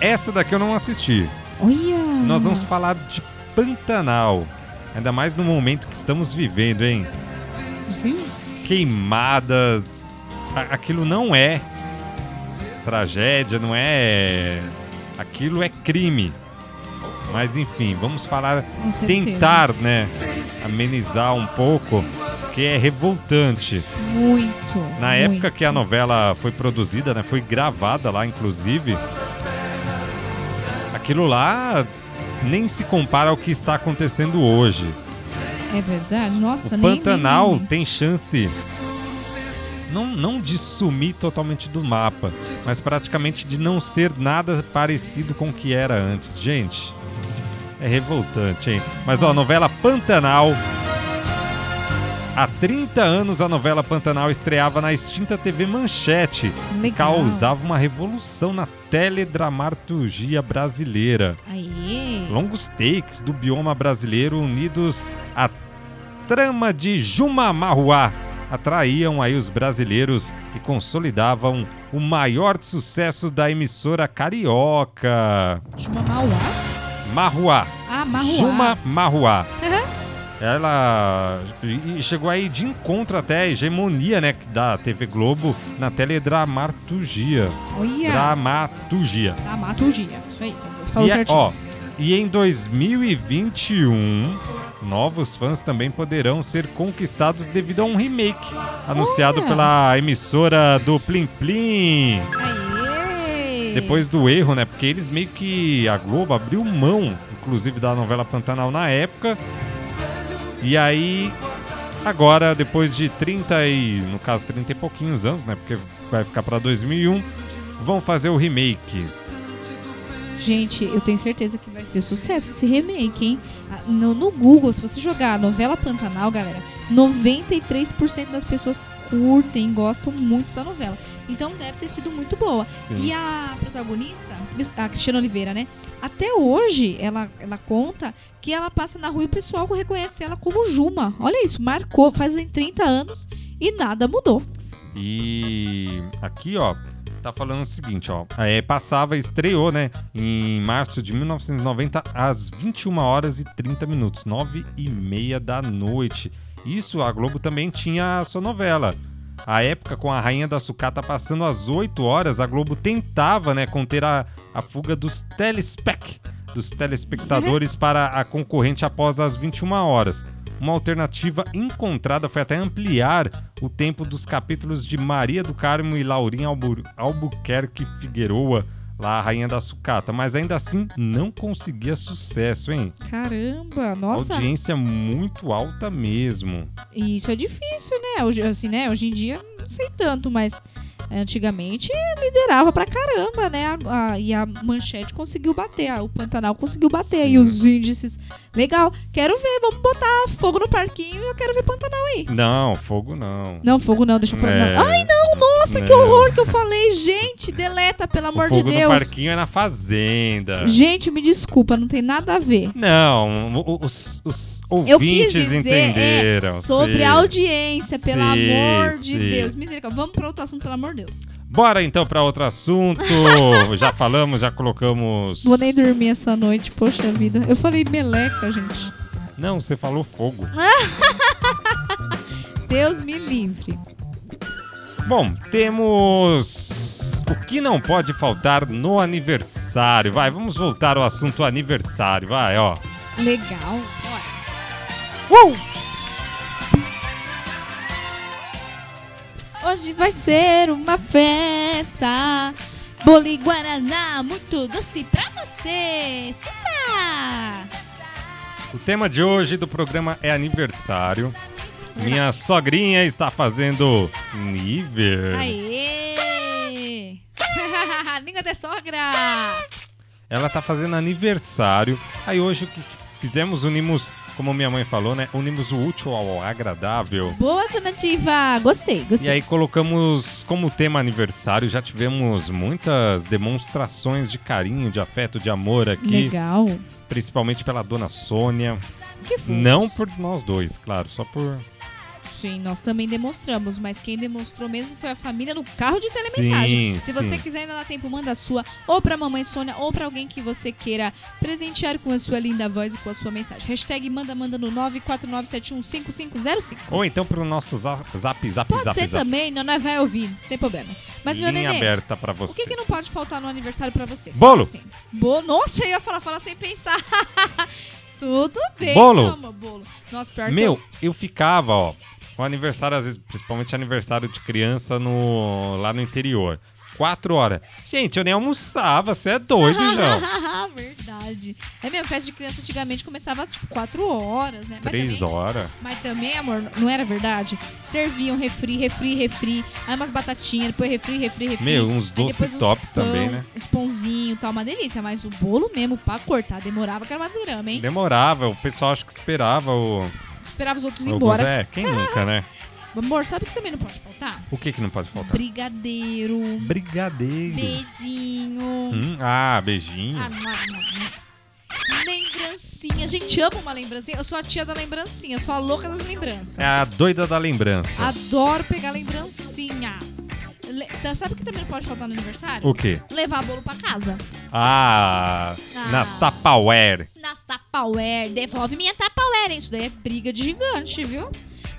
Speaker 1: Essa daqui eu não assisti.
Speaker 2: Olha.
Speaker 1: Nós vamos falar de Pantanal. Ainda mais no momento que estamos vivendo, hein? Queimadas. A- Aquilo não é tragédia, não é. Aquilo é crime. Mas enfim, vamos falar.
Speaker 2: Com certeza.
Speaker 1: Tentar, né? Amenizar um pouco, que é revoltante.
Speaker 2: Muito.
Speaker 1: Na
Speaker 2: muito.
Speaker 1: época que a novela foi produzida, né? Foi gravada lá, inclusive. Aquilo lá nem se compara ao que está acontecendo hoje.
Speaker 2: É verdade. Nossa,
Speaker 1: o
Speaker 2: nem. nem-
Speaker 1: Pantanal
Speaker 2: nem-
Speaker 1: tem chance não, não de sumir totalmente do mapa, mas praticamente de não ser nada parecido com o que era antes. Gente, é revoltante, hein? Mas ó, a novela Pantanal. Há 30 anos a novela Pantanal estreava na extinta TV Manchete e
Speaker 2: Legal.
Speaker 1: causava uma revolução na teledramaturgia brasileira.
Speaker 2: Aê.
Speaker 1: Longos takes do bioma brasileiro unidos à trama de Jumamarruá atraíam aí os brasileiros e consolidavam o maior sucesso da emissora carioca.
Speaker 2: Juma Mauá.
Speaker 1: Marruá.
Speaker 2: Ah, Marruá.
Speaker 1: Juma Marruá.
Speaker 2: Aham.
Speaker 1: Ela e- e chegou aí de encontro até à hegemonia né, da TV Globo na teledramaturgia.
Speaker 2: Olha.
Speaker 1: Dramaturgia.
Speaker 2: Da Maturgia. Isso aí. então, Você falou
Speaker 1: e, a-
Speaker 2: certinho.
Speaker 1: Ó, e em 2021, novos fãs também poderão ser conquistados devido a um remake anunciado
Speaker 2: Olha!
Speaker 1: pela emissora do Plim Plim.
Speaker 2: Aê.
Speaker 1: Depois do erro, né? Porque eles meio que. A Globo abriu mão, inclusive, da novela Pantanal na época. E aí. Agora, depois de 30 e. No caso, 30 e pouquinhos anos, né? Porque vai ficar pra 2001. Vão fazer o remake.
Speaker 2: Gente, eu tenho certeza que vai ser sucesso esse remake, hein? Ah, No, no Google, se você jogar a novela Pantanal, galera, 93% das pessoas curtem, gostam muito da novela. Então deve ter sido muito boa.
Speaker 1: Sim.
Speaker 2: E a protagonista, a Cristina Oliveira, né? Até hoje, ela, ela conta que ela passa na rua e o pessoal reconhece ela como Juma. Olha isso, marcou, fazem 30 anos e nada mudou.
Speaker 1: E aqui, ó, tá falando o seguinte, ó. É, passava, estreou, né, em março de 1990, às 21 horas e 30 minutos, 9 e meia da noite. Isso, a Globo também tinha a sua novela. À época, com a Rainha da Sucata passando às 8 horas, a Globo tentava né, conter a, a fuga dos telespec, dos telespectadores para a concorrente após as 21 horas. Uma alternativa encontrada foi até ampliar o tempo dos capítulos de Maria do Carmo e Laurinha Albu- Albuquerque Figueroa, lá a Rainha da Sucata, mas ainda assim não conseguia sucesso, hein?
Speaker 2: Caramba, nossa.
Speaker 1: Audiência muito alta mesmo.
Speaker 2: E isso é difícil, né? Hoje, assim, né? Hoje em dia, não sei tanto, mas é, antigamente liderava pra caramba, né? A- a- e a Manchete conseguiu bater, a- o Pantanal conseguiu bater. E os índices. Legal, quero ver, vamos botar fogo no parquinho e eu quero ver Pantanal aí.
Speaker 1: Não, fogo não.
Speaker 2: Não, fogo não, deixa pra.
Speaker 1: É.
Speaker 2: não. Ai, não, nossa, que
Speaker 1: Não.
Speaker 2: horror que eu falei. Gente, deleta, pelo amor
Speaker 1: fogo
Speaker 2: de
Speaker 1: no
Speaker 2: Deus.
Speaker 1: parquinho é na fazenda.
Speaker 2: Gente, me desculpa, não tem nada a ver.
Speaker 1: Não, o- o- os, os
Speaker 2: Eu quis
Speaker 1: ouvintes
Speaker 2: dizer é,
Speaker 1: entenderam.
Speaker 2: sobre
Speaker 1: sim.
Speaker 2: a audiência, pelo
Speaker 1: Sim,
Speaker 2: amor de
Speaker 1: sim.
Speaker 2: Deus. Misericórdia. Vamos para outro assunto, pelo amor de Deus.
Speaker 1: Bora então para outro assunto. já falamos, já colocamos.
Speaker 2: Vou nem dormir essa noite, poxa vida. Eu falei meleca, gente.
Speaker 1: Não, você falou fogo.
Speaker 2: Deus me livre.
Speaker 1: Bom, temos o que não pode faltar no aniversário. Vai, vamos voltar ao assunto aniversário. Vai, ó.
Speaker 2: Legal.
Speaker 1: Uou!
Speaker 2: Hoje vai ser uma festa. Boli Guaraná, muito doce pra você. Sussa!
Speaker 1: O tema de hoje do programa é aniversário. Minha sogrinha está fazendo nível.
Speaker 2: Aê! Língua da sogra!
Speaker 1: Ela tá fazendo aniversário. Aí hoje o que fizemos? Unimos, como minha mãe falou, né? Unimos o útil ao agradável.
Speaker 2: Boa alternativa! Gostei,
Speaker 1: E
Speaker 2: gostei.
Speaker 1: aí colocamos como tema aniversário, já tivemos muitas demonstrações de carinho, de afeto, de amor aqui.
Speaker 2: Legal.
Speaker 1: Principalmente pela dona Sônia.
Speaker 2: Que fofos.
Speaker 1: Não por nós dois, claro, só por.
Speaker 2: Sim, nós também demonstramos, mas quem demonstrou mesmo foi a família no carro de telemensagem.
Speaker 1: Sim,
Speaker 2: Se
Speaker 1: sim.
Speaker 2: você quiser ainda dá tempo, manda a sua ou pra mamãe Sônia ou pra alguém que você queira presentear com a sua linda voz e com a sua mensagem. Hashtag manda manda no 949715505.
Speaker 1: Ou então pro nosso zap zap zap
Speaker 2: Pode
Speaker 1: zap.
Speaker 2: ser
Speaker 1: zap.
Speaker 2: também, não, não vai ouvir, não tem problema. Mas meu
Speaker 1: Linha
Speaker 2: neném,
Speaker 1: aberta pra
Speaker 2: o
Speaker 1: você.
Speaker 2: que, que não pode faltar no aniversário pra você?
Speaker 1: Bolo!
Speaker 2: Fala assim. Bo- Nossa, eu ia falar, falar sem pensar. Tudo bem,
Speaker 1: Bolo!
Speaker 2: meu amor, bolo. Nossa, pior que
Speaker 1: Meu, eu ficava, ó. O aniversário, às vezes, principalmente aniversário de criança no, lá no interior. Quatro horas. Gente, eu nem almoçava, você é doido, João.
Speaker 2: Verdade. É mesmo, festa de criança antigamente começava tipo 4 horas, né? Mas
Speaker 1: Três
Speaker 2: também,
Speaker 1: horas.
Speaker 2: mas também, amor, não era verdade? Serviam refri, refri, refri, aí umas batatinhas, depois refri, refri, refri.
Speaker 1: Meu, uns
Speaker 2: aí
Speaker 1: doce
Speaker 2: depois uns
Speaker 1: top também, né?
Speaker 2: Uns pãozinhos e tal, uma delícia. Mas o bolo mesmo, pra cortar, demorava que era uma desgrama, hein?
Speaker 1: Demorava, o pessoal acho que esperava o.
Speaker 2: Esperava os outros ir
Speaker 1: Alguns,
Speaker 2: embora.
Speaker 1: é, quem nunca, né?
Speaker 2: Amor, sabe o que também não pode faltar?
Speaker 1: O que que não pode faltar? Hum.
Speaker 2: Brigadeiro,
Speaker 1: Brigadeiro.
Speaker 2: beijinho.
Speaker 1: Hum, ah, beijinho.
Speaker 2: Ah, mua, mua, mua. Lembrancinha. A gente ama uma lembrancinha. Eu sou a tia da lembrancinha. Sou a louca das lembranças.
Speaker 1: É a doida da lembrança.
Speaker 2: Adoro pegar lembrancinha. Le- tá, Sabe o que também não pode faltar no aniversário?
Speaker 1: O quê?
Speaker 2: Levar bolo pra casa.
Speaker 1: Ah,
Speaker 2: Ah.
Speaker 1: nas Tupperware.
Speaker 2: Nas Tupperware. Devolve minha Tupperware. hein? Isso daí é briga de gigante, viu?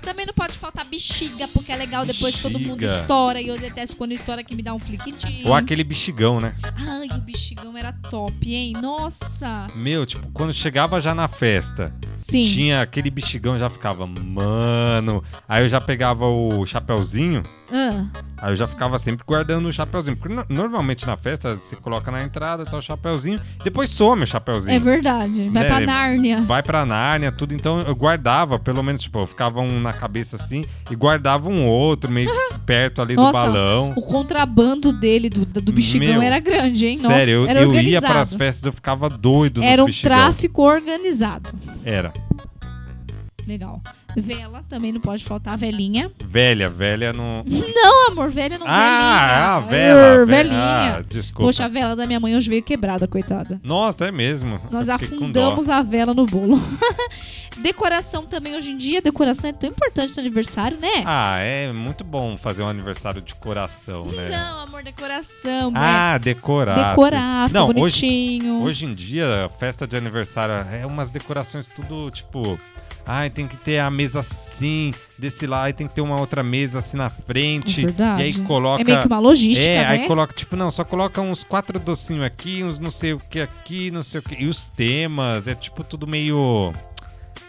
Speaker 2: Também não pode faltar bexiga, porque é legal depois que todo mundo
Speaker 1: Bexiga.
Speaker 2: estoura. E eu detesto quando estoura que me dá um fliquitinho.
Speaker 1: Ou aquele bexigão, né?
Speaker 2: Ai, o bexigão era top, hein? Nossa!
Speaker 1: Meu, tipo, quando chegava já na festa,
Speaker 2: Sim.
Speaker 1: tinha aquele bexigão, já ficava, mano. Aí eu já pegava o chapeuzinho,
Speaker 2: Ah,
Speaker 1: aí eu já ficava sempre guardando o chapeuzinho. Porque no- normalmente na festa você coloca na entrada, tá o chapeuzinho, depois some o chapeuzinho.
Speaker 2: é verdade. Vai
Speaker 1: Né?
Speaker 2: pra Nárnia.
Speaker 1: Vai pra Nárnia, tudo. Então eu guardava, pelo menos, tipo, eu ficava um na cabeça assim e guardava um outro meio que perto ali do
Speaker 2: Nossa,
Speaker 1: balão.
Speaker 2: O contrabando dele, do, do bexigão,
Speaker 1: Então, Meu,
Speaker 2: era grande, hein? Nossa,
Speaker 1: Sério, eu-
Speaker 2: era
Speaker 1: eu, ia
Speaker 2: organizado.
Speaker 1: pras festas, eu ficava doido
Speaker 2: Era
Speaker 1: nos
Speaker 2: um
Speaker 1: bexigão.
Speaker 2: tráfico organizado.
Speaker 1: Era.
Speaker 2: Legal. Vela também não pode faltar. Velhinha.
Speaker 1: Velha, velha não.
Speaker 2: Não, amor, velha não
Speaker 1: ah, ah,
Speaker 2: velhinha.
Speaker 1: vela,
Speaker 2: Arr,
Speaker 1: velhinha.
Speaker 2: velhinha.
Speaker 1: desculpa.
Speaker 2: Poxa, a vela da minha mãe hoje veio quebrada, coitada.
Speaker 1: Nossa, é mesmo.
Speaker 2: Nós
Speaker 1: Eu fiquei com dó.
Speaker 2: afundamos a vela no bolo. decoração também hoje em dia, decoração é tão importante no aniversário, né?
Speaker 1: Ah, é muito bom fazer um aniversário de coração, né?
Speaker 2: Não, Então, amor, decoração, né?
Speaker 1: Ah, decorar.
Speaker 2: Decorar,
Speaker 1: sim.
Speaker 2: fica
Speaker 1: Não,
Speaker 2: bonitinho.
Speaker 1: Hoje, hoje em dia, festa de aniversário é umas decorações tudo, tipo, Ai, tem que ter a mesa assim, desse lado, aí tem que ter uma outra mesa assim na frente.
Speaker 2: É verdade.
Speaker 1: E aí coloca.
Speaker 2: É meio que uma logística,
Speaker 1: É, aí
Speaker 2: né?
Speaker 1: coloca, tipo, não, só coloca uns quatro docinhos aqui, uns não sei o que aqui, não sei o que. E os temas, é tipo tudo meio.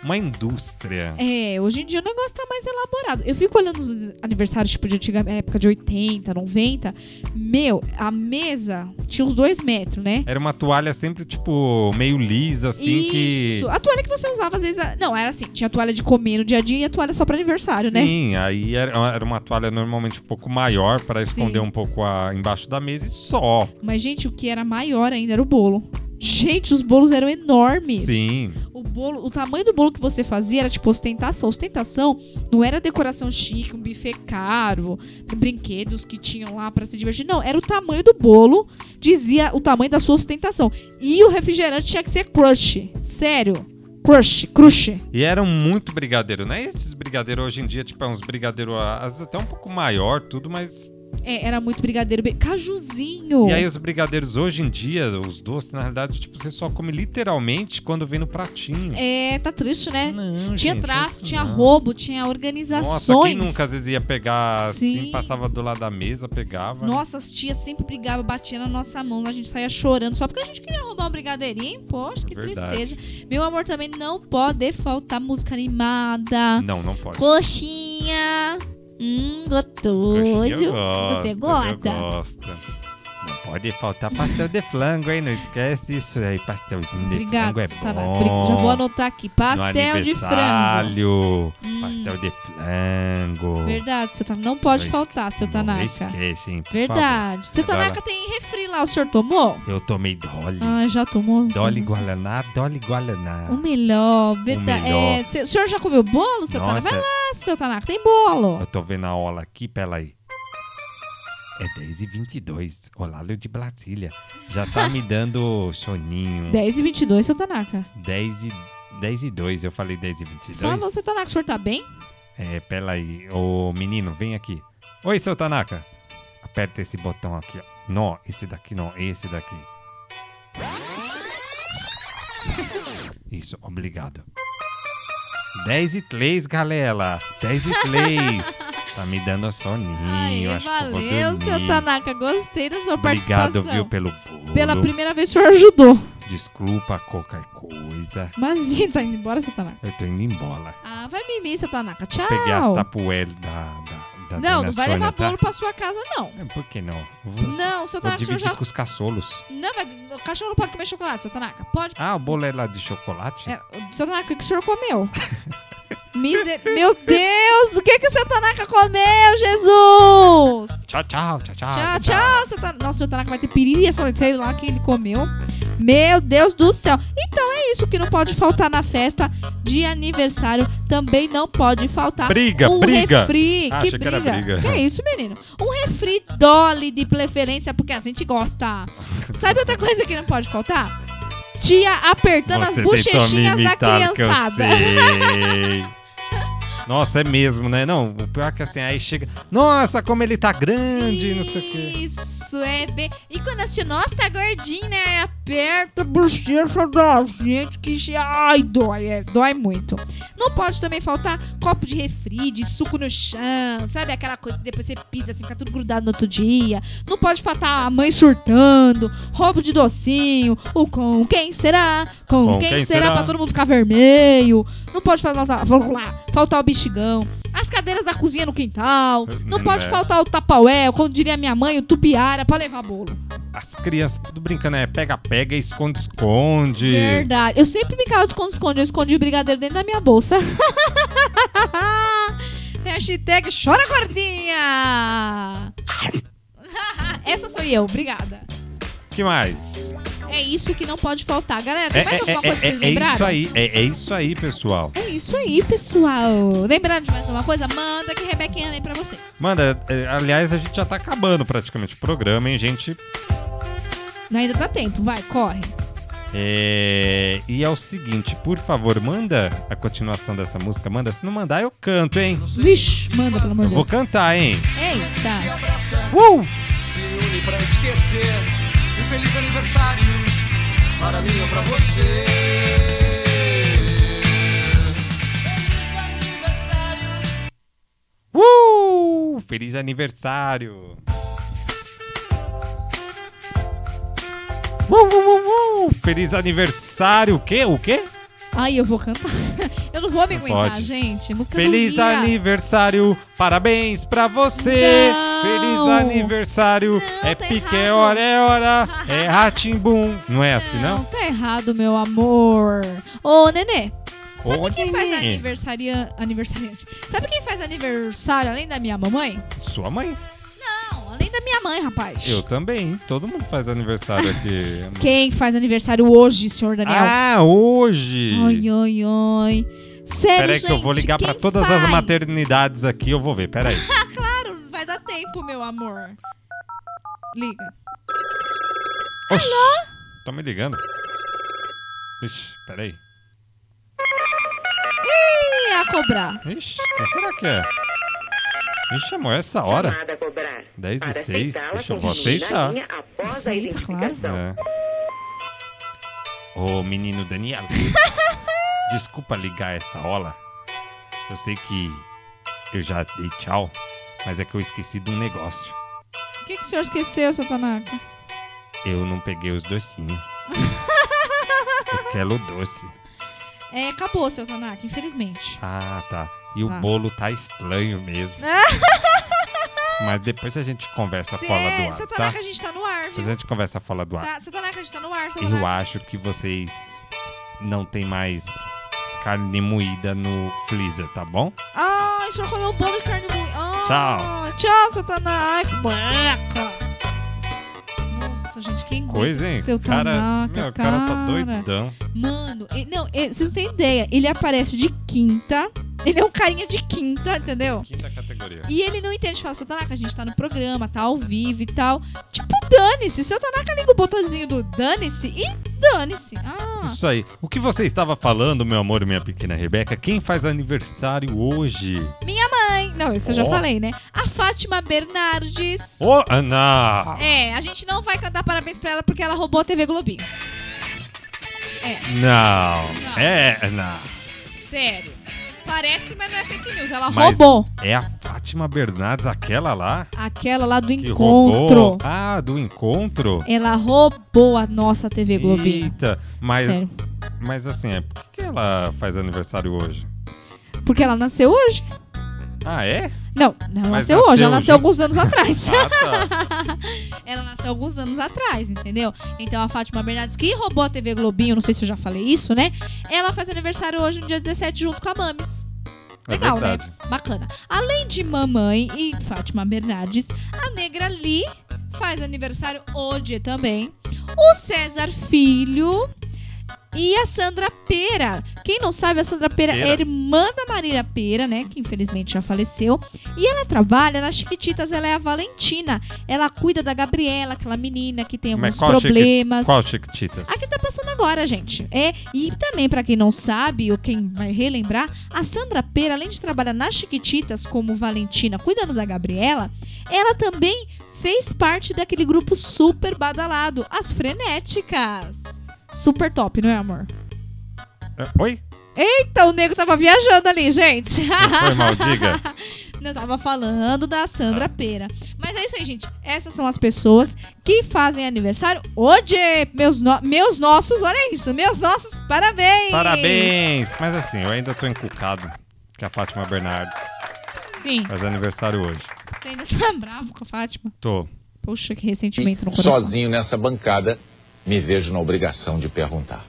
Speaker 1: Uma indústria.
Speaker 2: É, hoje em dia o negócio tá mais elaborado. Eu fico olhando os aniversários, tipo, de antiga época de 80, 90. Meu, a mesa tinha uns dois metros, né?
Speaker 1: Era uma toalha sempre, tipo, meio lisa, assim, que.
Speaker 2: Isso. é A toalha que você usava, às vezes. a- Não, era assim: tinha a toalha de comer no dia a dia e a toalha só pra aniversário, né?
Speaker 1: Sim, aí era, era uma toalha normalmente um pouco maior para
Speaker 2: Sim.
Speaker 1: esconder um pouco a, embaixo da mesa e só.
Speaker 2: Mas, gente, o que era maior ainda era o bolo. Gente, os bolos eram enormes.
Speaker 1: Sim.
Speaker 2: O bolo, o tamanho do bolo que você fazia era tipo ostentação. Ostentação não era decoração chique, um buffet caro, brinquedos que tinham lá pra se divertir. Não, era o tamanho do bolo, dizia o tamanho da sua ostentação. E o refrigerante tinha que ser crush. Sério. Crush, crush.
Speaker 1: E eram muito brigadeiro, né? Esses brigadeiros hoje em dia, tipo, é uns brigadeiro às vezes até um pouco maior, tudo, mas.
Speaker 2: É, era muito brigadeiro. bem- Cajuzinho.
Speaker 1: E aí os brigadeiros hoje em dia, os doces, na realidade, tipo, você só come literalmente quando vem no pratinho.
Speaker 2: É, tá triste, né? tinha
Speaker 1: gente, faz
Speaker 2: traço,
Speaker 1: isso
Speaker 2: tinha
Speaker 1: não.
Speaker 2: roubo, tinha
Speaker 1: Nossa,
Speaker 2: organizações.
Speaker 1: quem nunca às vezes ia pegar
Speaker 2: Sim.
Speaker 1: assim, passava do lado da mesa, pegava.
Speaker 2: Nossa, as tias sempre brigavam, batiam na nossa mão, a gente saía chorando só porque a gente queria roubar um brigadeirinho. Poxa, que
Speaker 1: Verdade.
Speaker 2: tristeza. Meu amor, também não pode faltar música animada.
Speaker 1: Não, não pode.
Speaker 2: Coxinha. Hum, gostoso.
Speaker 1: Coxinha eu gosto,
Speaker 2: Você
Speaker 1: Eu
Speaker 2: gosta?
Speaker 1: gosto. Não pode faltar pastel de flango, hein? Não esquece isso aí. Pastelzinho de
Speaker 2: Obrigada,
Speaker 1: flango é
Speaker 2: tá lá.
Speaker 1: bom.
Speaker 2: Bri- Já vou anotar aqui. Pastel
Speaker 1: no
Speaker 2: de frango.
Speaker 1: aniversário,
Speaker 2: Hum.
Speaker 1: Pastel de flango.
Speaker 2: Verdade, seu Tanaka. Não pode
Speaker 1: Não
Speaker 2: faltar, seu
Speaker 1: Não
Speaker 2: Tanaka.
Speaker 1: esquece, hein? por
Speaker 2: Verdade.
Speaker 1: favor.
Speaker 2: Seu Tanaka
Speaker 1: Agora,
Speaker 2: tem refri lá, o senhor tomou?
Speaker 1: Eu tomei Dolly.
Speaker 2: Ah, já tomou?
Speaker 1: Dolly Guaraná, Dolly Guaraná.
Speaker 2: O melhor, verdade.
Speaker 1: melhor.
Speaker 2: É, cê- o senhor já comeu bolo, seu Tanaka?
Speaker 1: Nossa.
Speaker 2: Vai lá, seu Tanaka, tem bolo.
Speaker 1: Eu tô vendo a aula aqui, peraí. É 10h22, horário de Brasília. Já tá me dando soninho.
Speaker 2: 10 e 22, seu Tanaka.
Speaker 1: 10 e, 10 e 2, eu falei 10 e 22.
Speaker 2: Fala, não, seu Tanaka, o senhor tá bem?
Speaker 1: É, peraí. Ô, menino, vem aqui. Oi, seu Tanaka. Aperta esse botão aqui, ó. Não, esse daqui não, esse daqui. Isso, obrigado. 10 e 3, galera. 10 e 3. tá me dando soninho. acho que eu
Speaker 2: Valeu,
Speaker 1: vou
Speaker 2: seu
Speaker 1: dormir.
Speaker 2: Tanaka, gostei da sua
Speaker 1: Obrigado,
Speaker 2: participação.
Speaker 1: viu, pelo bolo.
Speaker 2: Pela primeira vez o senhor ajudou.
Speaker 1: Desculpa qualquer coisa.
Speaker 2: Imagina, tá indo embora, seu Tanaka.
Speaker 1: Eu tô indo embora.
Speaker 2: Ah, vai mimir, seu Tanaka, tchau.
Speaker 1: Vou pegar as tapuelas da, da, da
Speaker 2: não,
Speaker 1: dona
Speaker 2: não vai
Speaker 1: Sônia,
Speaker 2: levar
Speaker 1: tá?
Speaker 2: bolo pra sua casa, não.
Speaker 1: É, Por que não? Eu
Speaker 2: Não, seu
Speaker 1: vou
Speaker 2: Tanaka, o senhor
Speaker 1: dividir
Speaker 2: já...
Speaker 1: com os caçolos.
Speaker 2: Não, mas o cachorro não pode comer chocolate, seu Tanaka. Pode...
Speaker 1: Ah, o bolo é lá de chocolate?
Speaker 2: É, o seu Tanaka, o que o senhor comeu? Miser... Meu Deus, o que, que o seu Tanaka comeu, Jesus?
Speaker 1: Tchau, tchau, tchau, tau,
Speaker 2: Tchau, tchau, seu Tanaka. Nossa, o seu Tanaka vai ter piriri essa noite, sei lá quem ele comeu. Meu Deus do céu. Então é isso que não pode faltar na festa de aniversário. Também não pode faltar
Speaker 1: Briga,
Speaker 2: um
Speaker 1: briga.
Speaker 2: refri.
Speaker 1: Ah,
Speaker 2: que
Speaker 1: achei que
Speaker 2: briga.
Speaker 1: era briga.
Speaker 2: Que é isso, menino? Um refri Dolly de preferência, porque a gente gosta. Sabe outra coisa que não pode faltar? Tia apertando
Speaker 1: Você
Speaker 2: as
Speaker 1: tentou me
Speaker 2: bochechinhas da
Speaker 1: imitar que eu
Speaker 2: criançada.
Speaker 1: sei. Nossa, é mesmo, né? Não, o pior é que assim, aí chega. Nossa, como ele tá grande, não sei o quê.
Speaker 2: Isso é bem. E quando assiste, nossa, tá gordinho, né? Aperta a bochecha da gente que. che- Ai, dói, é, dói muito. Não pode também faltar copo de refri, de suco no chão, sabe? Aquela coisa que depois você pisa assim, fica tudo grudado no outro dia. Não pode faltar a mãe surtando, roubo de docinho, o com quem será? Com, quem, será? Pra todo mundo ficar vermelho. Não pode faltar, vamos lá, faltar o bexigão. As cadeiras da cozinha no quintal. Não
Speaker 1: Hum,
Speaker 2: pode
Speaker 1: é.
Speaker 2: faltar o tapaué, como diria minha mãe, o tupiara pra levar bolo.
Speaker 1: As crianças tudo brincando, é pega-pega, esconde-esconde.
Speaker 2: Verdade. Eu sempre brincava de esconde-esconde. Eu escondi o brigadeiro dentro da minha bolsa. Hashtag chora gordinha. Essa sou eu, obrigada.
Speaker 1: que mais?
Speaker 2: É isso que não pode faltar. Galera,
Speaker 1: É,
Speaker 2: tem mais
Speaker 1: é,
Speaker 2: alguma
Speaker 1: é,
Speaker 2: coisa que
Speaker 1: é,
Speaker 2: vocês
Speaker 1: é
Speaker 2: lembraram?
Speaker 1: isso aí, é, é isso aí, pessoal.
Speaker 2: É isso aí, pessoal. Lembraram de mais alguma coisa? Manda que Rebequinha lê pra vocês.
Speaker 1: Manda, é, aliás, a gente já tá acabando praticamente o programa, hein, gente?
Speaker 2: Ainda dá tempo, vai, corre.
Speaker 1: É, e é o seguinte, por favor, manda a continuação dessa música, manda. Se não mandar, eu canto, hein?
Speaker 2: Vixe, manda, pelo amor
Speaker 1: Eu
Speaker 2: de
Speaker 1: vou
Speaker 2: Deus.
Speaker 1: cantar, hein?
Speaker 2: Eita.
Speaker 1: Uh!
Speaker 13: Se une pra esquecer. Um feliz aniversário para mim ou pra você.
Speaker 1: uh! Feliz aniversário! Vum, vum, vum, vum. uh, Feliz aniversário! O quê? O quê?
Speaker 2: Ai, eu vou cantar. Eu não vou me aguentar,
Speaker 1: pode.
Speaker 2: gente. Música
Speaker 1: Feliz
Speaker 2: do Ria.
Speaker 1: aniversário! Parabéns pra você!
Speaker 2: Não.
Speaker 1: Feliz aniversário! é pique, é hora, é hora! É ratimbum! Não é assim, não?
Speaker 2: Não tá errado, meu amor. Ô, Nenê. Sabe
Speaker 1: Ô,
Speaker 2: quem faz
Speaker 1: Nenê.
Speaker 2: aniversaria... aniversariante? Sabe quem faz aniversário além da minha mamãe?
Speaker 1: Sua mãe?
Speaker 2: Não, além da minha mãe, rapaz.
Speaker 1: Eu também. Todo mundo faz aniversário aqui.
Speaker 2: Quem faz aniversário hoje, senhor Daniel?
Speaker 1: Ah, hoje!
Speaker 2: Oi, oi, oi. Sério,
Speaker 1: Peraí
Speaker 2: gente,
Speaker 1: que eu vou ligar
Speaker 2: quem
Speaker 1: pra todas as
Speaker 2: faz?
Speaker 1: maternidades aqui, eu vou ver, peraí.
Speaker 2: Ah, claro, vai dar tempo, meu amor. Liga.
Speaker 1: Oxi, Tá me ligando? Ixi, peraí.
Speaker 2: Ih, é a cobrar.
Speaker 1: Ixi, quem será que é? Ixi, amor, é essa hora? 10 e 6? Ixi, eu vou
Speaker 14: Tá.
Speaker 1: aceitar.
Speaker 2: Aceita, claro.
Speaker 1: É. Ô, menino Daniel. desculpa ligar essa hora. Eu sei que eu já dei tchau, mas é que eu esqueci de um negócio.
Speaker 2: O que, que o senhor esqueceu, seu Tanaka?
Speaker 1: Eu não peguei os docinhos. Eu quero o doce.
Speaker 2: É, acabou, seu Tanaka, infelizmente.
Speaker 1: Ah, tá. E o
Speaker 2: Tá.
Speaker 1: bolo tá estranho mesmo. Mas depois a gente conversa
Speaker 2: Cê-
Speaker 1: fora do ar,
Speaker 2: seu
Speaker 1: tá?
Speaker 2: Tanaka, a gente tá no ar,
Speaker 1: Depois
Speaker 2: viu?
Speaker 1: a gente conversa fora do ar.
Speaker 2: Tá, seu Tanaka, a gente tá no ar, seu
Speaker 1: Eu
Speaker 2: Tanaka.
Speaker 1: acho que vocês não tem mais carne moída no freezer, tá bom?
Speaker 2: Ai, deixa eu comer um bolo de carne moída. Ah,
Speaker 1: Tchau.
Speaker 2: Tchau, seu Tanaka. Ai, que baca. Nossa, gente, quem aguenta
Speaker 1: Coisa,
Speaker 2: esse
Speaker 1: hein?
Speaker 2: Seu
Speaker 1: cara,
Speaker 2: Tanaka,
Speaker 1: meu, o cara tá
Speaker 2: cara?
Speaker 1: doidão.
Speaker 2: Mano, e- não, e- vocês não têm ideia. Ele aparece de quinta. Ele é um carinha de quinta, entendeu?
Speaker 1: Quinta categoria.
Speaker 2: E ele não entende, fala, seu Tanaka, a gente tá no programa, tá ao vivo e tal. Tipo, dane-se. Seu Tanaka liga o botãozinho do dane-se e dane-se. Ah,
Speaker 1: Isso aí. O que você estava falando, meu amor e minha pequena Rebeca? Quem faz aniversário hoje?
Speaker 2: minha mãe. Não, isso eu já
Speaker 1: Ó.
Speaker 2: falei, né? A Fátima Bernardes.
Speaker 1: Ô, Ana!
Speaker 2: É, a gente não vai cantar parabéns pra ela porque ela roubou a TV Globinho. É,
Speaker 1: Não. É, Ana.
Speaker 2: sério. Parece, mas não é fake news. Ela
Speaker 1: Mas
Speaker 2: roubou.
Speaker 1: É a Fátima Bernardes, aquela lá?
Speaker 2: Aquela lá do
Speaker 1: Que
Speaker 2: encontro.
Speaker 1: roubou. Ah, do encontro?
Speaker 2: Ela roubou a nossa TV Globinho.
Speaker 1: Eita, mas.
Speaker 2: Sério.
Speaker 1: Mas assim, é, por que ela faz aniversário hoje?
Speaker 2: Porque ela nasceu hoje.
Speaker 1: Ah, é?
Speaker 2: Não, ela
Speaker 1: Mas
Speaker 2: nasceu, hoje, ela nasceu
Speaker 1: junto-
Speaker 2: alguns anos atrás.
Speaker 1: Ah, tá.
Speaker 2: ela nasceu alguns anos atrás, entendeu? Então a Fátima Bernardes, que roubou a TV Globinho, não sei se eu já falei isso, né? Ela faz aniversário hoje, no dia 17, junto com a Mames.
Speaker 1: É
Speaker 2: Legal, né?
Speaker 1: verdade.
Speaker 2: Bacana. Além de mamãe e Fátima Bernardes, a Negra Li faz aniversário hoje também. O César Filho e a Sandra Pera. Quem não sabe, a Sandra Pera, é
Speaker 1: Pera.
Speaker 2: irmã da Marília Pera, né? Que infelizmente já faleceu. E ela trabalha nas Chiquititas, ela é a Valentina. Ela cuida da Gabriela, aquela menina que tem alguns
Speaker 1: Mas é? qual
Speaker 2: problemas.
Speaker 1: Chiqui... Qual Chiquititas?
Speaker 2: A que tá passando agora, gente. É, e também, pra quem não sabe, ou quem vai relembrar, a Sandra Pera, além de trabalhar nas Chiquititas como Valentina, cuidando da Gabriela, ela também fez parte daquele grupo super badalado, as Frenéticas. Super top, não é, amor?
Speaker 1: É, Oi?
Speaker 2: Eita, o nego tava viajando ali, gente.
Speaker 1: Foi mal, diga.
Speaker 2: Não, eu tava falando da Sandra Pera. Mas é isso aí, gente. Essas são as pessoas que fazem aniversário hoje. Meus, no- meus nossos, olha isso. Meus nossos, parabéns.
Speaker 1: Parabéns! Mas assim, eu ainda tô encucado que a Fátima Bernardes
Speaker 2: Sim,
Speaker 1: faz aniversário hoje.
Speaker 2: você ainda tá bravo com a Fátima?
Speaker 1: Tô.
Speaker 2: Poxa, que ressentimento no coração.
Speaker 15: Sozinho nessa bancada, me vejo na obrigação de perguntar.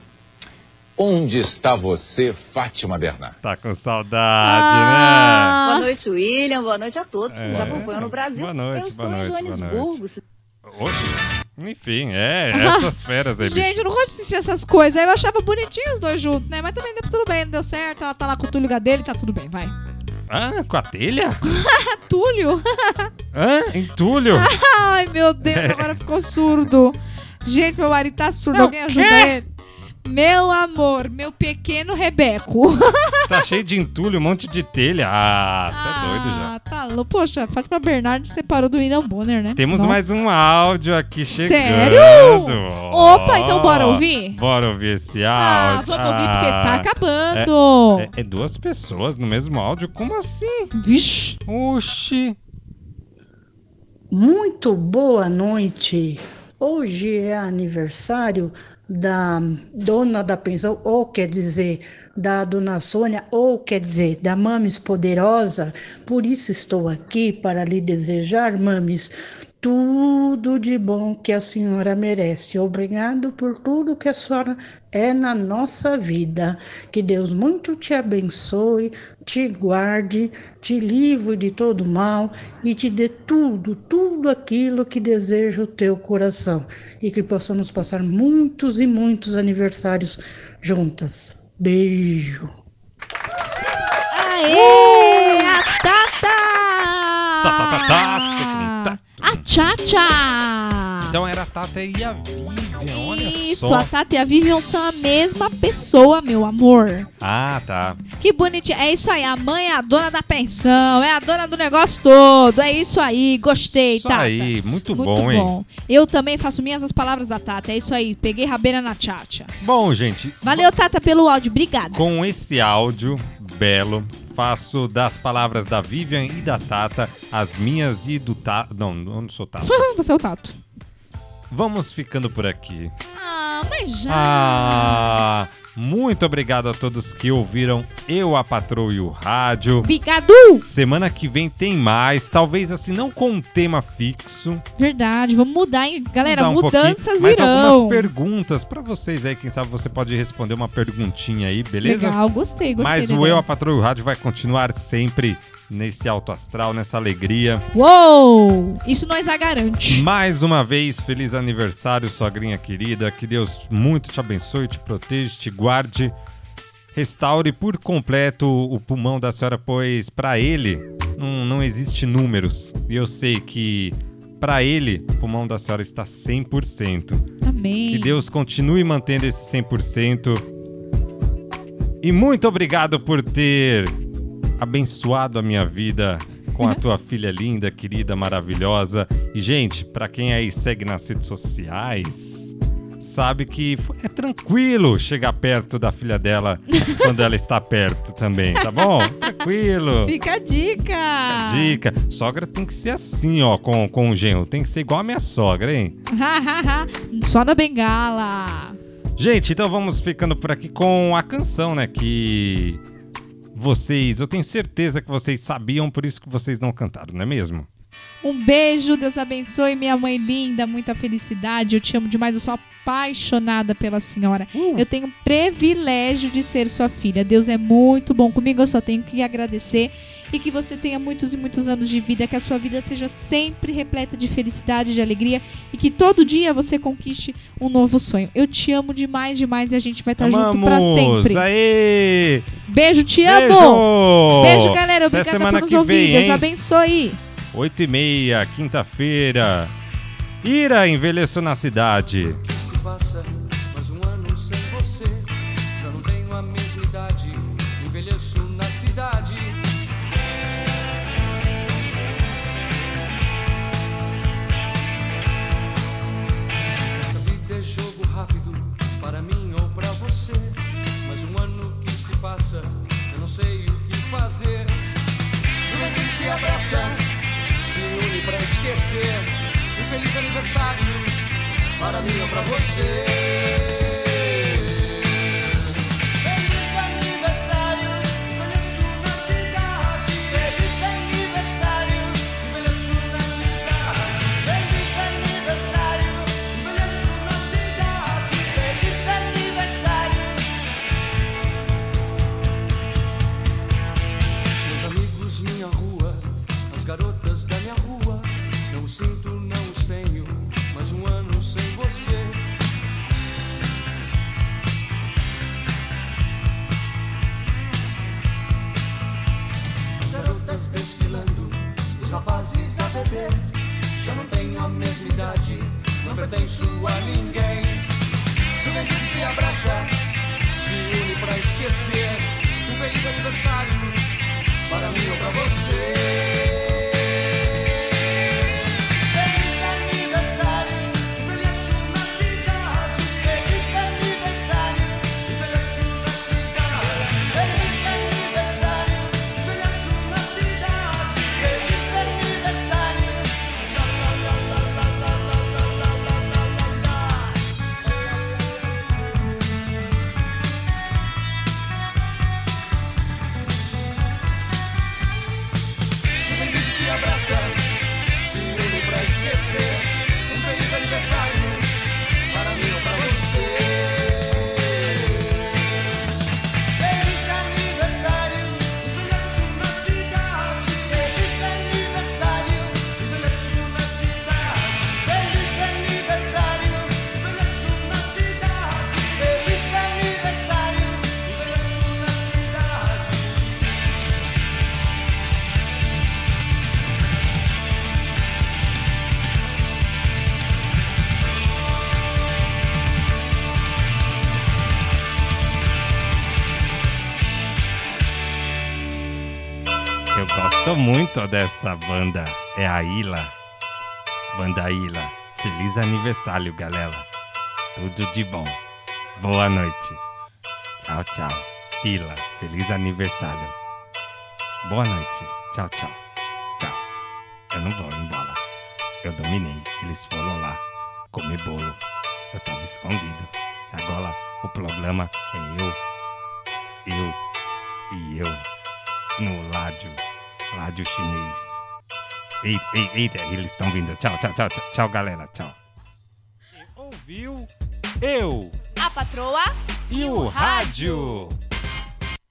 Speaker 15: Onde está você, Fátima Bernardes?
Speaker 1: Tá com saudade, né?
Speaker 2: Ah!
Speaker 16: Boa noite, William. Boa noite a todos que nos
Speaker 2: Tá
Speaker 1: É.
Speaker 16: acompanham no Brasil.
Speaker 1: Boa noite,
Speaker 16: Eu estou
Speaker 1: boa noite,
Speaker 16: em
Speaker 1: boa noite.
Speaker 16: Joanesburgo.
Speaker 1: né? Oxi. Enfim, é, essas feras aí, bicho.
Speaker 2: Gente, eu não gosto de assistir essas coisas. Eu achava bonitinho os dois juntos, né? Mas também deu tudo bem, não deu certo. Ela tá lá com o Túlio Gadelha, tá tudo bem, vai.
Speaker 1: Ah, com a telha?
Speaker 2: Túlio?
Speaker 1: Hã? Entulho?
Speaker 2: Ai, meu Deus, agora ficou surdo. Gente, meu marido tá surdo.
Speaker 1: Não,
Speaker 2: Alguém ajuda
Speaker 1: quê?
Speaker 2: ele? Meu amor, meu pequeno Rebeco.
Speaker 1: Tá cheio de entulho, um monte de telha. Ah, você é doido já.
Speaker 2: Ah, tá louco. Poxa, Fátima Bernardes separou do William Bonner, né?
Speaker 1: Temos
Speaker 2: Nossa.
Speaker 1: mais um áudio aqui chegando.
Speaker 2: Sério? Opa, então bora ouvir?
Speaker 1: Bora ouvir esse
Speaker 2: Ah,
Speaker 1: áudio.
Speaker 2: vamos ouvir porque tá
Speaker 1: Ah,
Speaker 2: acabando.
Speaker 1: É, é- é duas pessoas no mesmo áudio? Como assim?
Speaker 2: Vixe.
Speaker 1: Oxi.
Speaker 14: Muito boa noite. Hoje é aniversário da dona da pensão, ou quer dizer, da dona Sônia, ou quer dizer, da Mames Poderosa. Por isso estou aqui para lhe desejar, Mames, tudo de bom que a senhora merece. Obrigado por tudo que a senhora é na nossa vida. Que Deus muito te abençoe, te guarde, te livre de todo mal e te dê tudo, tudo aquilo que deseja o teu coração. E que possamos passar muitos e muitos aniversários juntas. Beijo.
Speaker 2: Aê! A Tata!
Speaker 1: Tá,
Speaker 2: A Tcha-Tcha!
Speaker 1: Então era a Tata e a Vivian, Então, olha
Speaker 2: Isso,
Speaker 1: só.
Speaker 2: a Tata e a Vivian são a mesma pessoa, meu amor.
Speaker 1: Ah, tá.
Speaker 2: Que bonitinho. É isso aí, a mãe é a dona da pensão, é a dona do negócio todo. É isso aí, gostei,
Speaker 1: Isso
Speaker 2: Tata.
Speaker 1: aí, muito, bom, hein?
Speaker 2: Eu também faço minhas as palavras da Tata. É isso aí, peguei rabeira na Tchatcha.
Speaker 1: Bom, gente,
Speaker 2: Valeu, Tata, pelo áudio. Obrigada.
Speaker 1: com esse áudio belo, faço das palavras da Vivian e da Tata as minhas e do Tata. Não, eu não sou Tata.
Speaker 2: Você é o Tato.
Speaker 1: Vamos ficando por aqui.
Speaker 2: Ah, mas já.
Speaker 1: Ah, muito obrigado a todos que ouviram Eu, a Patroa e o Rádio.
Speaker 2: Obrigado!
Speaker 1: Semana que vem tem mais, talvez assim, não com um tema fixo.
Speaker 2: Verdade, vamos mudar, hein? Galera,
Speaker 1: mudar um
Speaker 2: mudanças
Speaker 1: pouquinho, mas
Speaker 2: virão.
Speaker 1: algumas perguntas pra vocês aí, quem sabe você pode responder uma perguntinha aí, beleza?
Speaker 2: Legal, gostei, gostei.
Speaker 1: Mas o
Speaker 2: Dedé.
Speaker 1: Eu, a Patroa e o Rádio vai continuar sempre nesse alto astral, nessa alegria.
Speaker 2: Uou! Isso nós a garante.
Speaker 1: Mais uma vez, feliz aniversário, sogrinha querida. Que Deus muito te abençoe, te proteja, te guarde. Restaure por completo o pulmão da senhora, pois para ele não, não existe números. E eu sei que para ele o pulmão da senhora está 100%.
Speaker 2: Amém.
Speaker 1: Hum, Que Deus continue mantendo esse 100%. E muito obrigado por ter abençoado a minha vida com a tua filha linda, querida, maravilhosa. E gente, pra quem aí segue nas redes sociais, sabe que fo- é tranquilo chegar perto da filha dela quando ela está perto também, tá bom? Tranquilo.
Speaker 2: Fica a dica.
Speaker 1: Dica. Sogra tem que ser assim, ó, com, com o genro. Tem que ser igual a minha sogra, hein?
Speaker 2: Só na bengala.
Speaker 1: Gente, então vamos ficando por aqui com a canção, né? Que vocês, eu tenho certeza que vocês sabiam, por isso que vocês não cantaram, não é mesmo?
Speaker 2: Um beijo, Deus abençoe, minha mãe linda, muita felicidade. Eu te amo demais, eu sou apaixonada pela senhora. Eu tenho o privilégio de ser sua filha. Deus é muito bom comigo, eu só tenho que agradecer. E que você tenha muitos e muitos anos de vida, que a sua vida seja sempre repleta de felicidade, de alegria e que todo dia você conquiste um novo sonho. Eu te amo demais, demais e a gente vai estar Tá junto pra sempre.
Speaker 1: Aê!
Speaker 2: Beijo, te
Speaker 1: Beijo!
Speaker 2: amo! Beijo, galera.
Speaker 1: Até
Speaker 2: Obrigada
Speaker 1: semana
Speaker 2: por nos
Speaker 1: que
Speaker 2: ouvir.
Speaker 1: vem,
Speaker 2: Deus
Speaker 1: hein?
Speaker 2: abençoe.
Speaker 1: 8 e meia, quinta-feira. Ira envelheceu na cidade.
Speaker 3: que se passa, mas um ano sem você. Já não tenho a mesma idade, envelheço na cidade. Essa vida é jogo rápido, para mim ou para você. Mas um ano que se passa, eu não sei o que fazer. Tudo que se abraça, se une pra esquecer. Um feliz aniversário para mim ou pra você. Feliz aniversário, envelheço na cidade. Feliz aniversário, envelheço na cidade. Feliz aniversário, envelheço na cidade. Feliz aniversário. Meus amigos, minha rua, as garotas da minha rua. Não os sinto, não os tenho, mas um ano sem você.
Speaker 17: As garotas desfilando, os rapazes a beber. Já não tenho a mesma idade, não pertenço a ninguém.
Speaker 3: Juventude se abraça, se une pra esquecer. Um feliz aniversário para mim ou pra você. Feliz aniversário, envelheço na cidade. Feliz aniversário, envelheço na cidade. Feliz aniversário, envelheço na cidade. Feliz aniversário, lá, lá, Um
Speaker 1: Gosto muito dessa banda. É a Ila. Banda Ila. Feliz aniversário, galera. Tudo de bom. Boa noite. Tchau, tchau. Ila, feliz aniversário. Boa noite. Tchau, tchau. Tchau. Eu não vou embora. Eu dominei. Eles foram lá comer bolo. Eu tava escondido. Agora o problema é eu. Eu e eu. No rádio. Rádio chinês. Ei, ei, eita, eles estão vindo. Tchau, tchau, tchau, tchau, tchau, galera. Tchau. Ouviu? Eu.
Speaker 18: A patroa
Speaker 1: E o rádio.